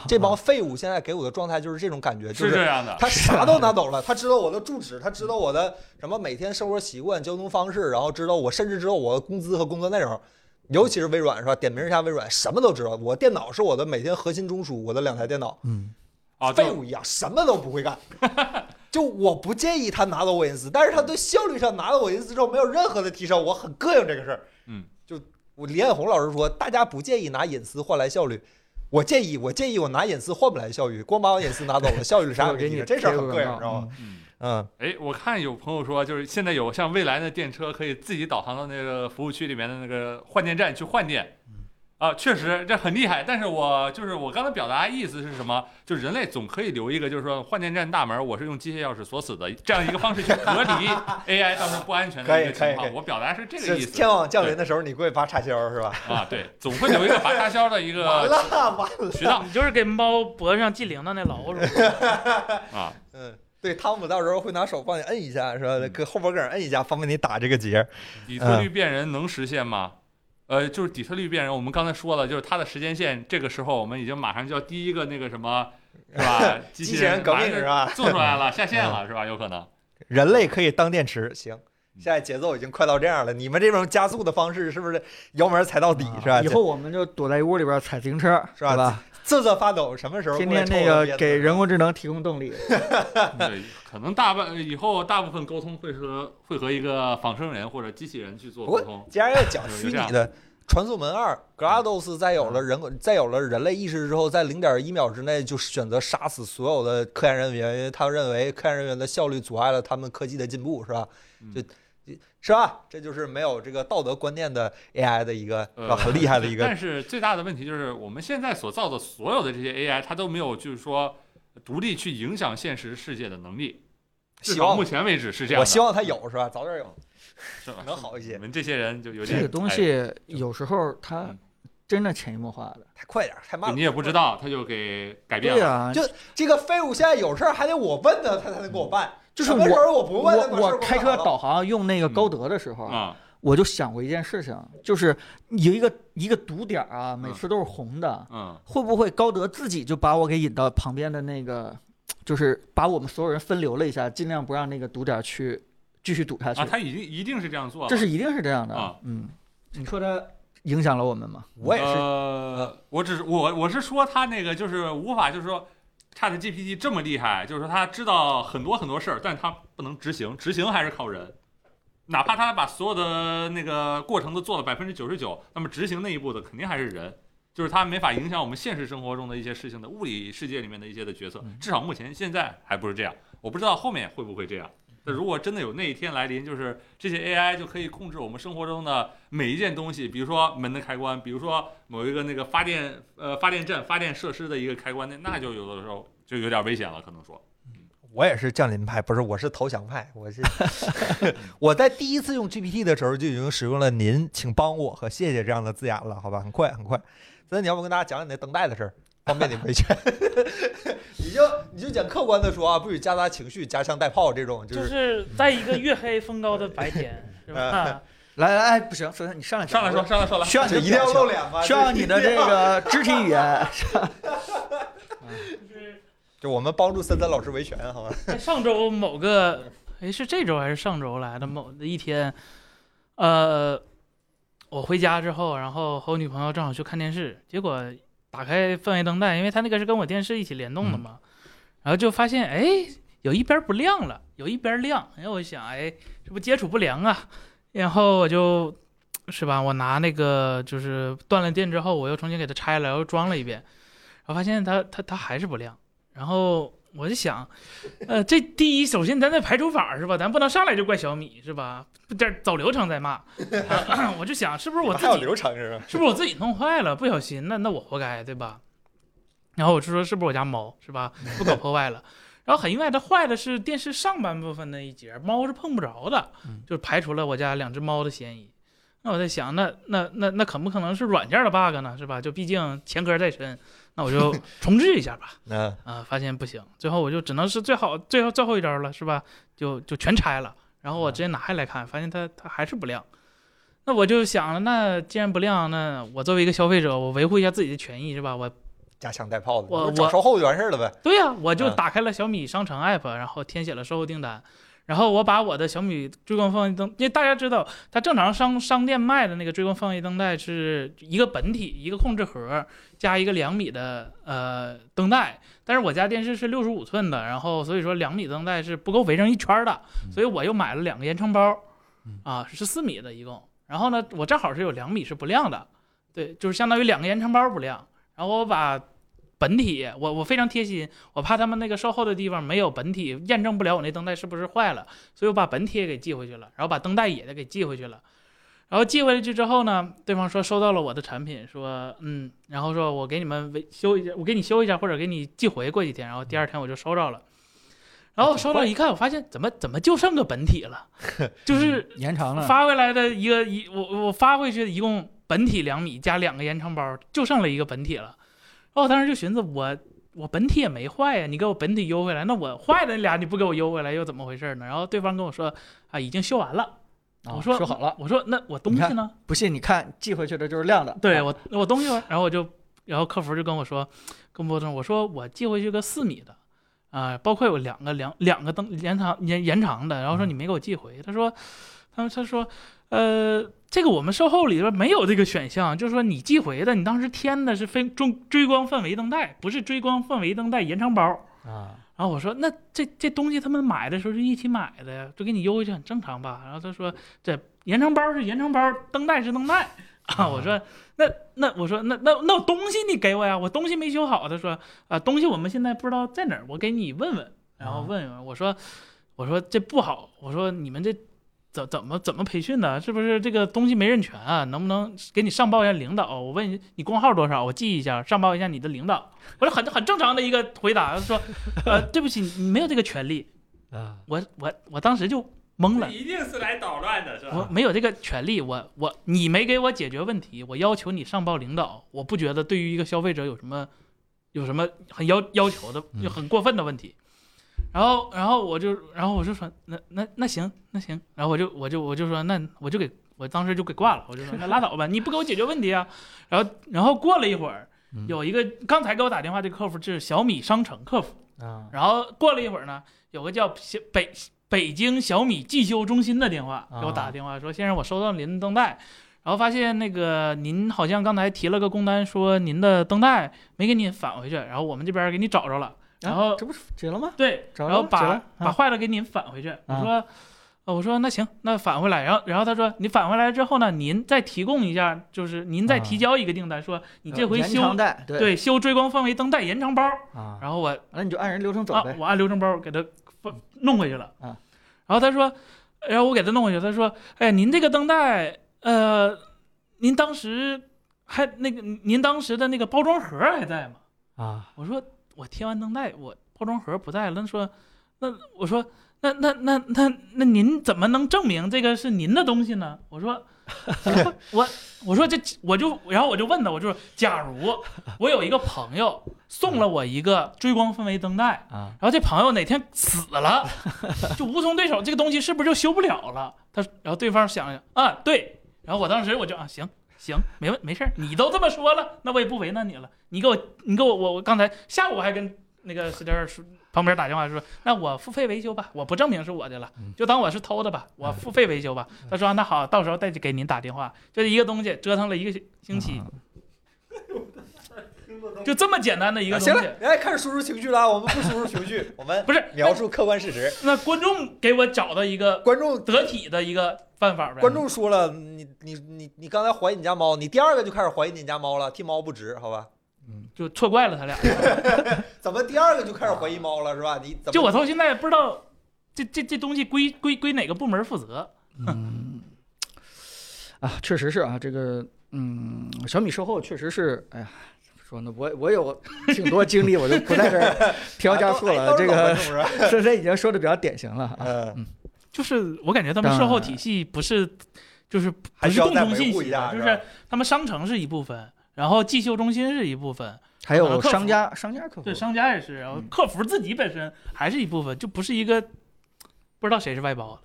Speaker 1: 这帮废物现在给我的状态就是这种感觉，就是
Speaker 5: 这样的。
Speaker 1: 他啥都拿走了，他知道我的住址，他知道我的什么每天生活习惯、交通方式，然后知道我甚至知道我的工资和工作内容。尤其是微软是吧？点名一下微软，什么都知道。我电脑是我的每天核心中枢，我的两台电脑。
Speaker 2: 嗯，
Speaker 5: 啊，
Speaker 1: 废
Speaker 5: 就
Speaker 1: 物一样，什么都不会干。 就我不介意他拿走我隐私，但是他对效率上拿了我隐私之后没有任何的提升，我很膈应这个事儿。
Speaker 5: 嗯，
Speaker 1: 就我李彦宏老师说，大家不介意拿隐私换来效率，我介意，我介意我拿隐私换不来效率，光把我隐私拿走了，效率 啥也
Speaker 2: 我
Speaker 1: 没
Speaker 2: 给
Speaker 1: 提
Speaker 2: 你
Speaker 1: 升，这事儿
Speaker 2: 贴
Speaker 1: 很
Speaker 2: 个
Speaker 1: 膈应，
Speaker 2: 广
Speaker 1: 你知道
Speaker 2: 告
Speaker 1: 吗？？
Speaker 5: 嗯
Speaker 1: 嗯，
Speaker 5: 哎，我看有朋友说，就是现在有像蔚来的电车可以自己导航到那个服务区里面的那个换电站去换电，
Speaker 1: 嗯
Speaker 5: 啊，确实这很厉害。但是我就是我刚才表达意思是什么？就人类总可以留一个，就是说换电站大门我是用机械钥匙锁死的这样一个方式去隔 离 AI 造成不安全的一个
Speaker 1: 可以可以
Speaker 5: 情
Speaker 1: 可
Speaker 5: 况。
Speaker 1: 以
Speaker 5: 我表达是这个
Speaker 1: 是
Speaker 5: 意思
Speaker 1: 天网降临的时候，你过去拔插销是吧？
Speaker 5: 啊，对，总会留一个拔插销的一
Speaker 1: 完
Speaker 5: 个
Speaker 1: 了完了，
Speaker 5: 渠道
Speaker 3: 你就是给猫脖子上系铃铛那老鼠，
Speaker 5: 啊。
Speaker 1: 嗯。对，汤姆到时候会拿手帮你摁一下，是吧？
Speaker 5: 嗯
Speaker 1: 搁后脖梗摁一下，方便你打这个结。
Speaker 5: 底特
Speaker 1: 嗯
Speaker 5: 律变人能实现吗？呃，就是底特律变人，我们刚才说了，就是它的时间线，这个时候我们已经马上就要第一个那个什么，是 吧？机
Speaker 1: 机
Speaker 5: 器
Speaker 1: 器人革
Speaker 5: 马
Speaker 1: 命
Speaker 5: 上就是
Speaker 1: 吧？ 嗯
Speaker 5: 做出来了，下线了，是吧？有可能。
Speaker 1: 人类可以当电池，
Speaker 5: 嗯
Speaker 1: 行。现在节奏已经快到这样了，你们这种加速的方式是不是油门踩到底
Speaker 5: 啊
Speaker 1: 是吧？
Speaker 2: 啊以后我们就躲在屋里边踩自行车，
Speaker 1: 是吧
Speaker 2: 对吧？
Speaker 1: 瑟瑟发抖，什么时候
Speaker 2: 天
Speaker 1: 过来抽
Speaker 2: 天那
Speaker 1: 我的
Speaker 2: 个
Speaker 1: 鞭子
Speaker 2: 给人工智能提供动力。
Speaker 5: 对，可能大半以后大部分沟通会和会和一个仿生人或者机器人去做
Speaker 1: 不
Speaker 5: 沟
Speaker 1: 过
Speaker 5: 通。
Speaker 1: 既然要讲虚拟的，《传送门二》，GLaDOS 在有了
Speaker 5: 嗯
Speaker 1: 人在有了人类意识之后，在零点一秒之内就选择杀死所有的科研人员，因为他认为科研人员的效率阻碍了他们科技的进步，是吧？
Speaker 5: 嗯
Speaker 1: 就。是吧？这就是没有这个道德观念的 AI 的一个，是吧
Speaker 5: 呃
Speaker 1: 很厉害的一个
Speaker 5: 但是最大的问题就是，我们现在所造的所有的这些 AI，它都没有就是说独立去影响现实世界的能力。 至
Speaker 1: 希
Speaker 5: 少
Speaker 1: 望
Speaker 5: 目。前为止是这样
Speaker 1: 我
Speaker 5: 的。嗯
Speaker 1: 希望它有是吧？早点有。
Speaker 5: 是吧
Speaker 1: 能好一些
Speaker 5: 你们这些人就有点
Speaker 2: 这个东
Speaker 5: 哎
Speaker 2: 西有时候它
Speaker 5: 嗯
Speaker 2: 真的潜移默化的。
Speaker 1: 太快点儿，太慢了。
Speaker 5: 你也不知道，他就给改变
Speaker 2: 对
Speaker 5: 了。
Speaker 2: 啊，
Speaker 1: 就这个废物现在有事儿还得我问他，他才能给我办。
Speaker 2: 就是
Speaker 1: 什么时
Speaker 2: 我
Speaker 1: 候我不问他把
Speaker 2: 我
Speaker 1: 事儿
Speaker 2: 我
Speaker 1: 给
Speaker 2: 开车
Speaker 1: 办了
Speaker 2: 导航用
Speaker 5: 嗯
Speaker 2: 那个高德的时候，
Speaker 5: 啊，
Speaker 2: 我就想过一件事情，就是有一个一个堵点儿啊，每次都是红的，
Speaker 5: 嗯，
Speaker 2: 会不会高德自己就把我给引到旁边的那个，就是把我们所有人分流了一下，尽量不让那个堵点儿去继续堵下去
Speaker 5: 啊，。他已经一定是这样做了。
Speaker 2: 这是一定是这样的。
Speaker 5: 啊
Speaker 2: 嗯，你说它影响了我们吗？
Speaker 1: 我也是，
Speaker 5: 呃，我只是我我是说他那个就是无法就是说。Chat GPT 这么厉害，就是说他知道很多很多事儿，但是他不能执行，执行还是靠人。哪怕他把所有的那个过程都做了百分之九十九，那么执行那一步的肯定还是人，就是他没法影响我们现实生活中的一些事情的物理世界里面的一些的决策。
Speaker 1: 嗯
Speaker 5: 至少目前现在还不是这样，我不知道后面会不会这样。那如果真的有那一天来临，就是这些 AI 就可以控制我们生活中的每一件东西，比如说门的开关，比如说某一个那个发电呃发电站、发电设施的一个开关，那那就有的时候就有点危险了，可能说。
Speaker 1: 我也是降临派，不是，我是投降派。我 是我在第一次用 GPT 的时候就已经使用了“您，请帮我”和“谢谢”这样的字眼了，好吧？很快，很快。所以你要不跟大家讲讲你那灯带的事儿，方便你维权。 你就你就讲客观的说啊，不许夹杂情绪、夹枪带炮这 种，就
Speaker 3: 就是是在一个月黑风高的白天， 是吧？
Speaker 2: 来来，哎，不行，首先你上来讲
Speaker 5: 上来 说，，上来说来，
Speaker 2: 需要你
Speaker 1: 就
Speaker 2: 的
Speaker 1: 一定要
Speaker 2: 表情
Speaker 1: 露脸吗？
Speaker 2: 需要
Speaker 1: 就
Speaker 2: 你的这个肢体语言。
Speaker 3: 就是
Speaker 1: 嗯 就我们帮助森森老师维权，好吧？
Speaker 3: 在上周某个哎，是这周还是上周来的某一天，呃，我回家之后，然后和我女朋友正好去看电视，结果打开氛围灯带，因为它那个是跟我电视一起联动的嘛，然后就发现哎，有一边不亮了，有一边亮，然后我想哎，这不接触不良啊，然后我就。是吧？我拿那个就是断了电之后，我又重新给它拆了，然后装了一遍，然后发现它它它还是不亮。然后我就想，呃，这第一，首先咱得排除法儿是吧？咱不能上来就怪小米是吧？不这走流程再骂、 啊我就想是不是我自
Speaker 1: 还有
Speaker 3: 己
Speaker 1: 流程是吧？
Speaker 3: 是不是我自己弄坏了，不小心？那那我活该，对吧？然后我就说是不是我家猫是吧，不搞破坏了。然后很意外，它坏的是电视上半部分那一节，猫是碰不着的，就排除了我家两只猫的嫌疑。那我在想，那那那那可不可能是软件的 bug 呢？是吧？就毕竟前科在身，那我就重置一下吧。
Speaker 1: 嗯，
Speaker 3: 啊、发现不行，最后我就只能是最好最后最后一招了，是吧？就就全拆了，然后我直接拿下来看，发现它它还是不亮。那我就想了，那既然不亮，那我作为一个消费者，我维护一下自己的权益，是吧？我
Speaker 1: 加枪带炮的，
Speaker 3: 我
Speaker 1: 你就找
Speaker 3: 我
Speaker 1: 售后就完事儿了呗。
Speaker 3: 对呀、我就
Speaker 1: 嗯
Speaker 3: 打开了小米商城 app，然后填写了售后订单，然后我把我的小米追光放映灯，因为大家知道，它正常商商店卖的那个追光放映灯带是一个本体、一个控制盒加一个两米的呃灯带，但是我家电视是六十五寸的，然后所以说两米灯带是不够围成一圈儿的，所以我又买了两个延长包，啊是四米的一共，然后呢，我正好是有两米是不亮的，对，就是相当于两个延长包不亮，然后我把。本体，我我非常贴心，我怕他们那个售后的地方没有本体，验证不了我那灯带是不是坏了，所以我把本体也给寄回去了，然后把灯带也给寄回去了。然后寄回去之后呢，对方说收到了我的产品，说嗯，然后说我给你们维修一下，我给你修一下，或者给你寄回过几天。然后第二天我就收到了，然后收到一看，我发现怎么怎么就剩个本体了，就是
Speaker 2: 延长了，
Speaker 3: 发回来的一个一我我发回去一共本体两米加两个延长包，就剩了一个本体了。哦然后我当时就寻思我。我本体也没坏呀，你给我本体邮回来，那我坏的那俩你不给我邮回来又怎么回事呢？然后对方跟我说啊，已经修完了。
Speaker 2: 啊
Speaker 3: 我说
Speaker 2: 说好了，
Speaker 3: 我说那我东
Speaker 2: 你
Speaker 3: 西
Speaker 2: 看
Speaker 3: 呢？
Speaker 2: 不信你看寄回去的就是亮的，
Speaker 3: 对
Speaker 2: 啊
Speaker 3: 我我东西呢，然后我就然后客服就跟我说，跟波总我说我寄回去个四米的啊、包括有两个两两个灯延长延延长的，然后说你没给我寄回，他说他们他说呃这个我们售后里边没有这个选项，就是说你寄回的你当时添的是非中追光氛围灯带，不是追光氛围灯带延长包。
Speaker 2: 啊，
Speaker 3: 然后我说那这这东西他们买的时候是一起买的呀，就给你邮回去很正常吧？然后他说这延长包是延长包，灯带是灯带啊。我说那那我说那那那我东西你给我呀，我东西没修好。他说啊东西我们现在不知道在哪儿，我给你问问，然后问问我说我说这不好，我说你们这。怎怎么怎么培训的？是不是这个东西没认全啊？能不能给你上报一下领导？我问你，你工号多少？我记一下，上报一下你的领导。我说很很正常的一个回答，说呃，对不起，你没有这个权利。
Speaker 2: 啊，
Speaker 3: 我我我当时就懵了，
Speaker 5: 一定是来捣乱的，是
Speaker 3: 我
Speaker 5: 吧？
Speaker 3: 没有这个权利，我我你没给我解决问题，我要求你上报领导，我不觉得对于一个消费者有什么有什么很要要求的
Speaker 7: 嗯
Speaker 3: 就很过分的问题。然后然后我就然后我就说那那那行那行，然后我就我就我就说那我就给我当时就给挂了，我就说那拉倒吧，你不给我解决问题啊。然后然后过了一会儿
Speaker 7: 嗯，
Speaker 3: 有一个刚才给我打电话这个客服是小米商城客服。
Speaker 2: 啊，
Speaker 3: 然后过了一会儿呢，有个叫小北北京小米技修中心的电话给我打
Speaker 2: 啊
Speaker 3: 个电话说：“先生，我收到您的灯带，然后发现那个您好像刚才提了个工单，说您的灯带没给您返回去，然后我们这边给你找着了，然后
Speaker 2: 这不是解了吗？
Speaker 3: 对，
Speaker 2: 找
Speaker 3: 然
Speaker 2: 着了
Speaker 3: 后
Speaker 2: 解
Speaker 3: 把
Speaker 2: 了啊
Speaker 3: 把坏的给您返回去。”我
Speaker 2: 啊
Speaker 3: 说。呃我说那行，那返回来，然后然后他说你返回来之后呢，您再提供一下，就是您再提
Speaker 2: 啊呃
Speaker 3: 交一个订单，说你这回
Speaker 2: 延
Speaker 3: 修
Speaker 2: 长带，对
Speaker 3: 对修追光氛围灯带延长包，
Speaker 2: 啊，
Speaker 3: 然后我
Speaker 2: 那你就按人流程走
Speaker 3: 啊
Speaker 2: 呗，，
Speaker 3: 我按流程包给他放弄回去了
Speaker 2: 嗯啊。
Speaker 3: 然后他说，然后我给他弄回去，他说，哎，您这个灯带，呃，您当时还那个，您当时的那个包装盒还在吗？
Speaker 2: 啊，
Speaker 3: 我说我贴完灯带，我包装盒不在了。那说，那我说，那那那那那您怎么能证明这个是您的东西呢？我说，我说我我说这我就然后我就问他，我就说，假如我有一个朋友送了我一个追光氛围灯带
Speaker 2: 啊，
Speaker 3: 然后这朋友哪天死 了，就无从对手，这个东西是不是就修不了了？他然后对方想想啊，对，然后我当时我就啊行。行，没问没事儿，你都这么说了，那我也不为难你了。你给我，你给我，我我刚才下午还跟那个石天儿说旁边打电话说：“那我付费维修吧，我不证明是我的了，
Speaker 1: 嗯
Speaker 3: 就当我是偷的吧，我付费维修吧。”他说：“那好，到时候再给您打电话。”就是一个东西折腾了一个星期，
Speaker 1: 啊
Speaker 3: 就这么简单的一个
Speaker 1: 啊
Speaker 3: 东
Speaker 1: 行了
Speaker 3: 西。，
Speaker 1: 哎，开始输出情绪了，我们不输出情 绪，我们
Speaker 3: 不是
Speaker 1: 描述客观事实。
Speaker 3: 那观众给我找到一个
Speaker 1: 观众
Speaker 3: 得体的一个办法呗。
Speaker 1: 观众说了，你你你你刚才怀疑你家猫，你第二个就开始怀疑你家猫了，替猫不值，好吧？
Speaker 3: 就错怪了 他俩。
Speaker 1: 怎么第二个就开始怀疑猫了，是吧？你怎么哎
Speaker 3: 就我到现在也不知道这这这东西归归归哪个部门负责。
Speaker 2: 嗯，啊，确实是啊，这个嗯，小米售后确实是，哎呀，怎么说呢？我我有挺多经历，我就不在 这儿添油加醋
Speaker 1: 啊
Speaker 2: 了。
Speaker 1: 都
Speaker 2: 这
Speaker 1: 是老观
Speaker 2: 个
Speaker 1: 众是吧？
Speaker 2: 深深已经说的比较典型了啊。
Speaker 1: 嗯，
Speaker 3: 就是我感觉他们售后体系不是，就是
Speaker 1: 还
Speaker 3: 不
Speaker 1: 需
Speaker 3: 是
Speaker 1: 要
Speaker 3: 共
Speaker 1: 再
Speaker 3: 同
Speaker 1: 维
Speaker 3: 信
Speaker 1: 护
Speaker 3: 息
Speaker 1: 一下，
Speaker 3: 的，就是是
Speaker 1: 吧？
Speaker 3: 他们商城是一部分，然后寄修中心是一部分，
Speaker 2: 还
Speaker 3: 啊
Speaker 2: 有
Speaker 3: 客服
Speaker 2: 商家商
Speaker 1: 哦
Speaker 2: 家客服
Speaker 3: 对，商家也是，然后
Speaker 2: 嗯
Speaker 3: 客服自己本身还是一部分，就不是一个不知道谁是外
Speaker 1: 嗯
Speaker 3: 包的。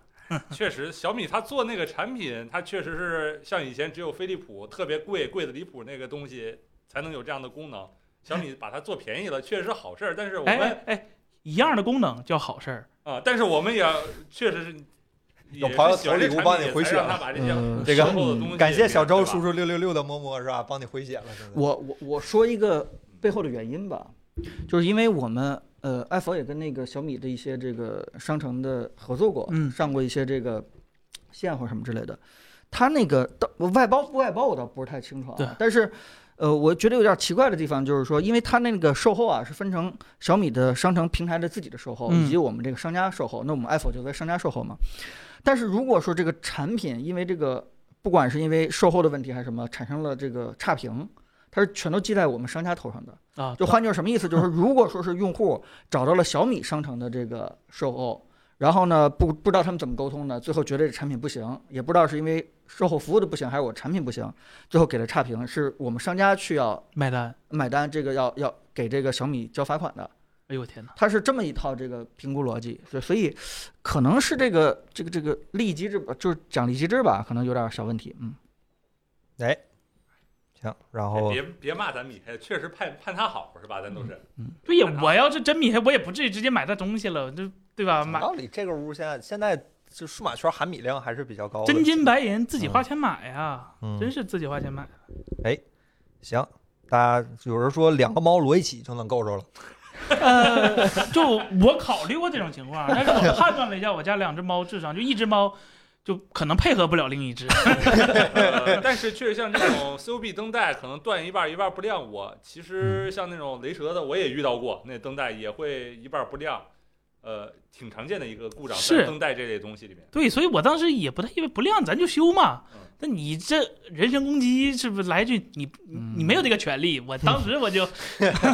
Speaker 5: 确实，小米它做那个产品，它确实是像以前只有飞利浦特别贵、贵的离谱那个东西才能有这样的功能。小米把它做便宜了，确实是好事儿。但是我
Speaker 3: 哎
Speaker 5: 们
Speaker 3: 哎哎，一样的功能叫好事儿，
Speaker 5: 啊，但是我们也确实是
Speaker 1: 有
Speaker 5: 也是
Speaker 1: 朋友
Speaker 5: 小
Speaker 1: 投礼
Speaker 5: 这
Speaker 1: 物
Speaker 5: 产
Speaker 1: 帮
Speaker 5: 品
Speaker 1: 你回
Speaker 5: 才
Speaker 1: 血
Speaker 5: 让他
Speaker 1: 了
Speaker 5: 把这些
Speaker 2: 呃
Speaker 1: 这个
Speaker 5: 售后的东西
Speaker 1: 感谢小周
Speaker 5: 对吧
Speaker 1: 叔叔六六六的么么是吧？帮你回血了，现在
Speaker 2: 我我我说一个背后的原因吧，就是因为我们呃，爱否也跟那个小米的一些这个商城的合作过，
Speaker 3: 嗯
Speaker 2: 上过一些这个线或什么之类的。他那个到外包不外包，我倒不是太清楚
Speaker 3: 对
Speaker 2: 啊。但是，呃，我觉得有点奇怪的地方就是说，因为他那个售后啊是分成小米的商城平台的自己的售后，
Speaker 3: 嗯
Speaker 2: 以及我们这个商家售后。那我们爱否就在商家售后嘛。但是如果说这个产品因为这个不管是因为售后的问题还是什么，产生了这个差评，它是全都记在我们商家头上的
Speaker 3: 啊
Speaker 2: 就换句话什么意思？就是如果说是用户找到了小米商城的这个售后，然后呢不不知道他们怎么沟通的，最后觉得这产品不行，也不知道是因为售后服务的不行还是我产品不行，最后给了差评，是我们商家去要
Speaker 3: 买单。
Speaker 2: 买单，这个要要给这个小米交罚款的。
Speaker 3: 哎呦我天哪！
Speaker 2: 它是这么一套这个评估逻辑，所所以可能是这个这个这个利益机制，就是奖励机制吧，可能有点小问题。嗯，
Speaker 1: 行，然
Speaker 3: 哦
Speaker 1: 后
Speaker 5: 哎别别骂咱米开，确实盼盼他好是吧？咱都是
Speaker 3: 对呀，我要是真米黑，我也不至于直接买他东西了，就对吧？
Speaker 1: 讲
Speaker 3: 买
Speaker 1: 道理，这个屋现在现在就数码圈含米量还是比较高的，
Speaker 3: 真金白银自己
Speaker 1: 嗯
Speaker 3: 花钱买呀，
Speaker 1: 嗯
Speaker 3: 真是自己花钱买。
Speaker 1: 行。大家有人说两个猫摞一起就能够着了，
Speaker 3: 呃，就我考虑过这种情况，但是我判断了一下，我家两只猫智商，就一只猫就可能配合不了另一只。嗯
Speaker 5: 呃但是确实像这种 COB 灯带可能断一半儿一半儿不亮我，其
Speaker 3: 嗯
Speaker 5: 实像那种雷蛇的我也遇到过，那灯带也会一半儿不亮，呃，挺常见的一个故障
Speaker 3: 是
Speaker 5: 在灯带这类东西里面。
Speaker 3: 对，所以我当时也不太因为不亮，咱就修嘛
Speaker 5: 嗯。
Speaker 3: 那你这人身攻击是不是来一句你你
Speaker 2: 嗯
Speaker 3: 你没有这个权利？我当时我就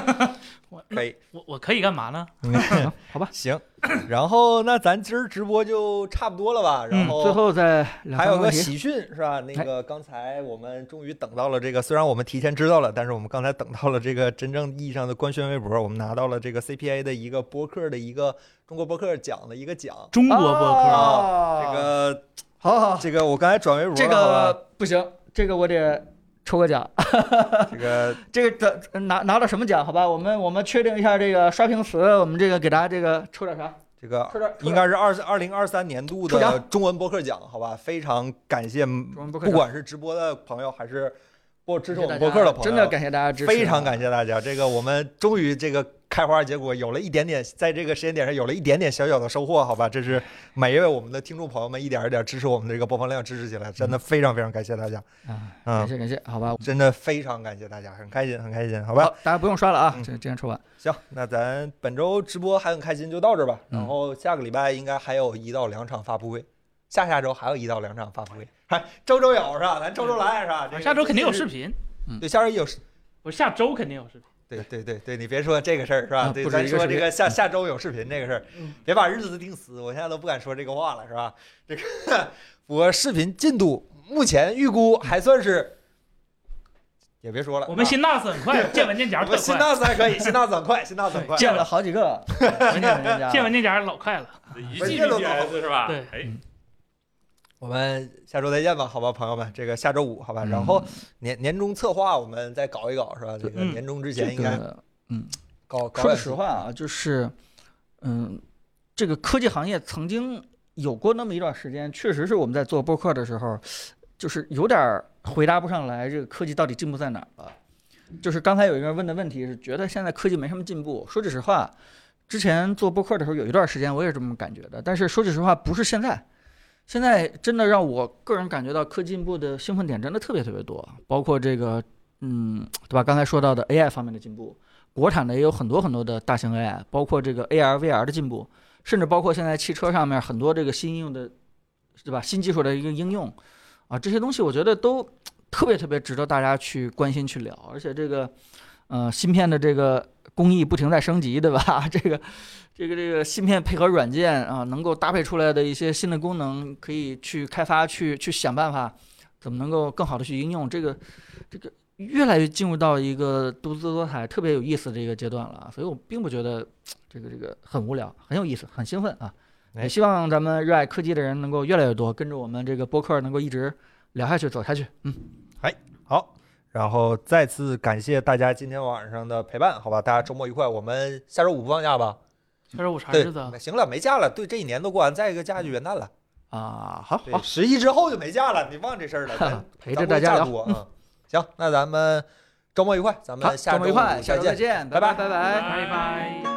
Speaker 3: 我
Speaker 1: 可以。
Speaker 3: 我我可以干嘛呢？
Speaker 1: 嗯
Speaker 2: 行好吧。
Speaker 1: 行，然后那咱今儿直播就差不多了吧？然
Speaker 3: 嗯
Speaker 1: 后
Speaker 2: 最后再两
Speaker 1: 还
Speaker 2: 三
Speaker 1: 有
Speaker 2: 问
Speaker 1: 个
Speaker 2: 题，哎
Speaker 1: 喜讯是吧？那个刚才我们终于等到了这个，虽然我们提前知道了，但是我们刚才等到了这个真正意义上的官宣微博，我们拿到了这个 CPA 的一个播客的一个中国播客奖的一个奖。
Speaker 3: 中国播客，
Speaker 1: 这
Speaker 2: 啊，
Speaker 1: 个
Speaker 2: 好好，
Speaker 1: 这个我刚才转微博
Speaker 2: 这
Speaker 1: 了好吧
Speaker 2: 个不行，这个我得抽个奖。
Speaker 1: 这个
Speaker 2: 这个咱拿拿到什么奖？好吧，我们我们确定一下这个刷屏词，我们这个给大家这个抽点啥？
Speaker 1: 这 个
Speaker 2: 抽点抽点
Speaker 1: 应该是二二零二三年度
Speaker 2: 抽
Speaker 1: 的
Speaker 2: 奖
Speaker 1: 中文播客奖，好吧？非常感谢，
Speaker 2: 文播客
Speaker 1: 不
Speaker 2: 奖
Speaker 1: 管是直播的朋友还是播支持我们
Speaker 2: 谢谢大家
Speaker 1: 播客的朋友，
Speaker 2: 真的感谢大家支持，
Speaker 1: 非常感谢大家，这个我们终于这个开花结果有了一点点，在这个时间点上有了一点点小小的收获，好吧？这是每一位我们的听众朋友们一点一点支持我们这个播放量支持起来，真的非常非常感谢大家，
Speaker 2: 啊，嗯感
Speaker 1: 嗯，
Speaker 2: 谢感谢，好吧，
Speaker 1: 真的非常感谢大家，很开心，很开心，好吧？
Speaker 2: 大家不用刷了啊
Speaker 1: 嗯，
Speaker 2: 这今天抽完，
Speaker 1: 行，那咱本周直播还很开心就到这儿吧，
Speaker 2: 嗯
Speaker 1: 然后下个礼拜应该还有一到两场发布会。下下周还有一到两场发布会，还周周有是吧？咱周周来是吧？这个
Speaker 3: 下周肯定有视，频，
Speaker 1: 对，下周有
Speaker 3: 我下周肯定有视频。
Speaker 1: 对对对对，你别说这个事儿是吧？
Speaker 2: 啊
Speaker 1: 对，
Speaker 2: 不止
Speaker 1: 咱
Speaker 2: 一个
Speaker 1: 说
Speaker 2: 视
Speaker 1: 这
Speaker 2: 频
Speaker 1: 个下下周有视频这个事儿
Speaker 2: 嗯，
Speaker 1: 别把日子定死，我现在都不敢说这个话了是吧？这个 我视频进度目前预估还算是，也别说了，
Speaker 3: 我们
Speaker 1: 是吧
Speaker 3: 新 NAS 很快，见文件夹
Speaker 1: 啊我们
Speaker 3: 特
Speaker 1: 新
Speaker 3: 快，
Speaker 1: 大斯还可以，新大斯很快，新大斯很快，
Speaker 2: 见了好 几个，谢谢人家
Speaker 3: 见文件夹老快了。
Speaker 5: 一
Speaker 1: 文
Speaker 5: G
Speaker 1: 件都搞
Speaker 5: BPS 是吧？
Speaker 3: 对
Speaker 5: 哎，
Speaker 1: 我们下周再见吧，好吧，朋友们，这个下周五好吧，
Speaker 2: 嗯
Speaker 1: 然后年年终策划我们再搞一搞是吧？这个
Speaker 3: 嗯
Speaker 1: 年终之
Speaker 2: 这
Speaker 1: 前应该
Speaker 2: 个
Speaker 1: 搞搞
Speaker 2: 说
Speaker 1: 点
Speaker 2: 句实话啊，就是，嗯，这个科技行业曾经有过那么一段时间，确实是我们在做播客的时候，就是有点儿回答不上来，这个科技到底进步在哪儿了？就是刚才有一个人问的问题是，觉得现在科技没什么进步。说句实话，之前做播客的时候有一段时间我也是这么感觉的，但是说句实话，不是现在。现在真的让我个人感觉到科技进步的兴奋点真的特别特别多，包括这个，嗯，对吧？刚才说到的 AI 方面的进步，国产的也有很多很多的大型 AI，包括这个 AR、VR 的进步，甚至包括现在汽车上面很多这个新应用的，对吧？新技术的一个应用啊，这些东西我觉得都特别特别值得大家去关心去聊，而且这个，呃，芯片的这个工艺不停在升级，对吧？ 这个这个这个芯片配合软件啊，能够搭配出来的一些新的功能，可以去开发、去去想办法，怎么能够更好的去应用这个这个越来越进入到一个多姿多彩、特别有意思的一个阶段了啊。所以我并不觉得这个这个很无聊，很有意思，很兴奋啊。也
Speaker 1: 哎
Speaker 2: 希望咱们热爱科技的人能够越来越多，跟着我们这个播客能够一直聊下去、走下去。
Speaker 1: 好，然后再次感谢大家今天晚上的陪伴，好吧？大家周末愉快，我们下周五不放假吧？
Speaker 3: 下周五啥
Speaker 1: 对
Speaker 3: 日子啊？，
Speaker 1: 行了，没假了。对，这一年都过完，再一个假就元旦了。
Speaker 2: 啊，好
Speaker 1: 对
Speaker 2: 好，
Speaker 1: 十一之后就没假了，你忘这事儿 了。咱
Speaker 2: 陪着大家
Speaker 1: 咱
Speaker 2: 聊
Speaker 1: 不会假多嗯，行，那咱们周末愉快，咱
Speaker 2: 好，
Speaker 1: 们下
Speaker 2: 周
Speaker 1: 周
Speaker 2: 末愉快，
Speaker 1: 五
Speaker 2: 下
Speaker 1: 再
Speaker 2: 周再
Speaker 1: 见。
Speaker 2: 见，
Speaker 1: 拜
Speaker 2: 拜拜拜。
Speaker 3: 拜拜。